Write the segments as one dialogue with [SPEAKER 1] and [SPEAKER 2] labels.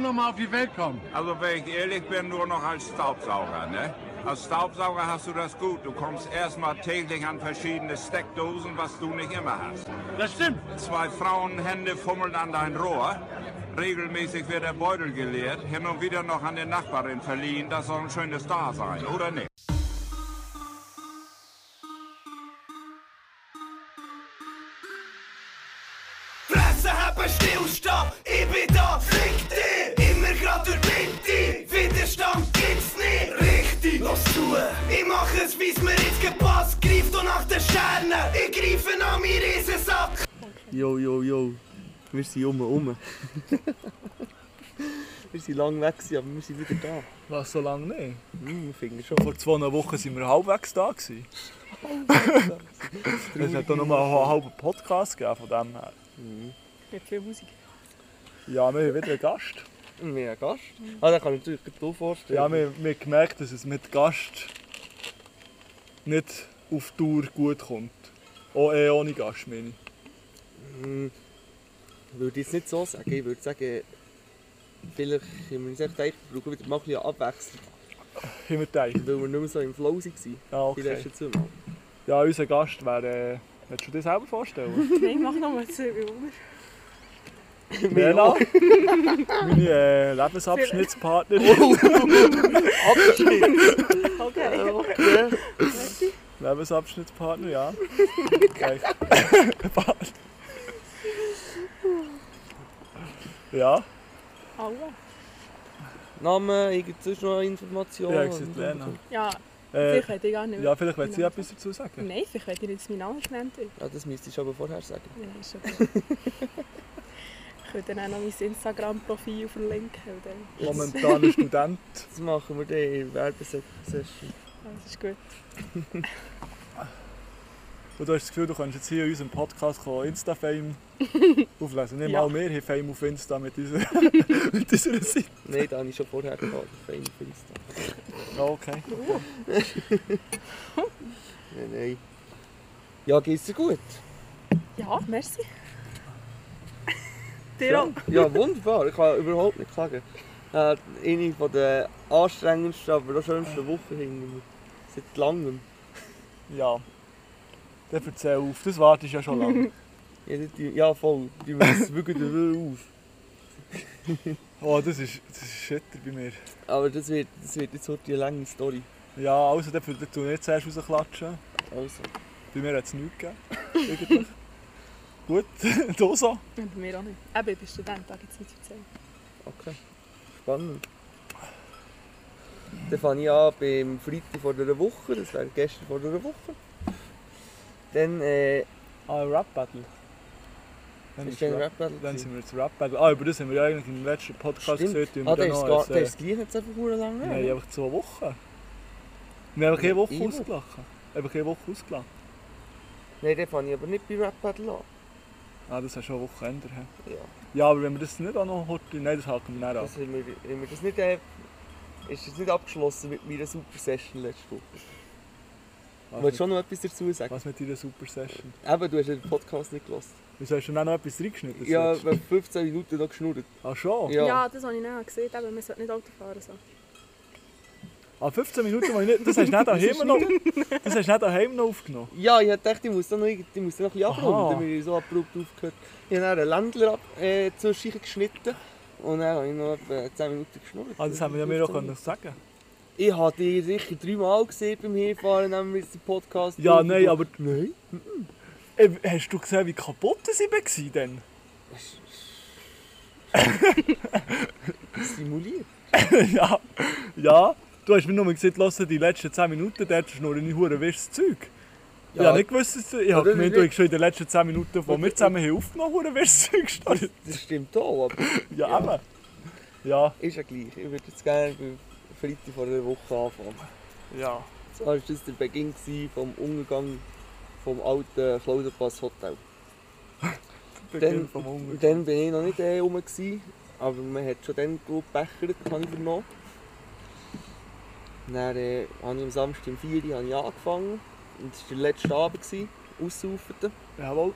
[SPEAKER 1] nochmal auf die Welt kommen.
[SPEAKER 2] Also wenn ich ehrlich bin, nur noch als Staubsauger, ne? Als Staubsauger hast du das gut. Du kommst erstmal täglich an verschiedene Steckdosen, was du nicht immer hast.
[SPEAKER 1] Das stimmt.
[SPEAKER 2] Zwei Frauenhände fummeln an dein Rohr. Regelmäßig wird der Beutel geleert, hin und wieder noch an die Nachbarin verliehen. Das soll ein schönes Dasein, oder nicht?
[SPEAKER 3] Fresse haben, Stillstand, ich bin da, fick dich! Immer grad durch die Mitte, Widerstand gibt's nicht! Richtig, los zu! Ich mach es, wie's mir jetzt gepasst, greif doch nach den Sternen, ich greife nach meinen Riesensack!
[SPEAKER 4] Jo, jo, jo. Wir sind um, um. wir sind lang weg, gewesen, aber wir sind wieder da.
[SPEAKER 5] Was, so lange nicht?
[SPEAKER 4] Hm, ich finde schon.
[SPEAKER 5] Vor zwei Wochen sind wir halbwegs da. Gewesen. es hat doch noch mal einen halben Podcast gegeben von dem her.
[SPEAKER 4] Mit viel Musik.
[SPEAKER 5] Ja, wir haben wieder einen Gast.
[SPEAKER 4] Wir haben einen Gast. Ah, den kann ich natürlich gut du vorstellen.
[SPEAKER 5] Ja, wir, wir haben gemerkt, dass es mit Gast nicht auf Tour gut kommt. Auch eh ohne Gast, meine ich.
[SPEAKER 4] Hm, würde ich es nicht so sagen. Ich würde sagen, vielleicht haben wir uns echt gedacht, wir brauchen wieder mal ein bisschen Abwechslung,
[SPEAKER 5] Haben wir gedacht.
[SPEAKER 4] weil wir nicht mehr so im Flow waren.
[SPEAKER 5] Ja,
[SPEAKER 4] Die
[SPEAKER 5] Ah, okay.
[SPEAKER 4] letzten zwei Mal.
[SPEAKER 5] ja unser Gast wäre... Äh, willst du dir selber vorstellen?
[SPEAKER 6] Nein, mach nochmal zu. Junge.
[SPEAKER 5] Mela, meine äh, Lebensabschnittspartnerin.
[SPEAKER 6] Okay.
[SPEAKER 5] Lebensabschnittspartner, ja. Okay. ja,
[SPEAKER 6] Aua.
[SPEAKER 4] Name, irgend sonst noch Informationen?
[SPEAKER 5] ja, ich sehe Lena.
[SPEAKER 6] Ja,
[SPEAKER 5] Äh,
[SPEAKER 6] sicher hätte ich gar nicht.
[SPEAKER 5] ja, vielleicht will sie etwas dazu sagen.
[SPEAKER 6] Nein, sicher hätte ich jetzt meinen Namen genannt.
[SPEAKER 4] Ja, das müsstest du aber vorher sagen.
[SPEAKER 6] Nein, ist okay. ich würde dann auch noch mein Instagram-Profil verlinken. und Dann.
[SPEAKER 5] Momentan ein Student.
[SPEAKER 4] Das machen wir dann in der Werbesession.
[SPEAKER 6] Das ist gut.
[SPEAKER 5] Und du hast das Gefühl, du kannst jetzt hier in unserem Podcast kommen, Insta-Fame auflesen. Nicht
[SPEAKER 6] Ja.
[SPEAKER 5] mal mehr haben Fame auf Insta mit unserer, mit unserer Seite.
[SPEAKER 4] Nein, da habe ich schon vorher gehabt. Fein für uns da.
[SPEAKER 5] Okay.
[SPEAKER 4] Nein, nein. Ja, geht's dir gut?
[SPEAKER 6] Ja, merci. Dir
[SPEAKER 4] Ja,
[SPEAKER 6] auch.
[SPEAKER 4] ja wunderbar. Ich kann überhaupt nicht klagen. Äh, eine von der anstrengendsten, aber auch schönsten Wochen hinter mir. Seit langem.
[SPEAKER 5] Ja. Dann erzähl auf, das wartest du ja schon lange.
[SPEAKER 4] Ja, die- die- ja voll. Die müssen wirklich den Müll auf.
[SPEAKER 5] Oh, das ist, das ist Schetter bei mir.
[SPEAKER 4] Aber das wird, das wird jetzt heute eine lange Story.
[SPEAKER 5] Ja, also dann du nicht zuerst rausklatschen.
[SPEAKER 4] Also.
[SPEAKER 5] Bei mir hat es nichts gegeben. Eigentlich. Gut, du so.
[SPEAKER 6] Und mir auch nicht. Eben, ich bin Student, da gibt es nichts zu erzählen.
[SPEAKER 4] Okay. Spannend. Dann fange ich an beim Freitag vor einer Woche, das wäre gestern vor einer Woche. Dann äh,
[SPEAKER 5] Ah, Rap Battle. Dann
[SPEAKER 4] ist
[SPEAKER 5] ist
[SPEAKER 4] dann
[SPEAKER 5] Rap
[SPEAKER 4] Rap Battle.
[SPEAKER 5] dann
[SPEAKER 4] gewesen.
[SPEAKER 5] sind wir jetzt Rap Battle. Ah, über das haben wir ja eigentlich im letzten Podcast
[SPEAKER 4] Stimmt.
[SPEAKER 5] gesehen. tun wir
[SPEAKER 4] Ah,
[SPEAKER 5] dann
[SPEAKER 4] der ist,
[SPEAKER 5] noch
[SPEAKER 4] gar,
[SPEAKER 5] als,
[SPEAKER 4] der
[SPEAKER 5] äh,
[SPEAKER 4] ist gleich jetzt einfach verdammt lang her,
[SPEAKER 5] Nein,
[SPEAKER 4] ne?
[SPEAKER 5] einfach zwei Wochen. Wir haben einfach keine Woche
[SPEAKER 4] Ich-
[SPEAKER 5] ausgelachen. Einfach keine Woche ausgelachen.
[SPEAKER 4] Nein, den fange ich aber nicht bei Rap Battle an.
[SPEAKER 5] Ah, das ist schon ein Wochenende. her.
[SPEAKER 4] Ja.
[SPEAKER 5] ja, aber wenn wir das nicht auch noch heute... Nein, das halten wir nicht ab.
[SPEAKER 4] Das haben wir, haben wir das nicht, äh, ist das nicht abgeschlossen mit meiner Super Session letzte Woche. Also
[SPEAKER 5] Was
[SPEAKER 4] Willst du
[SPEAKER 5] mit,
[SPEAKER 4] schon noch etwas dazu sagen?
[SPEAKER 5] Also, was mit deiner Super Session?
[SPEAKER 4] Eben, du hast ja den Podcast nicht gelassen.
[SPEAKER 5] Wieso hast du dann auch noch etwas reingeschnitten?
[SPEAKER 4] Ja,
[SPEAKER 5] sonst?
[SPEAKER 4] wir haben 15 Minuten noch geschnurrt.
[SPEAKER 5] Ach schon?
[SPEAKER 4] Ja.
[SPEAKER 6] das habe ich nicht gesehen. Eben, man sollte nicht Auto fahren. So.
[SPEAKER 5] Ah, 15 Minuten, mal nicht. Das hast du nicht daheim noch... Das hast du nicht daheim noch aufgenommen.
[SPEAKER 4] Ja, ich hab gedacht, ich muss da noch, irgend- ich muss da noch ein bisschen
[SPEAKER 5] Aha.
[SPEAKER 4] abrunden, weil ich so abrupt aufgehört Ich habe dann einen Ländler ab, äh, zwischen geschnitten und dann habe ich noch etwa 10 Minuten geschnurrt.
[SPEAKER 5] Ah, das haben wir ja mir auch können sagen.
[SPEAKER 4] Ich habe dich sicher dreimal gesehen beim Hinfahren, nehmen wir jetzt den Podcast.
[SPEAKER 5] Ja,
[SPEAKER 4] auf.
[SPEAKER 5] nein, aber
[SPEAKER 4] Nein?
[SPEAKER 5] äh, hast du gesehen, wie kaputt sie war denn?
[SPEAKER 4] Simuliert.
[SPEAKER 5] ja, ja. Du hast mir nur gesagt, lass die letzten 10 Minuten dort schnurren, ich hure wisches Zeug. Ja. Ich habe nicht gewusst, dass du... Ich habe
[SPEAKER 4] das ist
[SPEAKER 5] gemeint, du
[SPEAKER 4] nicht-
[SPEAKER 5] hast schon in den letzten 10 Minuten, wo wir zusammen haben aufgenommen haben, wisches Zeug
[SPEAKER 4] das,
[SPEAKER 5] geschnurren.
[SPEAKER 4] das stimmt auch, aber
[SPEAKER 5] Ja,
[SPEAKER 4] Ja.
[SPEAKER 5] eben. Ja.
[SPEAKER 4] ist ja gleich. Ich würde jetzt gerne beim Freitag vor einer Woche anfangen.
[SPEAKER 5] Ja.
[SPEAKER 4] Zwar war das der Beginn gewesen vom Untergang vom alten Claudenpass Hotel.
[SPEAKER 5] Beginn
[SPEAKER 4] Dann,
[SPEAKER 5] vom Hunger.
[SPEAKER 4] dann bin ich noch nicht eh rum, gewesen, aber man hat schon dann gut gebechert, habe ich vernommen. Dann äh, habe ich am Samstag um 4 Uhr habe ich angefangen. Und das war der letzte Abend, gewesen, aussaufen.
[SPEAKER 5] Jawohl.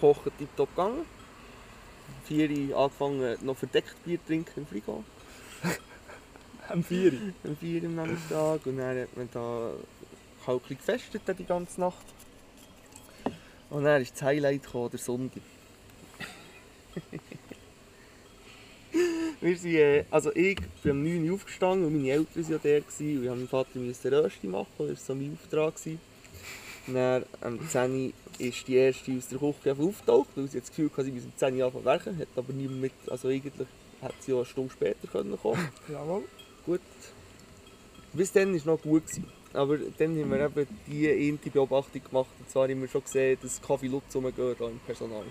[SPEAKER 4] Kochen tiptop gegangen. Um vier Uhr angefangen, noch verdeckt Bier zu trinken im Frigo.
[SPEAKER 5] Am 4. Uhr.
[SPEAKER 4] Am 4 Uhr am Nachmittag. Und dann hat man da halt ein bisschen gefestet dann die ganze Nacht. Und dann ist das Highlight gekommen, der Sonntag. Wir sind, äh, also ich bin um 9 Uhr aufgestanden und meine Eltern waren ja der. Gewesen, und ich habe meinem Vater müssen Rösti machen, das war so mein Auftrag. Gewesen. Und dann, am 10 Uhr ist die erste aus der Küche einfach aufgetaucht, weil sie jetzt das Gefühl hatte, sie müssen um 10 Uhr anfangen zu werken. Hat aber niemand mit, also eigentlich hätte sie ja eine Stunde später können kommen
[SPEAKER 5] Jawohl.
[SPEAKER 4] gut. Bis dann war es noch gut. Gewesen. Aber dann haben wir eben die ähnliche Beobachtung gemacht. Und zwar haben wir schon gesehen, dass Kaffee Lutz rumgeht hier im Personal.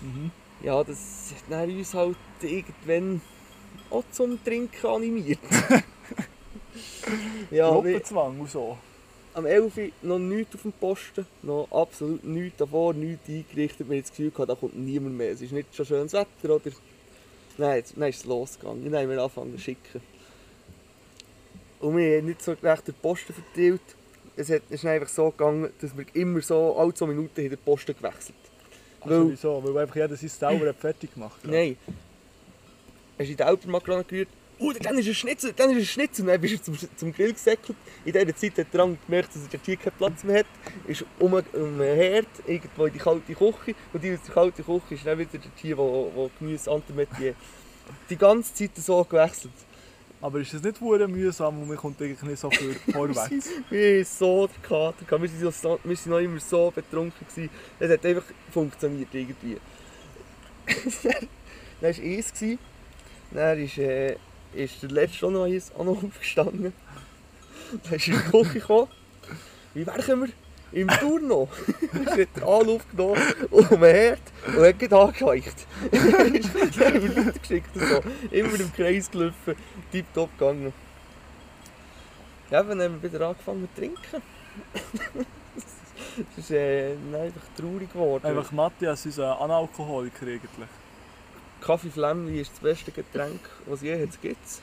[SPEAKER 5] Mhm.
[SPEAKER 4] Ja, das hat dann uns halt irgendwann auch zum Trinken animiert. ja, wir,
[SPEAKER 5] Gruppenzwang und so.
[SPEAKER 4] am 11. Uhr noch nichts auf dem Posten, noch absolut nichts davor, nichts eingerichtet. Wir haben das Gefühl, gehabt, da kommt niemand mehr. Es ist nicht schon schönes Wetter, oder? Nein, jetzt, dann ist es losgegangen. Dann haben wir angefangen zu schicken. Und wir haben nicht so recht den Posten verteilt. Es hat- es ist einfach so gegangen, dass wir immer so alle zwei Minuten haben den Posten gewechselt
[SPEAKER 5] Also wieso? Weil einfach jeder sein selber hat fertig gemacht hat.
[SPEAKER 4] Nein. Hast du in den Alpenmarkt gerührt? Oh, dann ist ein Schnitzel, dann ist ein Schnitzel. Und dann bist du zum, zum Grill gesäckelt. In dieser Zeit hat der Rang gemerkt, dass er dort hier keinen Platz mehr hat. Ist um, um einen Herd, irgendwo in die kalte Küche. Und die aus der kalten Küche ist dann wieder der Tier, wo, wo Gemüse Antemetier. Die ganze Zeit so gewechselt.
[SPEAKER 5] Aber ist das nicht hure mühsam und man kommt eigentlich nicht so viel vorwärts?
[SPEAKER 4] Wir hatten so den Kater. gehabt. Wir waren so, wir sind noch immer so betrunken. Gewesen. Es hat einfach funktioniert irgendwie. dann war eins. gewesen. Dann ist, äh, ist der letzte auch noch, eins, auch noch aufgestanden. Dann ist er in die Küche gekommen. Wie werken wir? Im Turno. Dann hat er Anlauf genommen um den Herd und hat gleich angeheicht. Dann ist- dann haben wir Leute geschickt und so. Immer im Kreis gelaufen. Tipptopp gegangen. Ja, dann haben wir wieder angefangen zu trinken. Es ist äh, dann einfach traurig geworden.
[SPEAKER 5] Einfach Matthias ist ein Analkoholiker eigentlich.
[SPEAKER 4] Kaffeeflämmli ist das beste Getränk, was je jetzt gibt. Das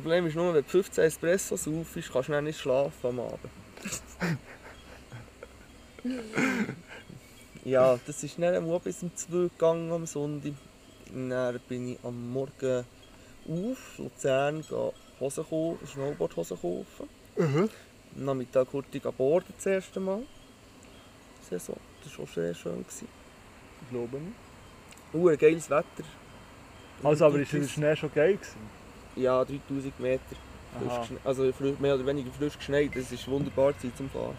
[SPEAKER 4] Problem ist nur, wenn du 15 Espresso saufst, kannst du dann nicht schlafen am Abend. ja, das ist dann einmal bis um 2 Uhr gegangen am Sonntag. Und Dann bin ich am Morgen auf Luzern gehe Hosen kaufen, Snowboardhosen kaufen. Am Nachmittag kurz an Bord das erste Mal. Saison. Das war auch sehr schön. gewesen.
[SPEAKER 5] Glaube ich.
[SPEAKER 4] Huere geiles Wetter.
[SPEAKER 5] Also, aber ist der Schnee schon geil gewesen?
[SPEAKER 4] Ja, 3000 Meter. Frisch
[SPEAKER 5] Aha.
[SPEAKER 4] geschne- Also fri- mehr oder weniger frisch geschneit. Das ist wunderbar gewesen zum Fahren.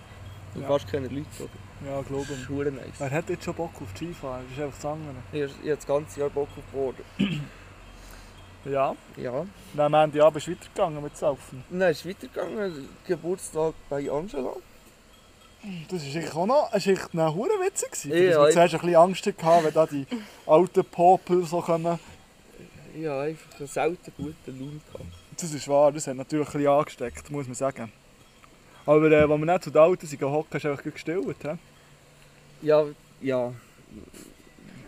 [SPEAKER 4] Du
[SPEAKER 5] Ja.
[SPEAKER 4] fast keine Leute, oder?
[SPEAKER 5] Ja, glaube
[SPEAKER 4] Das ist
[SPEAKER 5] ich.
[SPEAKER 4] hure nice.
[SPEAKER 5] Wer hat jetzt schon Bock auf Skifahren? Das ist einfach das andere.
[SPEAKER 4] Ich, ich habe das ganze Jahr Bock auf Boarden.
[SPEAKER 5] Ja.
[SPEAKER 4] Ja.
[SPEAKER 5] Dann am Ende Abend ist weitergegangen mit Saufen.
[SPEAKER 4] Dann ist es weitergegangen. Geburtstag bei Angela.
[SPEAKER 5] Das ist eigentlich auch noch das ist eigentlich noch hure witzig gewesen.
[SPEAKER 4] Ja,
[SPEAKER 5] Dass wir
[SPEAKER 4] ich-
[SPEAKER 5] zuerst ein bisschen Angst hatten, wenn da die alten Popel so kommen.
[SPEAKER 4] Ich habe einfach einen selten guten Laune gehabt.
[SPEAKER 5] Das ist wahr, das hat natürlich ein bisschen angesteckt, muss man sagen. Aber äh, als wir nicht zu den Alten sind hocken, ist einfach gestillt. He?
[SPEAKER 4] Ja, ja.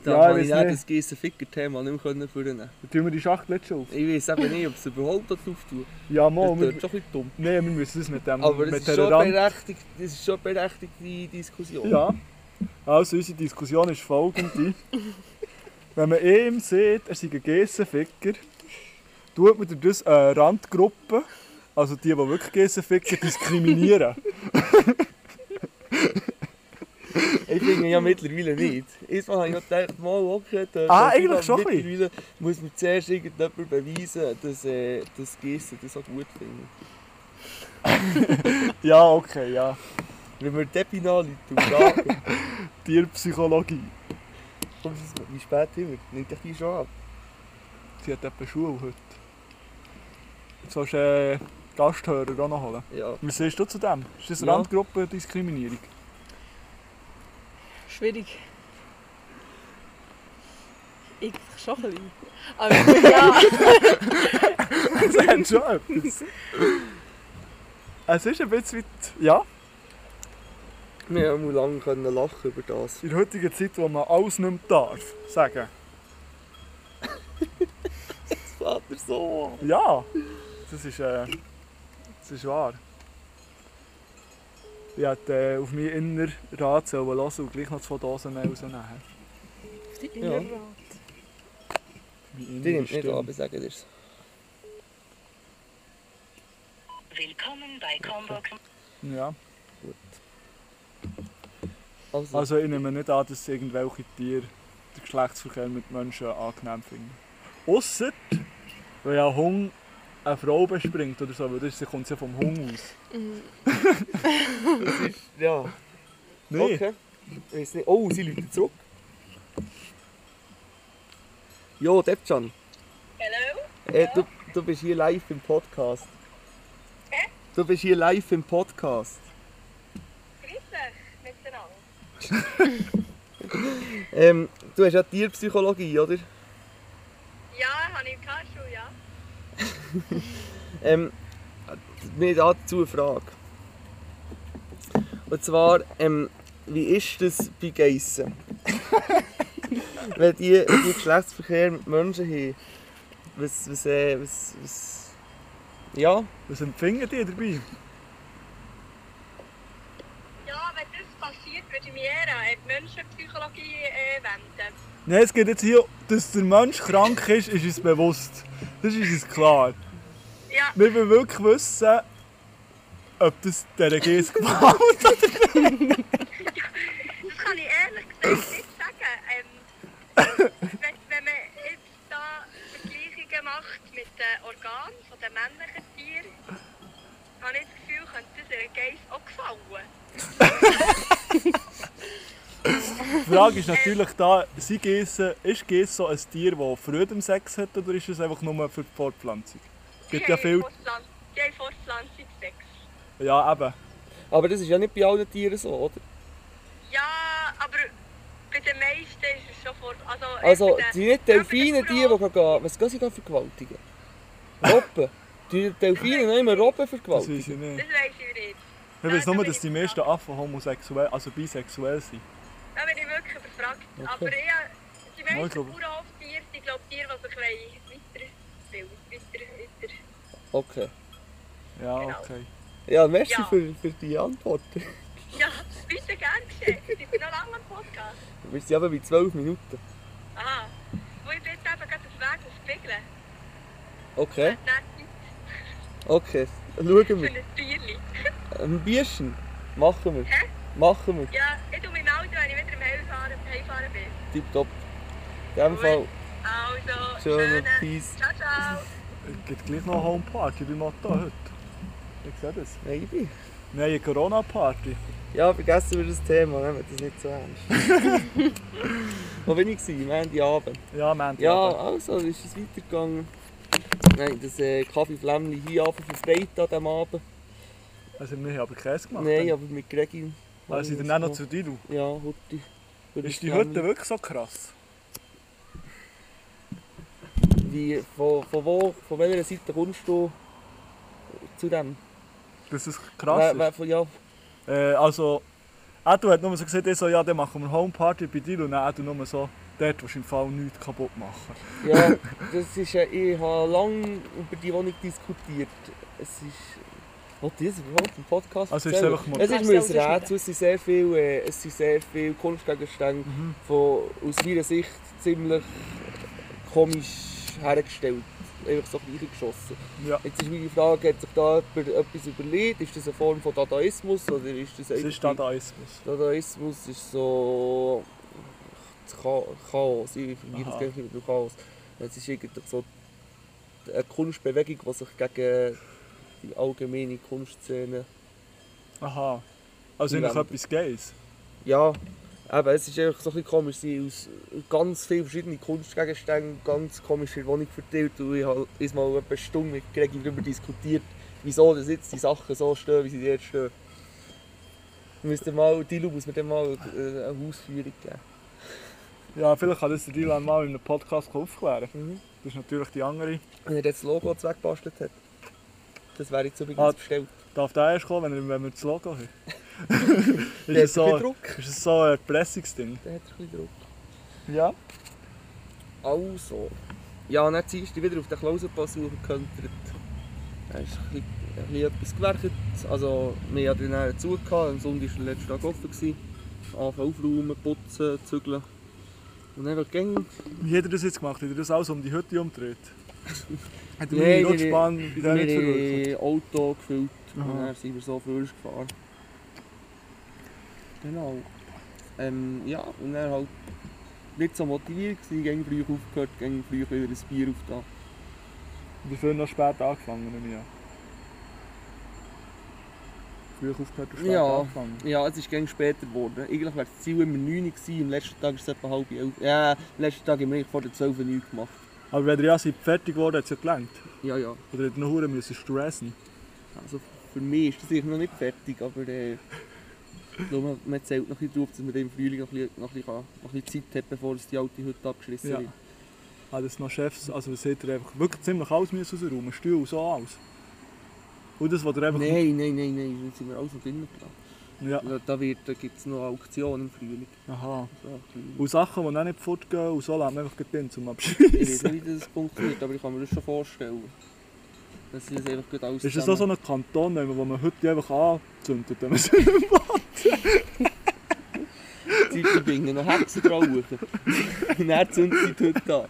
[SPEAKER 4] Da
[SPEAKER 5] Ja, ich
[SPEAKER 4] habe
[SPEAKER 5] weiss
[SPEAKER 4] ich nicht
[SPEAKER 5] nicht.
[SPEAKER 4] das gewisse Ficker-Thema nicht mehr vornehmen.
[SPEAKER 5] Dann tun wir die Schachtel jetzt schon auf.
[SPEAKER 4] Ich weiß eben nicht, ob es überhaupt da drauf tut.
[SPEAKER 5] Ja,
[SPEAKER 4] Das
[SPEAKER 5] mal,
[SPEAKER 4] klingt
[SPEAKER 5] wir,
[SPEAKER 4] schon ein bisschen dumm.
[SPEAKER 5] nee, wir müssen das mit dem
[SPEAKER 4] Aber es
[SPEAKER 5] mit
[SPEAKER 4] ist,
[SPEAKER 5] dieser
[SPEAKER 4] schon
[SPEAKER 5] Rand-
[SPEAKER 4] berechtigt, es ist schon berechtigt, die Diskussion.
[SPEAKER 5] Ja. Also unsere Diskussion ist folgende. Wenn man ihm sieht, er sei ein Gessenficker, tut man durch das eine Randgruppe, also die, die wirklich Gessenficker, diskriminieren.
[SPEAKER 4] Ich finde ja mittlerweile nicht. Erstmal habe ich noch gedacht, mal okay, da-
[SPEAKER 5] Ah,
[SPEAKER 4] da-
[SPEAKER 5] eigentlich schon ein bisschen.
[SPEAKER 4] Mittlerweile muss mir zuerst irgendjemand beweisen, dass äh, das Gießen das auch gut findet.
[SPEAKER 5] Ja, okay, ja.
[SPEAKER 4] Wenn wir Deppin anrufen und fragen,
[SPEAKER 5] Tierpsychologie.
[SPEAKER 4] kommst du wie spät immer, nimmt dich die schon ab.
[SPEAKER 5] Sie hat etwa Schule heute. Jetzt sollst du äh, Gasthörer auch noch holen.
[SPEAKER 4] Ja.
[SPEAKER 5] Was siehst du zu dem? Ist das
[SPEAKER 4] Ja.
[SPEAKER 5] Randgruppendiskriminierung?
[SPEAKER 6] Schwierig. Eigentlich schon ein bisschen. Aber ja,
[SPEAKER 5] Das hat schon etwas. Es ist ein bisschen weit. Ja,
[SPEAKER 4] Wir haben lange können lachen über das.
[SPEAKER 5] in der heutigen Zeit, wo man alles nicht mehr darf, sagen.
[SPEAKER 4] Vater, so.
[SPEAKER 5] Ja, das ist, äh, das ist wahr. Ich hätte äh, auf meinen inneren Rat sollen hören und gleich noch zwei Dosen mehr rausnehmen.
[SPEAKER 6] auf die Innerrad.
[SPEAKER 5] Meine
[SPEAKER 4] Die nimmt nicht
[SPEAKER 5] Stimme.
[SPEAKER 4] ab, ich sage dir's.
[SPEAKER 1] Willkommen bei Combox.
[SPEAKER 5] Ja.
[SPEAKER 4] Also,
[SPEAKER 5] Also ich nehme nicht an, dass irgendwelche Tiere den Geschlechtsverkehr mit Menschen angenehm finden. Ausser, wenn ein Hund eine Frau bespringt oder so, weil das kommt es ja vom Hund aus.
[SPEAKER 4] ja.
[SPEAKER 5] Nein.
[SPEAKER 4] Okay. Ich weiß nicht. Oh, sie läuten zurück. Jo, Debcan,
[SPEAKER 1] Hello?
[SPEAKER 4] äh, du, du bist hier live im Podcast. Du bist hier live im Podcast.
[SPEAKER 1] Grüß euch miteinander.
[SPEAKER 4] Ähm, du hast ja Tierpsychologie, oder?
[SPEAKER 1] Ja, habe ich gehabt schon, ja.
[SPEAKER 4] Ähm, mir hat dazu eine Frage. Und zwar, ähm, wie ist das bei Geissen? Wenn die, die Geschlechtsverkehr mit Menschen haben, was, was, äh, was, was ja,
[SPEAKER 5] Was empfinden die dabei?
[SPEAKER 1] Ja, wenn das passiert, würde ich mich eher an die Menschenpsychologie äh, wenden.
[SPEAKER 5] Nein, es geht jetzt hier, dass der Mensch krank ist, ist uns bewusst. Das ist uns klar.
[SPEAKER 1] Ja.
[SPEAKER 5] Wir wollen wirklich wissen, ob das der Regierung gefällt.
[SPEAKER 1] Das kann ich ehrlich gesagt nicht sagen. Ähm, wenn, wenn man jetzt da Vergleichungen macht mit den Organen von den männlichen Tieren, habe ich das Gefühl, könnte das einem Geiss auch gefallen.
[SPEAKER 5] Die Frage ist natürlich da, sind Geissen, ist Geiss so ein Tier, das Freude am Sex hat, oder ist es einfach nur für die Fortpflanzung? Es gibt ja viel...
[SPEAKER 1] Die haben Fortpflanzungsex.
[SPEAKER 5] Ja, eben.
[SPEAKER 4] aber das ist ja nicht bei allen Tieren so, oder?
[SPEAKER 1] Ja, aber bei den meisten ist es schon vor... Also,
[SPEAKER 4] Also,
[SPEAKER 1] bei den-
[SPEAKER 4] sind nicht
[SPEAKER 1] ja, bei den
[SPEAKER 4] Delfine die, die
[SPEAKER 1] Koranen-
[SPEAKER 4] gehen, was gehen sie gehen vergewaltigen? Robben? Die Delfine nehmen Robben
[SPEAKER 5] Das
[SPEAKER 4] vergewaltigen?
[SPEAKER 5] weiß ich nicht.
[SPEAKER 1] Das weiß ich nicht.
[SPEAKER 5] Ich weiß nur, dass die meisten Affen homosexuell, also bisexuell sind.
[SPEAKER 1] Da bin ich wirklich überfragt. Aber Ah, ja, die
[SPEAKER 5] Mal
[SPEAKER 1] meisten
[SPEAKER 5] schauen.
[SPEAKER 1] Bauernhoftiere sind glaube ich Tiere, die sich weiterbilden, weiter, weiter.
[SPEAKER 4] Okay.
[SPEAKER 5] Ja,
[SPEAKER 1] Genau.
[SPEAKER 5] okay.
[SPEAKER 4] Ja, merci
[SPEAKER 1] Ja.
[SPEAKER 4] Für, für die Antwort.
[SPEAKER 1] Ja, bitte gerne geschehen. Ich bin noch lange am Podcast. Ah,
[SPEAKER 4] Wir sind eben bei 12 Minuten.
[SPEAKER 1] Aha. Wo ich bin jetzt eben gerade auf dem Weg auf Biglen.
[SPEAKER 4] Okay,
[SPEAKER 1] Nein,
[SPEAKER 4] okay. Schauen
[SPEAKER 1] für
[SPEAKER 4] wir.
[SPEAKER 1] ein Tierli.
[SPEAKER 4] Ein Bierchen machen wir.
[SPEAKER 1] Hä?
[SPEAKER 4] Machen wir.
[SPEAKER 1] Ja, ich tue mich melden, wenn ich wieder am Heimfahren, Heimfahren bin.
[SPEAKER 4] Tipptopp. In dem
[SPEAKER 1] Gut.
[SPEAKER 4] Fall,
[SPEAKER 1] Also,
[SPEAKER 4] schöne
[SPEAKER 1] schönen...
[SPEAKER 4] Peace.
[SPEAKER 1] Ciao, ciao.
[SPEAKER 5] Es gibt gleich noch eine Homeparty bei Matta heute. Ich sehe das.
[SPEAKER 4] Maybe.
[SPEAKER 5] Nein, eine Corona-Party.
[SPEAKER 4] Ja, vergessen wir das Thema, nehmen wir das nicht so ernst. Wo bin ich? gewesen? Am Ende Abend.
[SPEAKER 5] Ja, Mann.
[SPEAKER 4] Ja, also ist es weitergegangen. Nein, das äh, Kaffeeflämmchen hier auf für Freitag an diesem Abend.
[SPEAKER 5] Also wir haben aber Käse gemacht.
[SPEAKER 4] Nein, aber mit Regin.
[SPEAKER 5] aber... Also sind dann auch noch zu dir.
[SPEAKER 4] Ja, heute.
[SPEAKER 5] Ist die Hütte wirklich so krass?
[SPEAKER 4] Wie, von, von wo, von welcher Seite kommst du zu dem?
[SPEAKER 5] Dass es krass
[SPEAKER 4] Wer- wer- von- ja,
[SPEAKER 5] ist? Äh, also... Edu hat nur so gesagt, ich so, ja, dann machen wir Homeparty bei dir. Und dann Edu nur so, dort willst du im Fall nichts kaputt machen.
[SPEAKER 4] Ja, das ist, äh, ich habe lange über die Wohnung diskutiert. Es ist. Was ist überhaupt ein Podcast?
[SPEAKER 5] Also ist es
[SPEAKER 4] erzählen?
[SPEAKER 5] einfach mal-
[SPEAKER 4] es ist
[SPEAKER 6] Kannst
[SPEAKER 4] mir
[SPEAKER 6] du
[SPEAKER 4] ein
[SPEAKER 6] selber
[SPEAKER 4] Rätsel. Es sind sehr viele, äh, es sind sehr viele Kunstgegenstände,
[SPEAKER 5] Mhm.
[SPEAKER 4] von, aus meiner Sicht ziemlich komisch hergestellt. Einfach so gleich geschossen.
[SPEAKER 5] Ja.
[SPEAKER 4] Jetzt ist meine Frage: Hat sich da jemand etwas überlegt? Ist das eine Form von Dadaismus? Oder ist das
[SPEAKER 5] Es
[SPEAKER 4] einfach-
[SPEAKER 5] ist Dadaismus.
[SPEAKER 4] Dadaismus ist so. das Cha- Chaos. Ich vergleiche es
[SPEAKER 5] Aha.
[SPEAKER 4] gerne mit dem Chaos. Es ist eigentlich so eine Kunstbewegung, die sich gegen die allgemeine Kunstszene.
[SPEAKER 5] Aha. Also
[SPEAKER 4] Niemand.
[SPEAKER 5] eigentlich etwas Gays.
[SPEAKER 4] Ja, eben, es ist einfach so ein bisschen komisch. Sie haben aus ganz vielen verschiedenen Kunstgegenständen ganz komisch in der Wohnung verteilt. Und ich habe uns mal etwa eine Stunde mit Gregi darüber diskutiert, wieso das jetzt die Sachen so stehen, wie sie dort stehen. Wir müssen mal, Dilu muss mir dann mal äh, eine Hausführung geben.
[SPEAKER 5] Ja, vielleicht kann das der Dylan mal in einem Podcast aufklären.
[SPEAKER 4] Mhm.
[SPEAKER 5] Das ist natürlich die andere.
[SPEAKER 4] Wenn er jetzt das Logo jetzt weggebastelt hat. Das wäre jetzt übrigens
[SPEAKER 5] Ah,
[SPEAKER 4] bestellt.
[SPEAKER 5] Darf der erst kommen, wenn, er, wenn wir das Logo haben? ist,
[SPEAKER 4] Der hat
[SPEAKER 5] es
[SPEAKER 4] ein
[SPEAKER 5] so,
[SPEAKER 4] bisschen Druck.
[SPEAKER 5] ist es so ein Pressungsding?
[SPEAKER 4] Der hat ein bisschen Druck.
[SPEAKER 5] Ja.
[SPEAKER 4] Also. Ja, dann ziehst du wieder auf den Klausenpass hochgekentert. Er ist ein bisschen, ein bisschen etwas gewerkt. Also, wir hatten ihn dann zu. gehabt. Am Sonntag war der letzte Tag offen. Anfangen aufräumen, putzen, zügeln. Und dann ging
[SPEAKER 5] Wie hat er das jetzt gemacht? Hat er das alles um die Hütte umgedreht? Hat er meine
[SPEAKER 4] Nein, wir-
[SPEAKER 5] Rutschbahn bei
[SPEAKER 4] wir
[SPEAKER 5] der nicht verrückt?
[SPEAKER 4] in Auto gefüllt und
[SPEAKER 5] Aha.
[SPEAKER 4] dann sind wir so früh gefahren. Genau. Ähm, ja, und dann halt nicht so motiviert gewesen, ging früh aufgehört, ging früh wieder ein Bier auf da.
[SPEAKER 5] Dafür noch spät angefangen, nehme ich an. Früh aufgehört und spät
[SPEAKER 4] Ja.
[SPEAKER 5] angefangen.
[SPEAKER 4] Ja, es ist gängig später geworden. Eigentlich wäre das Ziel immer 9 Uhr gewesen, am letzten Tag ist es etwa halb 11. Ja, am letzten Tag haben wir eigentlich vor der 12 Uhr nichts gemacht.
[SPEAKER 5] Aber wenn ihr ja seid fertig geworden, hat es ja gelangt.
[SPEAKER 4] Ja, ja.
[SPEAKER 5] Oder hat er noch Huren müssen stressen?
[SPEAKER 4] Also für mich ist das eigentlich noch nicht fertig, aber äh, nur man, man zählt noch ein bisschen drauf, dass man dann im Frühling noch ein bisschen, noch ein bisschen, kann- noch ein bisschen Zeit hat, bevor es die alte Hütte abgeschlossen
[SPEAKER 5] Ja.
[SPEAKER 4] wird.
[SPEAKER 5] Hat es noch Chefs, also das hätte er einfach wirklich ziemlich alles müssen rausräumen, Stühle, so alles. Und das, was er einfach...
[SPEAKER 4] Nein, nein, nein, nein, dann sind wir alles noch drinnen gelassen.
[SPEAKER 5] Ja.
[SPEAKER 4] Da, da, wird- da gibt es noch Auktionen im Frühling.
[SPEAKER 5] Aha.
[SPEAKER 4] So, ein bisschen-
[SPEAKER 5] Und Sachen, die auch nicht fortgehen und so lässt man einfach drin zum
[SPEAKER 4] ich weiß
[SPEAKER 5] Abschießen.
[SPEAKER 4] nicht, wie das funktioniert, aber ich kann mir das schon vorstellen. Dass sie das einfach gut alles
[SPEAKER 5] Ist das auch
[SPEAKER 4] zusammen-
[SPEAKER 5] so ein Kanton, wo man heute einfach anzündet, wenn man es
[SPEAKER 4] Zeit bringen, noch Hexen drauf rufen. Und dann zünden sie die Hütte an.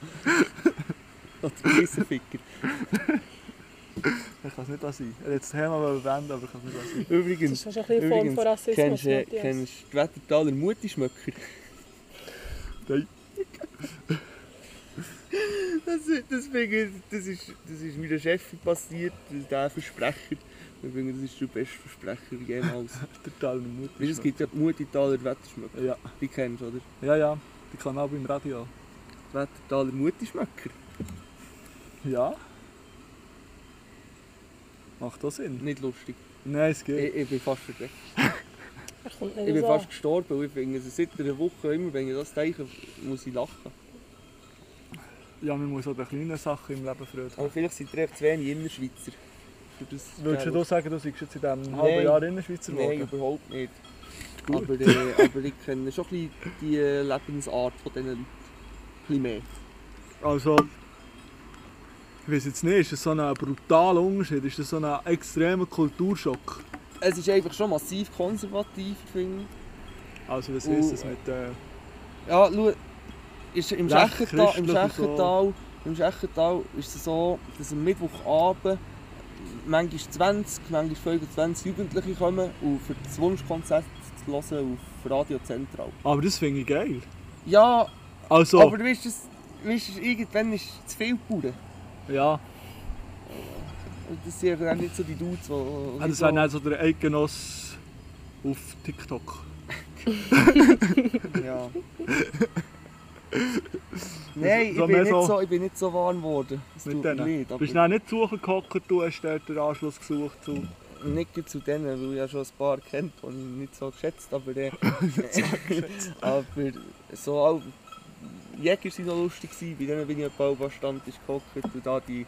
[SPEAKER 4] Oder Kissenficker.
[SPEAKER 5] Ich kann es nicht was sein. Er hat das Thema erwähnt, aber ich kann es nicht was sein.
[SPEAKER 4] Übrigens,
[SPEAKER 6] Das ist schon ein bisschen eine Form
[SPEAKER 4] Übrigens,
[SPEAKER 6] von Rassismus.
[SPEAKER 4] Kennst du
[SPEAKER 6] Matthias.
[SPEAKER 4] kennst du die Wettertaler Mutischmöcker?
[SPEAKER 5] Nein.
[SPEAKER 4] Das, das, finde ich, das, ist, das ist meiner Chefin passiert, der Versprecher. Ich finde, das ist der beste Versprecher jemals.
[SPEAKER 5] Total eine Mutter.
[SPEAKER 4] Weißt du, es gibt ja die Mutitaler Wetterschmöcker.
[SPEAKER 5] Ja.
[SPEAKER 4] Die kennst du, oder?
[SPEAKER 5] Ja, ja. Die kann auch beim Radio.
[SPEAKER 4] Die Wettertaler Mutischmöcker.
[SPEAKER 5] Ja. Macht das Sinn?
[SPEAKER 4] Nicht lustig.
[SPEAKER 5] Nein, es geht.
[SPEAKER 4] Ich, ich bin fast verdreckt.
[SPEAKER 6] Er kommt nicht
[SPEAKER 4] Ich bin
[SPEAKER 6] so.
[SPEAKER 4] fast gestorben. und Ich finde, also seit einer Woche immer, wenn ich das denke, muss ich lachen.
[SPEAKER 5] Ja, man muss auch den kleinen Sachen im Leben Freude haben.
[SPEAKER 4] Aber vielleicht sind ihr zu wenig Innerschweizer. Für das-
[SPEAKER 5] Würdest du sagen, du seist jetzt in diesem halben
[SPEAKER 4] Nein.
[SPEAKER 5] Jahr Innerschweizer
[SPEAKER 4] Nein,
[SPEAKER 5] geworden?
[SPEAKER 4] überhaupt nicht.
[SPEAKER 5] Gut.
[SPEAKER 4] Aber, äh, aber ich kenne schon ein bisschen die äh, Lebensart von diesen Leuten. Ein bisschen mehr.
[SPEAKER 5] Also, ich weiß jetzt nicht, ist das so ein brutaler Unterschied? Ist das so ein extremer Kulturschock?
[SPEAKER 4] Es ist einfach schon massiv konservativ, finde ich.
[SPEAKER 5] Also, was
[SPEAKER 4] Uh.
[SPEAKER 5] heisst das mit äh,
[SPEAKER 4] Ja, schau, ist im
[SPEAKER 5] Recht
[SPEAKER 4] Schächental, im
[SPEAKER 5] christlich und so.
[SPEAKER 4] Schächental, im Schächental ist es so, dass am Mittwochabend manchmal 20, manchmal 25 Jugendliche kommen und für das Wunschkonzert zu hören auf Radio Zentral.
[SPEAKER 5] Aber das finde ich geil.
[SPEAKER 4] Ja,
[SPEAKER 5] Also,
[SPEAKER 4] aber du weißt, das, weisst du, irgendwann ist zu viel geboren.
[SPEAKER 5] ja.
[SPEAKER 4] Und Das sind dann nicht so die Dudes, die... die
[SPEAKER 5] Ah, das
[SPEAKER 4] so-
[SPEAKER 5] wäre dann so der Eidgenoss auf TikTok.
[SPEAKER 4] Ja. Nein, ich
[SPEAKER 5] So
[SPEAKER 4] bin,
[SPEAKER 5] mehr
[SPEAKER 4] nicht
[SPEAKER 5] so-
[SPEAKER 4] so, ich bin nicht so warm geworden. Es
[SPEAKER 5] Mit
[SPEAKER 4] tut mir
[SPEAKER 5] denen.
[SPEAKER 4] leid.
[SPEAKER 5] Du
[SPEAKER 4] Aber
[SPEAKER 5] bist dann nicht zugehockt, du hast dort den Anschluss gesucht. Zu.
[SPEAKER 4] nicht zu denen, weil ich ja schon ein paar kennt, die ich nicht so geschätzt aber, äh, aber so auch Jäger waren noch lustig. gewesen. Bei denen bin ich etwa am Stand ist gehockt und da die,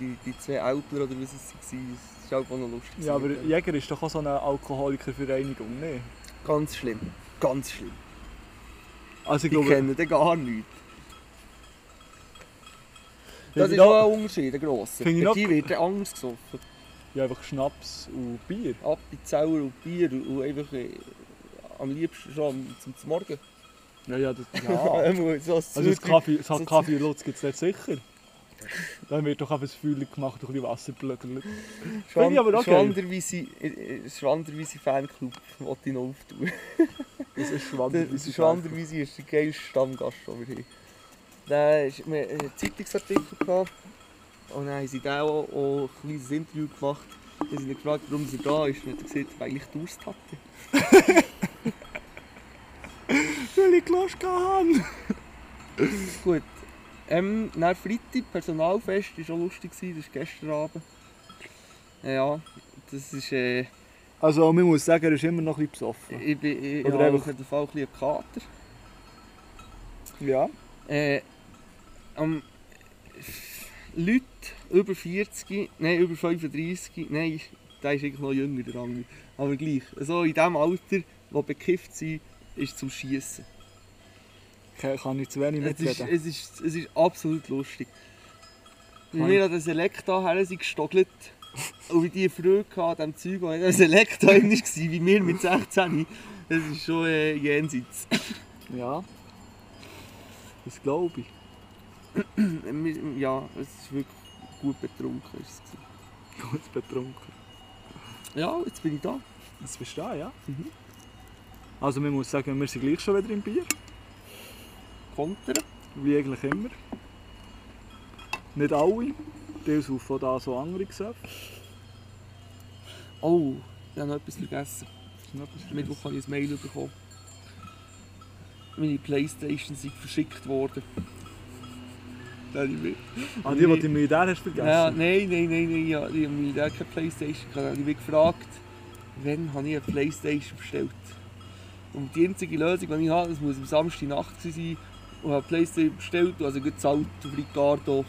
[SPEAKER 4] die, die zwei Eltern oder wie es waren, das war auch noch lustig.
[SPEAKER 5] Ja, aber
[SPEAKER 4] gewesen.
[SPEAKER 5] Jäger ist doch auch so eine Alkoholikervereinigung, ne?
[SPEAKER 4] Ganz schlimm. Ganz schlimm.
[SPEAKER 5] Also ich
[SPEAKER 4] Die
[SPEAKER 5] glaube,
[SPEAKER 4] kennen den gar nichts. Das
[SPEAKER 5] Finde
[SPEAKER 4] ist
[SPEAKER 5] ich noch-
[SPEAKER 4] auch ein Unterschied, ein grosser.
[SPEAKER 5] Finde ich noch-
[SPEAKER 4] Die wird dann anders gesoffen.
[SPEAKER 5] ja, einfach Schnaps und Bier.
[SPEAKER 4] Appenzeller und Bier und einfach äh, am liebsten schon am- zum, zum Morgen.
[SPEAKER 5] Ja, ja, das, ja.
[SPEAKER 4] Einmal so
[SPEAKER 5] Also das
[SPEAKER 4] süß-
[SPEAKER 5] Kaffee, das
[SPEAKER 4] so-
[SPEAKER 5] Kaffee und Lutz gibt es nicht sicher. Dann wird doch einfach ein Feuer gemacht durch ein bisschen Wasserblöckel.
[SPEAKER 4] Schwan-
[SPEAKER 5] Finde ich aber auch geil.
[SPEAKER 4] Schwanderweise- äh, äh, Schwanderweise Fanclub wollte ich noch auftun.
[SPEAKER 5] Das ist
[SPEAKER 4] Der
[SPEAKER 5] schwammig.
[SPEAKER 4] der Schwanderweise ist der geilste Stammgast, den wir haben. Dann ist mir einen Zeitungsartikel gehabt. Und dann haben sie da auch, auch ein kleines Interview gemacht. Dann haben sie ihn gefragt, warum er da ist. Und dann hat er gesagt, weil ich Durst hatte.
[SPEAKER 5] Will ich Kloschka haben?
[SPEAKER 4] Gut. Ähm, dann Freitag, Personalfest, das war auch lustig, gewesen, das war gestern Abend. Ja, das ist... Äh,
[SPEAKER 5] Also man muss sagen, er ist immer noch ein bisschen besoffen.
[SPEAKER 4] ich bin ich,
[SPEAKER 5] Oder
[SPEAKER 4] ja,
[SPEAKER 5] einfach-
[SPEAKER 4] auf jeden Fall ein bisschen einen Kater.
[SPEAKER 5] Ja.
[SPEAKER 4] Äh, am, Leute über 40, nein, über 35, nein, der ist eigentlich noch jünger, der andere. Aber gleich, so in dem Alter, wo bekifft sind, ist zum Schießen.
[SPEAKER 5] Ke- Kann ich zu wenig
[SPEAKER 4] Es ist,
[SPEAKER 5] mitreden.
[SPEAKER 4] es, ist, es ist absolut lustig. Wie
[SPEAKER 5] Kann
[SPEAKER 4] wir an den Selekta her sind gestogelt und wie die Freude hatten an dem Zeug, das in der Selekta drin war, wie wir mit 16, das ist schon äh, jenseits.
[SPEAKER 5] Ja. Das glaube ich.
[SPEAKER 4] Wir- Äh, Ja, es ist wirklich gut betrunken. Ist es gewesen.
[SPEAKER 5] Gut betrunken.
[SPEAKER 4] ja, jetzt bin ich da.
[SPEAKER 5] Das verstehe ich, ja. Also man muss sagen, wir sind gleich schon wieder im Bier.
[SPEAKER 4] Kontern.
[SPEAKER 5] Wie eigentlich immer. Nicht alle. Teils auf von da so andere gesagt.
[SPEAKER 4] Oh, ich habe noch etwas vergessen. Mittwoch habe ich ein Mail bekommen. Meine Playstation sind verschickt worden. Da habe ich mir-
[SPEAKER 5] Ah, die, die du im Militär hast vergessen.
[SPEAKER 4] Ja, nein, nein, nein, nein, ja, ich habe mir keine Playstation gehabt. Da habe ich mich gefragt, wann habe ich eine Playstation bestellt. Und die einzige Lösung, die ich habe, das muss am Samstag Nacht gewesen sein. Und habe eine Playstation bestellt, also gut zahlt auf Ricardo.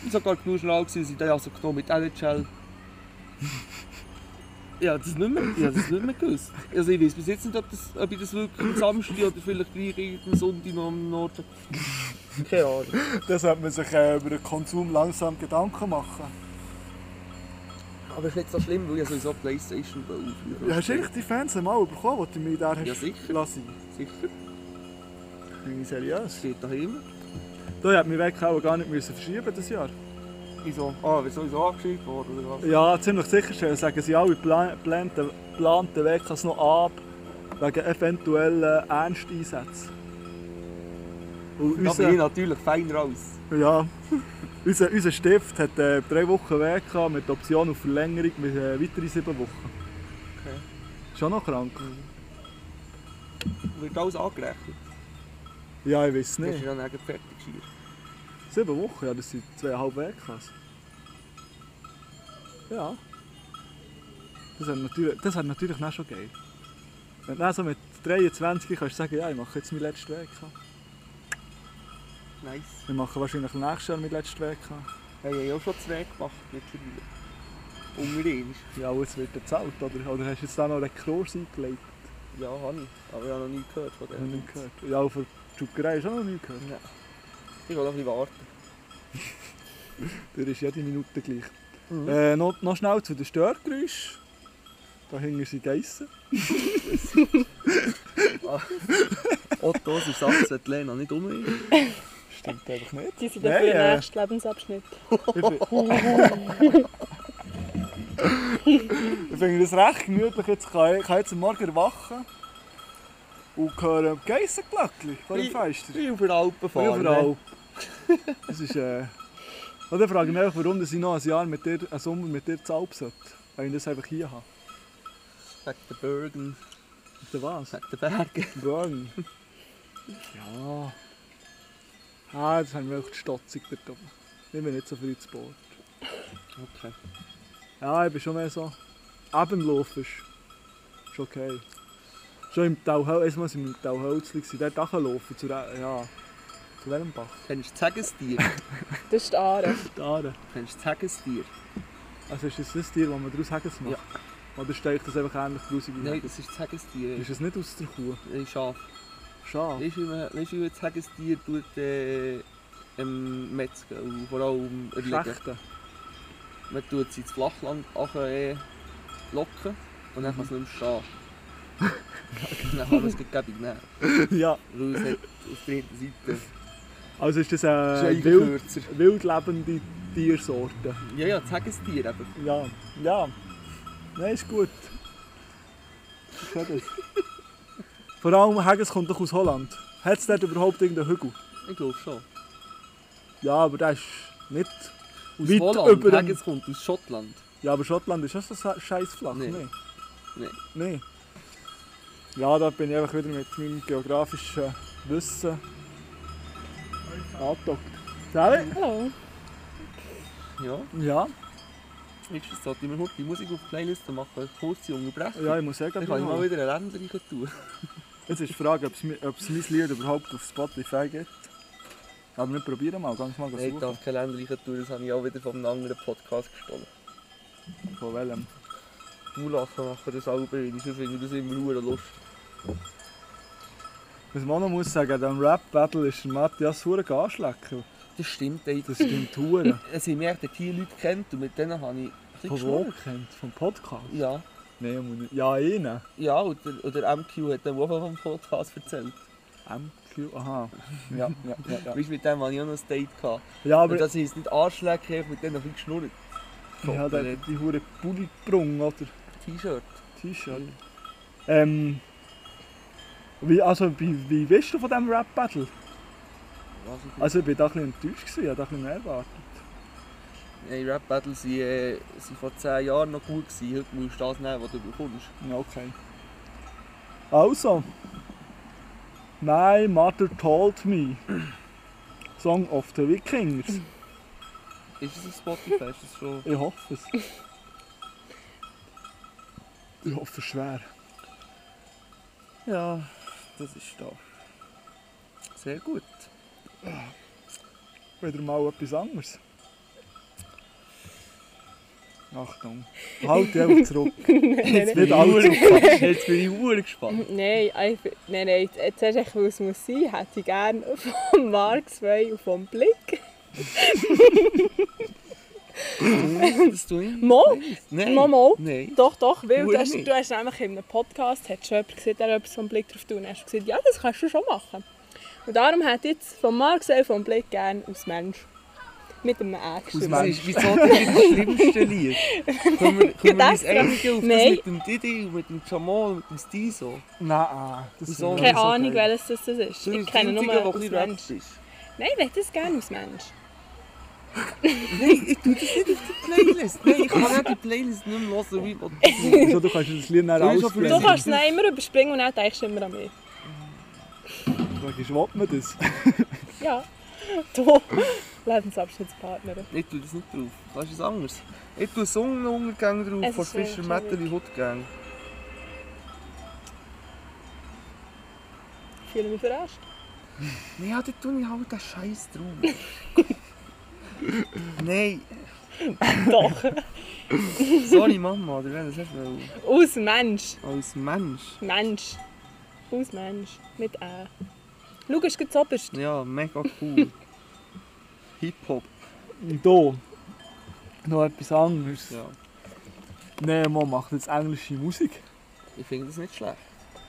[SPEAKER 4] Ich war sogar genug schnell, gewesen, dass ich den also genommen mit NHL. Ja, das nicht mehr, ich habe das nicht mehr gewusst. Also ich weiß bis jetzt nicht, ob, das, ob ich das wirklich am Samstag oder vielleicht gleich irgendeinen Sonntag noch am Norden. Keine Ahnung.
[SPEAKER 5] Da sollte man sich äh, über den Konsum langsam Gedanken machen.
[SPEAKER 4] Aber ist nicht so schlimm, weil ich sowieso Playstation will.
[SPEAKER 5] Ja, hast du eigentlich die Fans mal bekommen, die du im Militär hast
[SPEAKER 4] Ja, sicher.
[SPEAKER 5] lassen?
[SPEAKER 4] Sicher,
[SPEAKER 5] Bin ich seriös?
[SPEAKER 4] steht daheim.
[SPEAKER 5] Da hat mich weg auch gar nicht müssen verschieben das Jahr.
[SPEAKER 4] Wieso? Ah, wieso ist angeschrieben worden oder was?
[SPEAKER 5] Ja, ziemlich sicher sagen sie alle pla- planten, planten weg es noch ab wegen eventuellen Ernsteinsätzen. Und
[SPEAKER 4] Da bin ich
[SPEAKER 5] unser,
[SPEAKER 4] natürlich feiner als.
[SPEAKER 5] ja, unser, unser Stift hat äh, drei Wochen weg gehabt, mit Option auf Verlängerung mit äh, weiteren sieben Wochen.
[SPEAKER 4] Okay.
[SPEAKER 5] Schon noch krank?
[SPEAKER 4] Wird alles angerechnet.
[SPEAKER 5] Ja, ich weiß
[SPEAKER 4] Nee. Hast du
[SPEAKER 5] nicht.
[SPEAKER 4] dann eigentlich fertig geschrieben?
[SPEAKER 5] Sieben Wochen, ja, das sind zweieinhalb Weltklasse. Ja. Das hat natürlich, das hat natürlich dann schon geil. Wenn du dann so mit 23 kannst du sagen, ja, ich mache jetzt meinen letzten Weg.
[SPEAKER 4] Nice.
[SPEAKER 5] Wir machen wahrscheinlich nächstes Jahr meinen letzten Weg.
[SPEAKER 4] Hey, ich habe auch schon zwei gemacht mittlerweile. Ungerein.
[SPEAKER 5] Ja, jetzt wird er zahlt, oder? Oder hast du jetzt da noch einen Kurs eingelegt?
[SPEAKER 4] Ja, habe ich. Aber ich habe noch nie gehört von
[SPEAKER 5] Ich
[SPEAKER 4] dem.
[SPEAKER 5] habe Äh, nicht gehört. Ja, von Zuckerei hast du auch noch nicht gehört.
[SPEAKER 4] Ich will noch ein bisschen warten.
[SPEAKER 5] Der ist jede Minute gleich.
[SPEAKER 4] Mhm.
[SPEAKER 5] Äh, noch, noch schnell zu den Störgeräuschen. Da hängen sie Geissen.
[SPEAKER 4] Otto, das ist Satz, wenn die Lena nicht um ist.
[SPEAKER 5] Stimmt einfach nicht.
[SPEAKER 6] Die sind
[SPEAKER 5] Nein,
[SPEAKER 6] dann für den
[SPEAKER 5] äh,
[SPEAKER 6] nächsten Lebensabschnitt.
[SPEAKER 5] Ich fi- Ich finde das recht gemütlich. Jetzt kann ich, kann jetzt am Morgen erwachen und höre Geissenglöckchen vor dem
[SPEAKER 4] Wie-
[SPEAKER 5] Fenster. ne?
[SPEAKER 4] Wie über Alpen fahren. ne?
[SPEAKER 5] Überall. Das ist, äh... Und dann frage ich mich einfach, warum dass ich noch ein Jahr mit dir, einen Sommer mit dir zu Alp sollte. Wenn ich das einfach hier habe.
[SPEAKER 4] Wegen den Bergen,
[SPEAKER 5] Mit der was?
[SPEAKER 4] wegen den Bergen.
[SPEAKER 5] Burn. Ja. Ah, das haben wir auch stotzig dort oben. Nehmen wir nicht so viel ins Boot.
[SPEAKER 4] Okay.
[SPEAKER 5] Ja, ich bin schon mehr so. Ab im Lauf ist. Ist okay. Schon im äh, Tauhölz, erstmal sind wir im Tauhölz, dort nachlaufen, zu, der- ja, zu welchem Bach?
[SPEAKER 4] Kennst du das Hegestier?
[SPEAKER 6] Das ist die Aare.
[SPEAKER 5] Die Aare.
[SPEAKER 4] Kennst du das Hegestier?
[SPEAKER 5] Also ist das das Tier, das man daraus Hagens macht? Oder steigt das einfach ähnlich grusig in
[SPEAKER 4] Nein,
[SPEAKER 5] Hagens?
[SPEAKER 4] das ist das Hegestier.
[SPEAKER 5] Ist es nicht aus der Kuh?
[SPEAKER 4] Ein Schaf.
[SPEAKER 5] Schade.
[SPEAKER 4] Weißt du, wie man- weisst du, wie man das Hegestier tut, äh, ähm, Metzger und vor allem erlegen?
[SPEAKER 5] Schlechte.
[SPEAKER 4] Man tut sie ins Flachland ach, äh, locken
[SPEAKER 5] Mhm.
[SPEAKER 4] und dann kann es nicht mehr stehen. dann kann man es gegeben nehmen.
[SPEAKER 5] ja.
[SPEAKER 4] Weil es hat auf der hinten Seite
[SPEAKER 5] Also ist das eine
[SPEAKER 4] Scheiben
[SPEAKER 5] wild,
[SPEAKER 4] kürzer.
[SPEAKER 5] wildlebende Tiersorte?
[SPEAKER 4] Ja, ja, das Hegestier eben.
[SPEAKER 5] Ja. Ja. Nein, ist gut. Ich sehe das. Vor allem Hagens kommt doch aus Holland. Hat es dort überhaupt irgendeinen Hügel?
[SPEAKER 4] Ich glaube schon.
[SPEAKER 5] Ja, aber das ist nicht.
[SPEAKER 4] Aus
[SPEAKER 5] Weit
[SPEAKER 4] Holland.
[SPEAKER 5] über dem-
[SPEAKER 4] Haggis kommt aus Schottland.
[SPEAKER 5] Ja, aber Schottland ist auch so scheiß flach.
[SPEAKER 4] Nee.
[SPEAKER 5] Nee.
[SPEAKER 4] Nee.
[SPEAKER 5] Nee. Ja, da bin ich einfach wieder mit meinem geografischen Wissen angedockt. Sally?
[SPEAKER 6] Hallo.
[SPEAKER 4] Ja,
[SPEAKER 5] Ja,
[SPEAKER 4] jetzt sollte ich mir heute die Musik auf die Playlist machen, eine kurze Unterbrechung.
[SPEAKER 5] ja, genau. ich muss eh sagen,
[SPEAKER 4] Dann kann ich mal wieder ein Ränder rein tun.
[SPEAKER 5] jetzt ist die Frage, ob es mi- ob es mein Lied überhaupt auf Spotify gibt. Aber wir probieren mal, ganz mal
[SPEAKER 4] Nein, ich
[SPEAKER 5] suchen.
[SPEAKER 4] darf kein Ränder rein tun, das habe ich auch wieder von einem anderen Podcast gestohlen.
[SPEAKER 5] Von welchem?
[SPEAKER 4] Gulaschen machen das selber, weil ich finde das immer nur lustig.
[SPEAKER 5] Was man auch noch muss sagen, an diesem Rap-Battle ist der Matthias verdammt anschlecken.
[SPEAKER 4] Das stimmt, ey.
[SPEAKER 5] Das stimmt verdammt.
[SPEAKER 4] Es haben mir die Leute kennt und mit denen habe ich ein bisschen
[SPEAKER 5] Von wo
[SPEAKER 4] geschnurrt.
[SPEAKER 5] kennt? Vom Podcast?
[SPEAKER 4] Ja,
[SPEAKER 5] Nein, muss nicht. Ja, einen.
[SPEAKER 4] ja und, der, und der MQ hat dann auch vom Podcast erzählt.
[SPEAKER 5] MQ. Gefühl. Aha. Ja, ja, ja. Ja,
[SPEAKER 4] Weißt du, mit dem hatte ich auch noch ein Date. Gehabt.
[SPEAKER 5] ja
[SPEAKER 4] Aber
[SPEAKER 5] aber
[SPEAKER 4] das heisst nicht Arschlecken, ich habe mit denen ein bisschen geschnurrt.
[SPEAKER 5] ja, der hat die hure Pulli gebrungen, oder?
[SPEAKER 4] T-Shirt.
[SPEAKER 5] T-Shirt. Ähm. Wie, also, wie, wie bist du von diesem Rap-Battle?
[SPEAKER 4] Was ich-
[SPEAKER 5] Also, ich war da ein bisschen enttäuscht, gewesen, ich habe da ein bisschen mehr erwartet.
[SPEAKER 4] Hey, Rap Battles waren äh, sind vor 10 Jahren noch gut. Gewesen. Heute musst du das nehmen, was du bekommst.
[SPEAKER 5] Ja, okay. Also. My Mother Told Me. Song of the Vikings.
[SPEAKER 4] Ist es ein Spotify? Ist das schon?
[SPEAKER 5] Ich hoffe es. Ich hoffe schwer.
[SPEAKER 4] Ja, das ist da. Sehr gut.
[SPEAKER 5] Wieder mal etwas anderes. Achtung. Halt dich einfach zurück.
[SPEAKER 4] Jetzt
[SPEAKER 5] bin ich verdammt
[SPEAKER 4] gespannt. Jetzt bin ich Uhr gespannt.
[SPEAKER 6] Nein, einfach- nein, nein, jetzt hast du echt, weil es muss sein, hätte ich gerne vom Mark 2 und vom Blick.
[SPEAKER 4] Das tue ich.
[SPEAKER 6] Mo,
[SPEAKER 4] Nein.
[SPEAKER 6] Mo, mo.
[SPEAKER 4] Nein.
[SPEAKER 6] Doch, doch, weil
[SPEAKER 4] Hure
[SPEAKER 6] du hast,
[SPEAKER 4] nicht.
[SPEAKER 6] du hast nämlich in einem Podcast hat schon jemand gesehen, der etwas vom Blick drauf tun. Dann hast du gesagt, ja, das kannst du schon machen. Und darum hätte ich jetzt von Marcel vom Blick gerne aus Mensch. Mit einem Ä geschrieben.
[SPEAKER 4] Das ist wieso das ist das schlimmste Lied. Können wir, können wir uns
[SPEAKER 6] extra.
[SPEAKER 4] einigen auf das
[SPEAKER 6] Nein.
[SPEAKER 4] mit dem Didi, und mit dem Jamal, und mit dem Stiso?
[SPEAKER 5] Nein, das ist
[SPEAKER 4] Wieso?
[SPEAKER 6] Keine
[SPEAKER 4] ist okay.
[SPEAKER 6] Ahnung, welches das das ist.
[SPEAKER 4] Das
[SPEAKER 6] Ich
[SPEAKER 4] ist das
[SPEAKER 6] kenne
[SPEAKER 4] Einzige,
[SPEAKER 6] nur
[SPEAKER 4] was
[SPEAKER 6] aus
[SPEAKER 4] ein bisschen
[SPEAKER 6] Mensch.
[SPEAKER 4] Rap ist.
[SPEAKER 6] Nein, ich möchte das gerne aus Mensch.
[SPEAKER 4] Nein, ich tue das nicht auf die Playlist. Nein, ich kann nicht die Playlist nicht mehr hören, wie ich will.
[SPEAKER 5] Wieso, du kannst das Lied nicht
[SPEAKER 4] So ist auch
[SPEAKER 5] ausblenden.
[SPEAKER 4] für
[SPEAKER 6] Du
[SPEAKER 4] Sinn.
[SPEAKER 6] kannst es dann immer überspringen und dann denkst du immer an mich.
[SPEAKER 5] Fragst, will man das?
[SPEAKER 6] Ja. Du, Lebensabschnittspartnerin.
[SPEAKER 4] Ich tue das nicht drauf. Kannst du was anderes? Ich tue Sonnenuntergang drauf
[SPEAKER 6] Es
[SPEAKER 4] von
[SPEAKER 6] ist sehr
[SPEAKER 4] Fischer
[SPEAKER 6] schwierig.
[SPEAKER 4] Metteli Hutgang.
[SPEAKER 6] Ich fühle mich verarscht.
[SPEAKER 4] Nein, ja, da tue ich halt den Scheiß drauf. Nein,
[SPEAKER 6] Doch.
[SPEAKER 4] sorry Mama, oder wenn das hast du
[SPEAKER 6] Aus Mensch.
[SPEAKER 4] als Mensch.
[SPEAKER 6] Mensch. Aus Mensch. Mit Ä. Schau, es ist gerade zu oberst.
[SPEAKER 4] Ja, mega cool. Hip-Hop,
[SPEAKER 5] Hier. Noch etwas anderes.
[SPEAKER 4] ja.
[SPEAKER 5] Nein, man macht jetzt englische Musik.
[SPEAKER 4] Ich finde das nicht schlecht.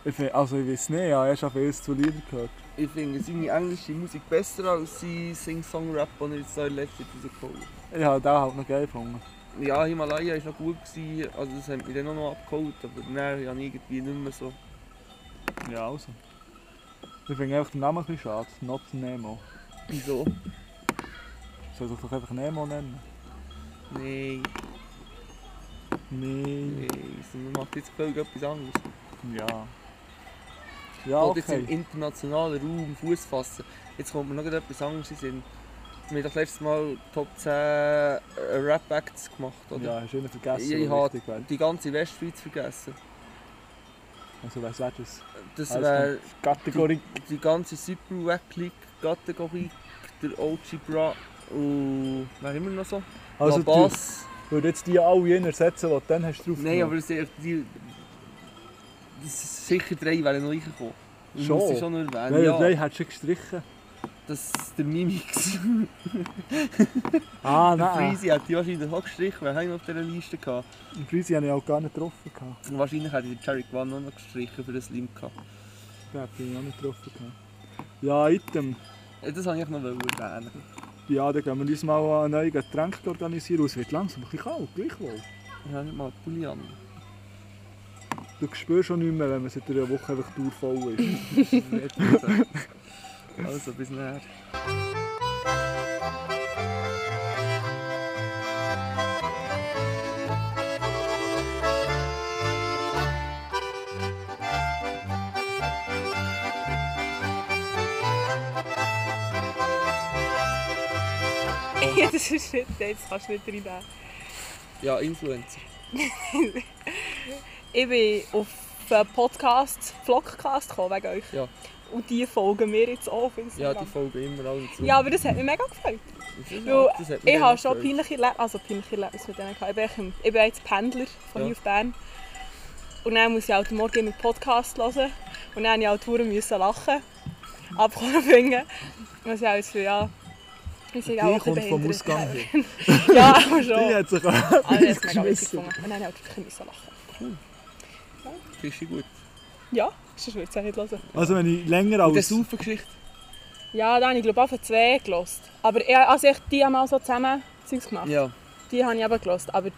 [SPEAKER 5] Ich find, also ich weiß nicht, ja, ich habe erst zu Lieder gehört.
[SPEAKER 4] Ich finde seine englische Musik besser als sein Sing-Song-Rap, den er jetzt da in letzter Zeit rausgeholt hat.
[SPEAKER 5] Ich habe den halt noch geil gefunden.
[SPEAKER 4] Ja, Himalaya war noch gut, gewesen, also das hat mich dann auch noch abgeholt, aber dann habe ich irgendwie nicht mehr so...
[SPEAKER 5] Ja, also. Ich finde einfach den Namen ein bisschen schade. Not Nemo.
[SPEAKER 4] Wieso?
[SPEAKER 5] Soll ich doch einfach Nemo nennen?
[SPEAKER 4] Nein,
[SPEAKER 5] Nein.
[SPEAKER 4] nein, sondern macht jetzt völlig etwas anderes.
[SPEAKER 5] Ja. Ja,
[SPEAKER 4] Oder jetzt im
[SPEAKER 5] okay.
[SPEAKER 4] internationalen Raum Fuß fassen. Jetzt kommt mir noch etwas anderes in den Sinn. Wir haben doch letztes Mal Top 10 Rap-Acts gemacht, oder?
[SPEAKER 5] Ja, hast du ihn vergessen,
[SPEAKER 4] Ich
[SPEAKER 5] ich
[SPEAKER 4] habe-
[SPEAKER 5] richtig wäre.
[SPEAKER 4] Die ganze Westschweiz vergessen.
[SPEAKER 5] Also was wäre das?
[SPEAKER 4] Das
[SPEAKER 5] Alles
[SPEAKER 4] wäre
[SPEAKER 5] Kategorie
[SPEAKER 4] die ganze Super Rap League, Kategorie, der OG Bra und. wer immer noch so?
[SPEAKER 5] Also
[SPEAKER 4] La
[SPEAKER 5] du
[SPEAKER 4] Bass.
[SPEAKER 5] würdest jetzt die alle jenen ersetzen, die du dann hast drauf
[SPEAKER 4] Nein, aber es sind echt die. Das ist sicher drei wären noch reingekommen. Das
[SPEAKER 5] Schon?
[SPEAKER 4] muss ich schon noch erwähnen.
[SPEAKER 5] Nein,
[SPEAKER 4] ja,
[SPEAKER 5] nein, hättest du gestrichen.
[SPEAKER 4] Das ist der Mimix.
[SPEAKER 5] Ah,
[SPEAKER 4] Der
[SPEAKER 5] nein.
[SPEAKER 4] Freezy hat die wahrscheinlich auch gestrichen, wer haben wir auf dieser Liste gehabt?
[SPEAKER 5] Den Freezy habe ich auch gar nicht getroffen. gehabt.
[SPEAKER 4] Und wahrscheinlich hätte ich Cherry One auch noch gestrichen für das Slim gehabt.
[SPEAKER 5] Den hätte ich auch nicht getroffen. gehabt. Ja, Item.
[SPEAKER 4] Äh, Das wollte ich noch erwähnen.
[SPEAKER 5] Ja, dann gehen wir uns mal ein neues Getränk organisieren. Es wird langsam ein bisschen kalt, gleichwohl.
[SPEAKER 4] Ich habe nicht mal einen Pulli an.
[SPEAKER 5] Du spürst schon nicht mehr, wenn man seit einer Woche einfach durchvoll ist.
[SPEAKER 4] Also, bis nachher.
[SPEAKER 6] das ist nicht, nein, das kannst du nicht reinnehmen.
[SPEAKER 4] Ja, Influencer.
[SPEAKER 6] Ich bin auf einen eh, Podcast, Vlogcast gekommen wegen euch.
[SPEAKER 4] Ja.
[SPEAKER 6] Und die folgen mir jetzt auch auf
[SPEAKER 4] Ja,
[SPEAKER 6] Instagram.
[SPEAKER 4] die folgen immer alle zu.
[SPEAKER 6] ja, dus, eh, aber das hat mich mega gefreut.
[SPEAKER 4] das ist,
[SPEAKER 6] Weil
[SPEAKER 4] das hat mich
[SPEAKER 6] ich
[SPEAKER 4] dann
[SPEAKER 6] habe schon
[SPEAKER 4] gefreut.
[SPEAKER 6] peinliche Erlebnisse, also peinliche Erlebnisse mit denen gehabt. Ich bin, echt ein- ich bin jetzt Pendler von
[SPEAKER 4] Ja.
[SPEAKER 6] hier auf Bern. Und dann muss ich halt am morgen immer Podcast hören. Und dann musste ich halt Touren müssen lachen. Abkommen finden. Und ich halt so, ja... Ich sage auch,
[SPEAKER 5] Die
[SPEAKER 6] ich bin
[SPEAKER 5] kommt vom
[SPEAKER 6] behindert.
[SPEAKER 5] Ausgang her.
[SPEAKER 6] Ja, aber schon.
[SPEAKER 5] Die hat sich auch
[SPEAKER 6] Alle haben es mega witzig
[SPEAKER 5] geschmissen.
[SPEAKER 6] gefunden. Und dann musste ich halt wirklich müssen lachen.
[SPEAKER 4] Findest du gut?
[SPEAKER 6] Ja, Sonst würde ich es auch nicht hören.
[SPEAKER 5] Also wenn ich länger
[SPEAKER 4] Und das
[SPEAKER 5] als...
[SPEAKER 4] Saufengeschichte?
[SPEAKER 6] Ja, da habe ich glaube ich auf zwei gelost. Aber ich, also ich, die haben mal so zusammen Zeugs gemacht.
[SPEAKER 4] Ja,
[SPEAKER 6] Die habe ich eben gelost, aber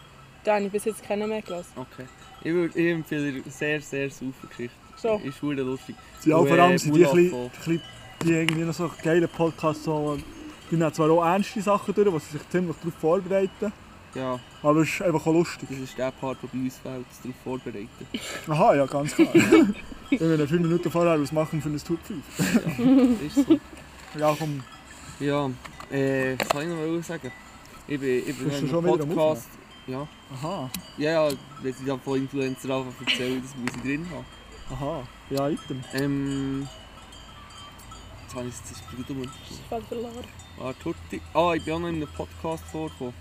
[SPEAKER 6] da habe ich bis jetzt keinen mehr gelost.
[SPEAKER 4] okay. Ich, würd, ich empfehle dir sehr, sehr Saufengeschichte.
[SPEAKER 6] So.
[SPEAKER 4] Ist schwer lustig.
[SPEAKER 5] Ja,
[SPEAKER 4] Und,
[SPEAKER 5] vor
[SPEAKER 4] äh,
[SPEAKER 5] allem sind die,
[SPEAKER 4] Mullah
[SPEAKER 5] chli-
[SPEAKER 4] von-
[SPEAKER 5] chli- die irgendwie noch so geile Podcasts, so, die nehmen zwar auch ernste Sachen durch, wo sie sich ziemlich darauf vorbereiten,
[SPEAKER 4] Ja,
[SPEAKER 5] aber es ist einfach auch lustig.
[SPEAKER 4] das ist der Part, der bei uns fehlt, das darauf vorbereiten.
[SPEAKER 5] Aha, ja, ganz klar. ja. Wenn wir fünf Minuten vorher was machen für ein Top 5.
[SPEAKER 4] Ist so.
[SPEAKER 5] Ja, komm,
[SPEAKER 4] Ja, äh, was soll ich noch mal sagen? Ich bin, ich bin
[SPEAKER 5] Bist du
[SPEAKER 4] in einem
[SPEAKER 5] schon wieder am
[SPEAKER 4] Podcast. Ja.
[SPEAKER 5] aha,
[SPEAKER 4] ja, ja, wenn sie da von Influencer anfangen zu erzählen, das muss ich drin haben.
[SPEAKER 5] aha. Ja, item.
[SPEAKER 4] Ähm. Jetzt habe ich es jetzt wieder
[SPEAKER 6] Das ist voll verloren.
[SPEAKER 4] Warte, Hurti. Ah, ich bin auch noch in einem Podcast vorgekommen.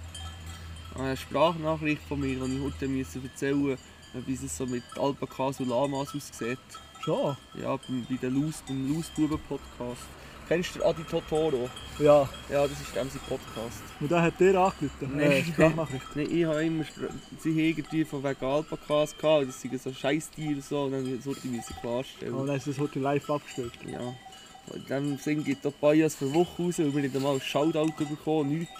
[SPEAKER 4] Ah, Eine Sprachnachricht von mir, die ich heute müssen erzählen musste, wie es so mit Alpakas und Lamas aussieht.
[SPEAKER 5] Schon?
[SPEAKER 4] Ja, beim- bei den Laus, beim Lausbuben-Podcast. Kennst du den Adi Totoro?
[SPEAKER 5] Ja.
[SPEAKER 4] Ja, das ist dem sein Podcast.
[SPEAKER 5] Und dann hat der angerufen.
[SPEAKER 4] Nein.
[SPEAKER 5] Äh, Sprachnachricht.
[SPEAKER 4] Nein, ich habe immer Spr- sie haben irgendwie von wegen Alpakas gehabt, das sind so Scheißtiere und so, und dann sollte ich müssen klarstellen.
[SPEAKER 5] Aber dann ist das heute live abgestellt.
[SPEAKER 4] Ja. In diesem Sinn gibt es Bias für Woche raus, weil wir nicht einmal ein Shoutout bekommen, nichts.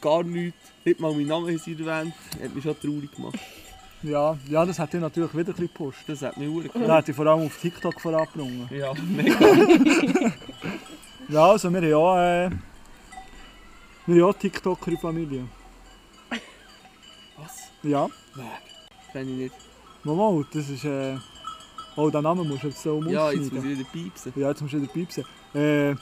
[SPEAKER 4] Gar nichts. Nicht mal mein Name ist erwähnt. Hat mich schon traurig gemacht.
[SPEAKER 5] Ja, ja das hat er natürlich wieder ein bisschen gepusht.
[SPEAKER 4] Das hat mich verdammt
[SPEAKER 5] Dann hat er vor allem auf TikTok vorangebracht.
[SPEAKER 4] Ja, mega.
[SPEAKER 5] Ja, also wir haben auch, äh, wir haben auch TikToker in der Familie.
[SPEAKER 4] Was?
[SPEAKER 5] Ja.
[SPEAKER 4] Nein. Kenn ich nicht.
[SPEAKER 5] Mama, das ist... Äh, oh, den Namen musst du jetzt so
[SPEAKER 4] Ja,
[SPEAKER 5] umschneiden.
[SPEAKER 4] jetzt muss ich wieder piepsen.
[SPEAKER 5] Ja, jetzt musst du wieder piepsen. Äh,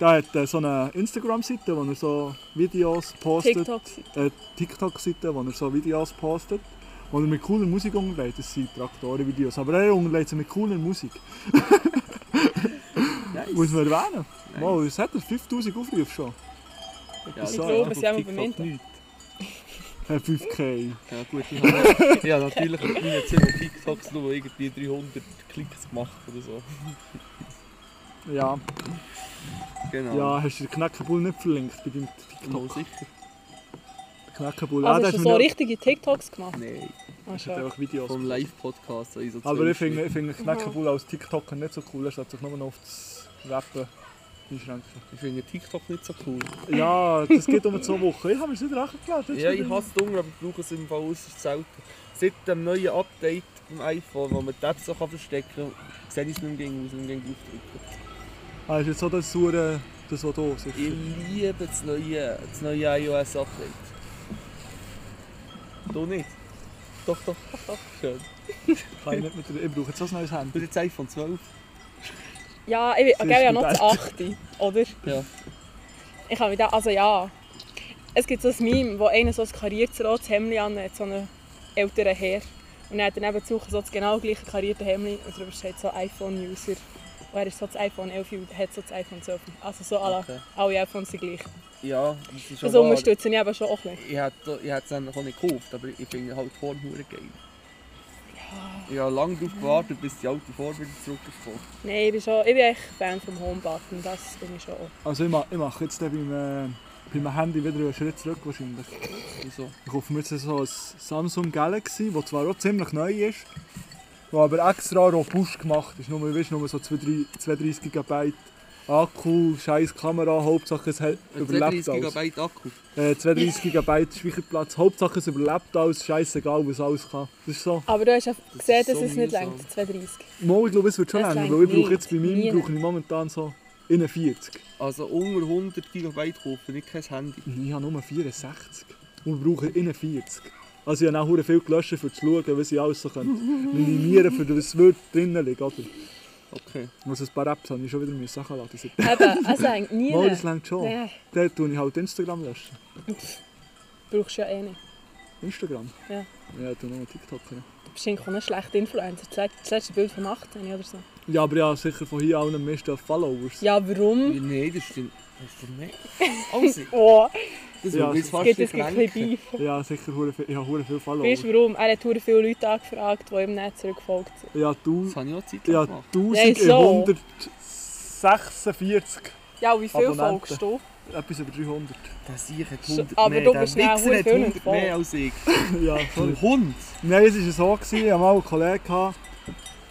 [SPEAKER 5] der hat äh, so eine Instagram-Seite, wo er so Videos postet.
[SPEAKER 6] TikTok.
[SPEAKER 5] Äh, TikTok-Seite, wo er so Videos postet. Wo er mit cooler Musik unterlegt. Das sind Traktoren-Videos. Aber er unterlegt sie mit cooler Musik.
[SPEAKER 4] Nice.
[SPEAKER 5] Muss man erwähnen.
[SPEAKER 4] Nice.
[SPEAKER 5] Wow, es hat er 5000 Aufrufe schon.
[SPEAKER 4] Ja,
[SPEAKER 5] Ich
[SPEAKER 4] das
[SPEAKER 5] glaube,
[SPEAKER 4] macht
[SPEAKER 6] es ist auch
[SPEAKER 4] auf
[SPEAKER 6] beim
[SPEAKER 4] TikTok
[SPEAKER 6] Inter.
[SPEAKER 4] nichts.
[SPEAKER 5] Äh, 5K.
[SPEAKER 4] Ja gut, ich habe ja, natürlich auf meinen 10 TikToks nur irgendwie 300 Klicks gemacht oder so.
[SPEAKER 5] Ja,
[SPEAKER 4] Genau.
[SPEAKER 5] ja hast du den Knäckebull nicht verlinkt bei deinem
[SPEAKER 4] Mal
[SPEAKER 5] TikTok?
[SPEAKER 4] sicher?
[SPEAKER 5] Der Knäckebull. Ah,
[SPEAKER 6] Also
[SPEAKER 5] der hat
[SPEAKER 6] hast du
[SPEAKER 5] mir
[SPEAKER 6] so
[SPEAKER 5] noch-
[SPEAKER 6] richtige TikToks gemacht?
[SPEAKER 4] Nein.
[SPEAKER 6] Ah,
[SPEAKER 5] der hat
[SPEAKER 6] schade.
[SPEAKER 5] einfach Videos.
[SPEAKER 4] Vom Live-Podcast. Also so
[SPEAKER 5] Aber ich
[SPEAKER 4] zwölf
[SPEAKER 5] finde, ich finde Knäckebull als TikToker nicht so cool. Er sollte sich nur noch auf das Rappen einschränken.
[SPEAKER 4] Ich finde TikTok nicht so cool.
[SPEAKER 5] Ja, das geht um zwei Wochen. Ich habe mir wieder nachgeladen.
[SPEAKER 4] Ja, ich hasse Hunger, aber ich brauche es im Fall äußerst selten. Seit dem neuen Update beim iPhone, wo man die Apps so kann verstecken kann, sehe ich es nicht mehr gegen aus, nicht mehr gegen aufdrücken.
[SPEAKER 5] Ah, ist jetzt so das Saure, das was da ist.
[SPEAKER 4] Ich liebe das neue, das neue iOS-Update. Du nicht? Doch, doch, doch, doch, schön.
[SPEAKER 5] Kann ich, nicht mit der, ich brauche jetzt so ein neues
[SPEAKER 4] Du
[SPEAKER 5] Handy.
[SPEAKER 4] jetzt iPhone 12?
[SPEAKER 6] Ja, ich bin
[SPEAKER 5] ist
[SPEAKER 6] gell, ja noch
[SPEAKER 5] die
[SPEAKER 6] das 8. Oder?
[SPEAKER 4] Ja.
[SPEAKER 6] Ich habe da, also ja. Es gibt so ein Meme, wo einer so ein kariertes rotes Hemd anhat, so einen älteren Herr. Und er hat daneben zu so das genau gleiche karierte Hemd und darüber steht so iPhone-User. Und er ist so das iPhone 11 und hat so das iPhone 12. Also so alle,
[SPEAKER 4] Okay.
[SPEAKER 6] alle iPhones sind gleich.
[SPEAKER 4] Ja, das ist schon
[SPEAKER 6] Das
[SPEAKER 4] wahr.
[SPEAKER 6] unterstütze ich eben schon auch ein bisschen.
[SPEAKER 4] Ich hätte ich hätte es eigentlich auch nicht gekauft, aber ich finde halt die Form verdammt geil. Ich habe lange darauf gewartet, bis die alte Form wieder zurück ist.
[SPEAKER 6] Nein, ich bin, schon, ich bin echt Fan vom Homebutton, das bin ich schon auch.
[SPEAKER 5] Also ich, ma, ich mache jetzt dann beim, äh, beim Handy wieder einen Schritt zurück wahrscheinlich.
[SPEAKER 4] Wieso?
[SPEAKER 5] Ich kaufe mir jetzt so ein Samsung Galaxy, das zwar auch ziemlich neu ist, das aber extra robust gemacht ist. Nur, weißt, nur so 32 32 GB Akku, scheiß Kamera, Hauptsache es hält- überlebt
[SPEAKER 4] 32
[SPEAKER 5] alles.
[SPEAKER 4] GB Akku.
[SPEAKER 5] Äh, 32 GB Speicherplatz, Hauptsache es überlebt alles, scheißegal was alles kann. Das ist so.
[SPEAKER 6] Aber du hast ja gesehen,
[SPEAKER 4] ist
[SPEAKER 6] dass
[SPEAKER 4] so
[SPEAKER 6] es nicht
[SPEAKER 4] mühsam.
[SPEAKER 6] längt, 32.
[SPEAKER 5] Mal, ich glaube, es wird schon
[SPEAKER 6] Es
[SPEAKER 5] länger,
[SPEAKER 6] reicht
[SPEAKER 5] weil ich brauche jetzt bei
[SPEAKER 6] nicht.
[SPEAKER 5] meinem
[SPEAKER 6] Nie.
[SPEAKER 5] brauche ich momentan so 41.
[SPEAKER 4] Also unter 100 GB kaufen, nicht kein Handy.
[SPEAKER 5] Ich habe nur 64 und brauche 41. Also ich habe auch verdammt viel gelöscht, um zu schauen, was ich alles so könnte. minimieren, für das wird drinnen liegt. Oder?
[SPEAKER 4] Okay.
[SPEAKER 5] Also ein paar Apps habe ich schon wieder müssen Sachen laden. seit-
[SPEAKER 6] Eben, es längt nie.
[SPEAKER 5] Mal, das längt schon.
[SPEAKER 6] Nein,
[SPEAKER 5] Dann tue ich halt Instagram löschen.
[SPEAKER 6] brauchst du ja eh nicht.
[SPEAKER 5] Instagram?
[SPEAKER 6] Ja.
[SPEAKER 5] Ja, tu nur TikTok. rein.
[SPEAKER 6] Du bist eigentlich auch ein schlechter Influencer. Das letzte- Das letzte Bild von 18 oder so.
[SPEAKER 5] Ja, aber ja, sicher von hier allen am meisten Followers.
[SPEAKER 6] Ja, warum?
[SPEAKER 4] Nein, das stimmt. Hast du mehr? Also,
[SPEAKER 6] Oh,
[SPEAKER 4] das
[SPEAKER 5] Ja,
[SPEAKER 4] will ich jetzt
[SPEAKER 6] es
[SPEAKER 4] fast
[SPEAKER 6] geht
[SPEAKER 4] nicht
[SPEAKER 6] jetzt ein bisschen
[SPEAKER 4] kränken.
[SPEAKER 6] beef.
[SPEAKER 5] Ja, sicher, verdammt viel- ich habe verdammt viele
[SPEAKER 6] Weißt
[SPEAKER 5] Followers.
[SPEAKER 6] du warum? Er hat sehr viele Leute angefragt, die ihm nicht zurückgefolgt sind.
[SPEAKER 5] Ja, du...
[SPEAKER 4] Das habe ich auch Zeit
[SPEAKER 5] Ja,
[SPEAKER 4] gemacht.
[SPEAKER 5] 1146.
[SPEAKER 6] Ja, und wie viel
[SPEAKER 5] Abonnenten.
[SPEAKER 6] folgst du?
[SPEAKER 5] Etwas über 300.
[SPEAKER 4] Der Sieg hat 100
[SPEAKER 6] aber
[SPEAKER 4] mehr.
[SPEAKER 6] du
[SPEAKER 4] der
[SPEAKER 6] bist
[SPEAKER 4] Wichser
[SPEAKER 6] ja verdammt
[SPEAKER 4] hat
[SPEAKER 6] viel
[SPEAKER 4] 100
[SPEAKER 6] nicht voll.
[SPEAKER 4] mehr als ich.
[SPEAKER 5] ja,
[SPEAKER 4] Ein Hund?
[SPEAKER 5] Nein, es war so, gewesen, ich hatte mal einen Kollegen, gehabt,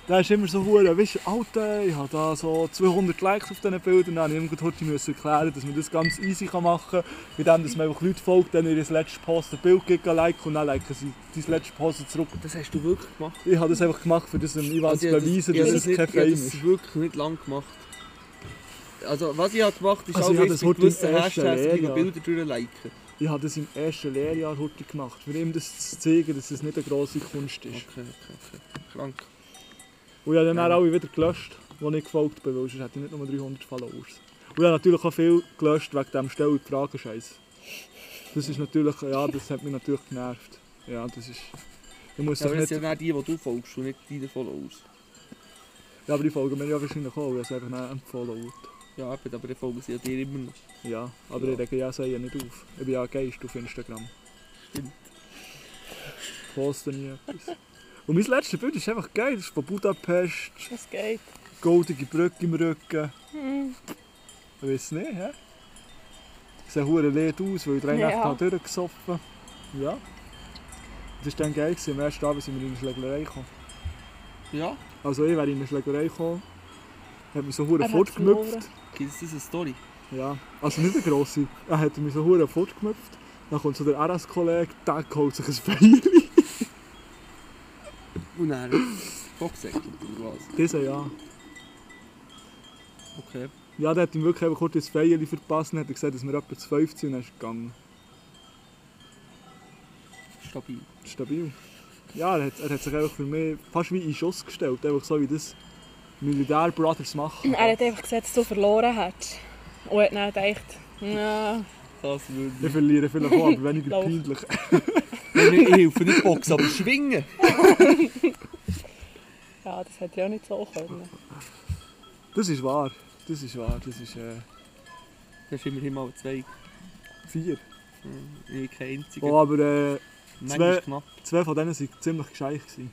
[SPEAKER 5] Der ist immer so hure, weißt du, Alter, ich habe da so 200 Likes auf diesen Bildern, dann musste ich ihm heute müssen erklären, dass man das ganz easy kann machen kann, indem dass man einfach Leute folgt, dann ihr letztes Post ein Bild gibt, ein Like und dann liken sie dein letztes Post zurück.
[SPEAKER 4] Das hast du wirklich gemacht. Also
[SPEAKER 5] Ich habe das einfach gemacht, für das dem Ivan zu
[SPEAKER 4] ich habe
[SPEAKER 5] beweisen,
[SPEAKER 4] ich habe
[SPEAKER 5] dass es
[SPEAKER 4] nicht-
[SPEAKER 5] kein
[SPEAKER 4] ich habe
[SPEAKER 5] Fame
[SPEAKER 4] das
[SPEAKER 5] ist.
[SPEAKER 4] wirklich nicht lang gemacht. Also, was ich habe gemacht ist
[SPEAKER 5] Also, ich
[SPEAKER 4] auch
[SPEAKER 5] habe das
[SPEAKER 4] jetzt mit
[SPEAKER 5] heute im
[SPEAKER 4] gewissen
[SPEAKER 5] ersten
[SPEAKER 4] Hashtags gegen
[SPEAKER 5] Lehrjahr.
[SPEAKER 4] Bilder durchliken.
[SPEAKER 5] Ich habe das im ersten Lehrjahr heute gemacht, für ihm das zu zeigen, dass es nicht eine grosse Kunst ist.
[SPEAKER 4] Okay, okay, okay. Krank.
[SPEAKER 5] Und ich habe dann auch alle wieder gelöscht, die ich gefolgt bin, weil sonst hätte ich nicht nur 300 Followers. Und ich habe natürlich auch viel gelöscht wegen dem Stell- und Fragenscheiß. Das ist natürlich, ja, das hat mich natürlich genervt. Ja, das ist... Ich muss
[SPEAKER 4] Ja,
[SPEAKER 5] doch
[SPEAKER 4] aber das
[SPEAKER 5] nicht...
[SPEAKER 4] sind ja nicht die, die du folgst und nicht deine Followers.
[SPEAKER 5] Ja, aber die folgen mir ja wahrscheinlich auch, ich habe es einfach nicht empfohlen.
[SPEAKER 4] Ja, eben, aber die folgen sie ja dir immer noch.
[SPEAKER 5] Ja, aber
[SPEAKER 4] Ja.
[SPEAKER 5] ich rege ja Seien nicht auf. Ich bin ja ein Geist auf Instagram.
[SPEAKER 4] Stimmt.
[SPEAKER 5] Poste nie etwas. Und mein letztes Bild ist einfach geil. Das ist von Budapest,
[SPEAKER 6] Das geht.
[SPEAKER 5] goldige Brücke im Rücken.
[SPEAKER 6] Hm.
[SPEAKER 5] Ich weiß nicht, hä? Sieht hure leer aus, weil ich drei
[SPEAKER 6] Ja.
[SPEAKER 5] Nächte habe durchgesoffen Ja. Das war dann geil. gewesen. Am ersten Abend sind wir in eine Schlägerei gekommen.
[SPEAKER 4] Ja,
[SPEAKER 5] Also ich wäre in eine Schlägerei gekommen, hat mich so hure
[SPEAKER 6] Er hat's
[SPEAKER 5] fortgemüpft.
[SPEAKER 6] verloren.
[SPEAKER 4] ist das eine Story?
[SPEAKER 5] Ja, also nicht eine grosse. Er hat mich so hure fortgemüpft. Dann kommt so der RS-Kollege, der holt sich ein Feier.
[SPEAKER 4] Und dann Boxsäckchen oder was?
[SPEAKER 5] Dieser ja.
[SPEAKER 4] Okay.
[SPEAKER 5] Ja, der hat ihm wirklich einfach kurz ein Feier verpasst und hat gesagt, dass wir etwa zu 5 sind und dann ist er gegangen.
[SPEAKER 4] Stabil.
[SPEAKER 5] Stabil. Ja, er hat, er hat sich einfach für mich fast wie in Schuss gestellt. Einfach so wie das Militär-Brothers machen.
[SPEAKER 6] Er hat einfach gesagt, dass du verloren Oh, hast. Und hat dann gedacht, ja,
[SPEAKER 4] Das würde
[SPEAKER 5] Ich verliere vielleicht auch, aber weniger
[SPEAKER 6] Lauf.
[SPEAKER 5] peinlich.
[SPEAKER 4] ich. Ich helfe nicht Boxen, aber schwingen.
[SPEAKER 6] ja das hätte ich auch nicht so können.
[SPEAKER 5] Das ist wahr. Das ist wahr. Das ist äh,
[SPEAKER 4] Das ist immerhin mal zwei.
[SPEAKER 5] vier.
[SPEAKER 4] Ich kein einziger.
[SPEAKER 5] Oh, aber äh,
[SPEAKER 4] Manchmal
[SPEAKER 5] zwei-
[SPEAKER 4] knapp.
[SPEAKER 5] Zwei von denen waren ziemlich gescheit. gewesen.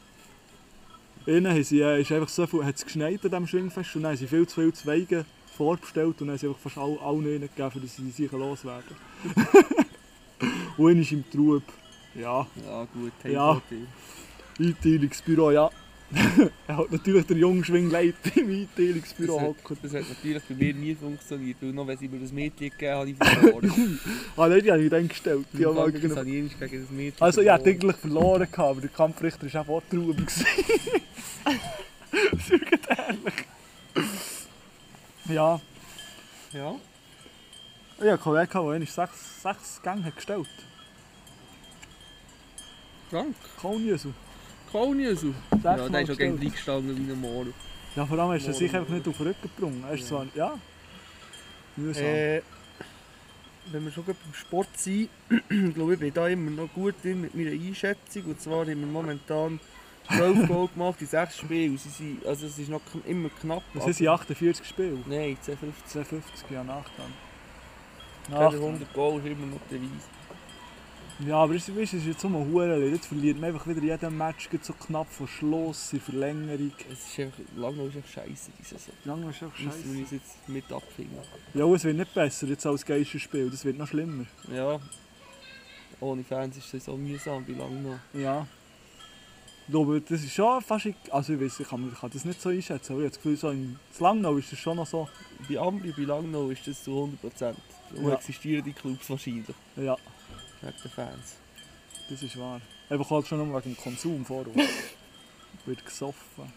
[SPEAKER 5] Innen haben sie, äh, ist einfach so viel, hat es geschneit an diesem Schwingfest und dann haben sie viel zu viele Zweige vorbestellt und dann haben sie einfach fast alle, allen hineingegeben, damit sie sich loswerden. und einer ist im Trub. Ja,
[SPEAKER 4] Ja, gut.
[SPEAKER 5] Ja. Einteilungsbüro, ja. er hat natürlich der junge Schwingleiter im
[SPEAKER 4] Das
[SPEAKER 5] Einteilungsbüro
[SPEAKER 4] hat,
[SPEAKER 5] hocken.
[SPEAKER 4] das hat natürlich bei mir nie funktioniert, weil noch wenn sie mir das Mädchen gegeben haben, habe ich verloren.
[SPEAKER 5] Ah nein, die habe ich dann gestellt. Die haben mal
[SPEAKER 4] das
[SPEAKER 5] gegen...
[SPEAKER 4] habe ich einmal gegen das Mädchen
[SPEAKER 5] Also ich hatte
[SPEAKER 4] verloren.
[SPEAKER 5] eigentlich verloren, gehabt, aber der Kampfrichter war auch vor Trub. gewesen. das ist irgendwie ehrlich. Ja.
[SPEAKER 4] Ja.
[SPEAKER 5] Ich hatte einen Kollegen, der einmal sechs, sechs Gänge hat gestellt hat.
[SPEAKER 4] Krank.
[SPEAKER 5] Kaunjesel.
[SPEAKER 4] Kaunjesel. Ja, der
[SPEAKER 5] Mal
[SPEAKER 4] ist auch gegen
[SPEAKER 5] gestellt.
[SPEAKER 4] dich gestanden wie ein Moro.
[SPEAKER 5] Ja, vor allem ist er sich einfach nicht auf den Rücken gebrungen. Er ist zwar... Ja. Mühsam.
[SPEAKER 7] Äh, wenn wir schon gerade beim Sport sind, glaube ich, bin ich da immer noch gut drin mit meiner Einschätzung. Und zwar haben wir momentan 12 Goal gemacht in 6 Spielen. Sie sind, also es ist noch kn- immer knapp.
[SPEAKER 5] Es sind 48 Spiele.
[SPEAKER 4] Nein, 1050.
[SPEAKER 5] 52 ja Nachgang.
[SPEAKER 4] Gegen 100 Goal ist immer noch der Weiss.
[SPEAKER 5] Ja, aber es weißt du, es ist jetzt so ein Hurenlied. Jetzt verliert man einfach wieder jeden Match geht so knapp vor Schluss, in Verlängerung.
[SPEAKER 4] Es ist einfach, lange ist einfach scheiße, diese Saison.
[SPEAKER 5] Lange ist einfach
[SPEAKER 4] Müssen
[SPEAKER 5] scheiße.
[SPEAKER 4] wir uns jetzt mit abfinden.
[SPEAKER 5] Ja, und es wird nicht besser jetzt als Geisterspiel. Das wird noch schlimmer.
[SPEAKER 4] Ja. Ohne Fans ist es so mühsam, wie lange noch.
[SPEAKER 5] Ja. Ich glaube, das ist schon fast... Also ich weiß, ich kann, ich kann das nicht so einschätzen, aber ich habe das Gefühl, so in Langnau ist das schon noch so...
[SPEAKER 4] Bei Ambri, bei Langnau ist das zu 100%. Darum
[SPEAKER 5] Ja.
[SPEAKER 4] existieren die Clubs wahrscheinlich.
[SPEAKER 5] Ja,
[SPEAKER 4] Wegen den Fans.
[SPEAKER 5] das ist wahr. Einfach halt schon nur wegen dem Konsum voraus. wird gesoffen.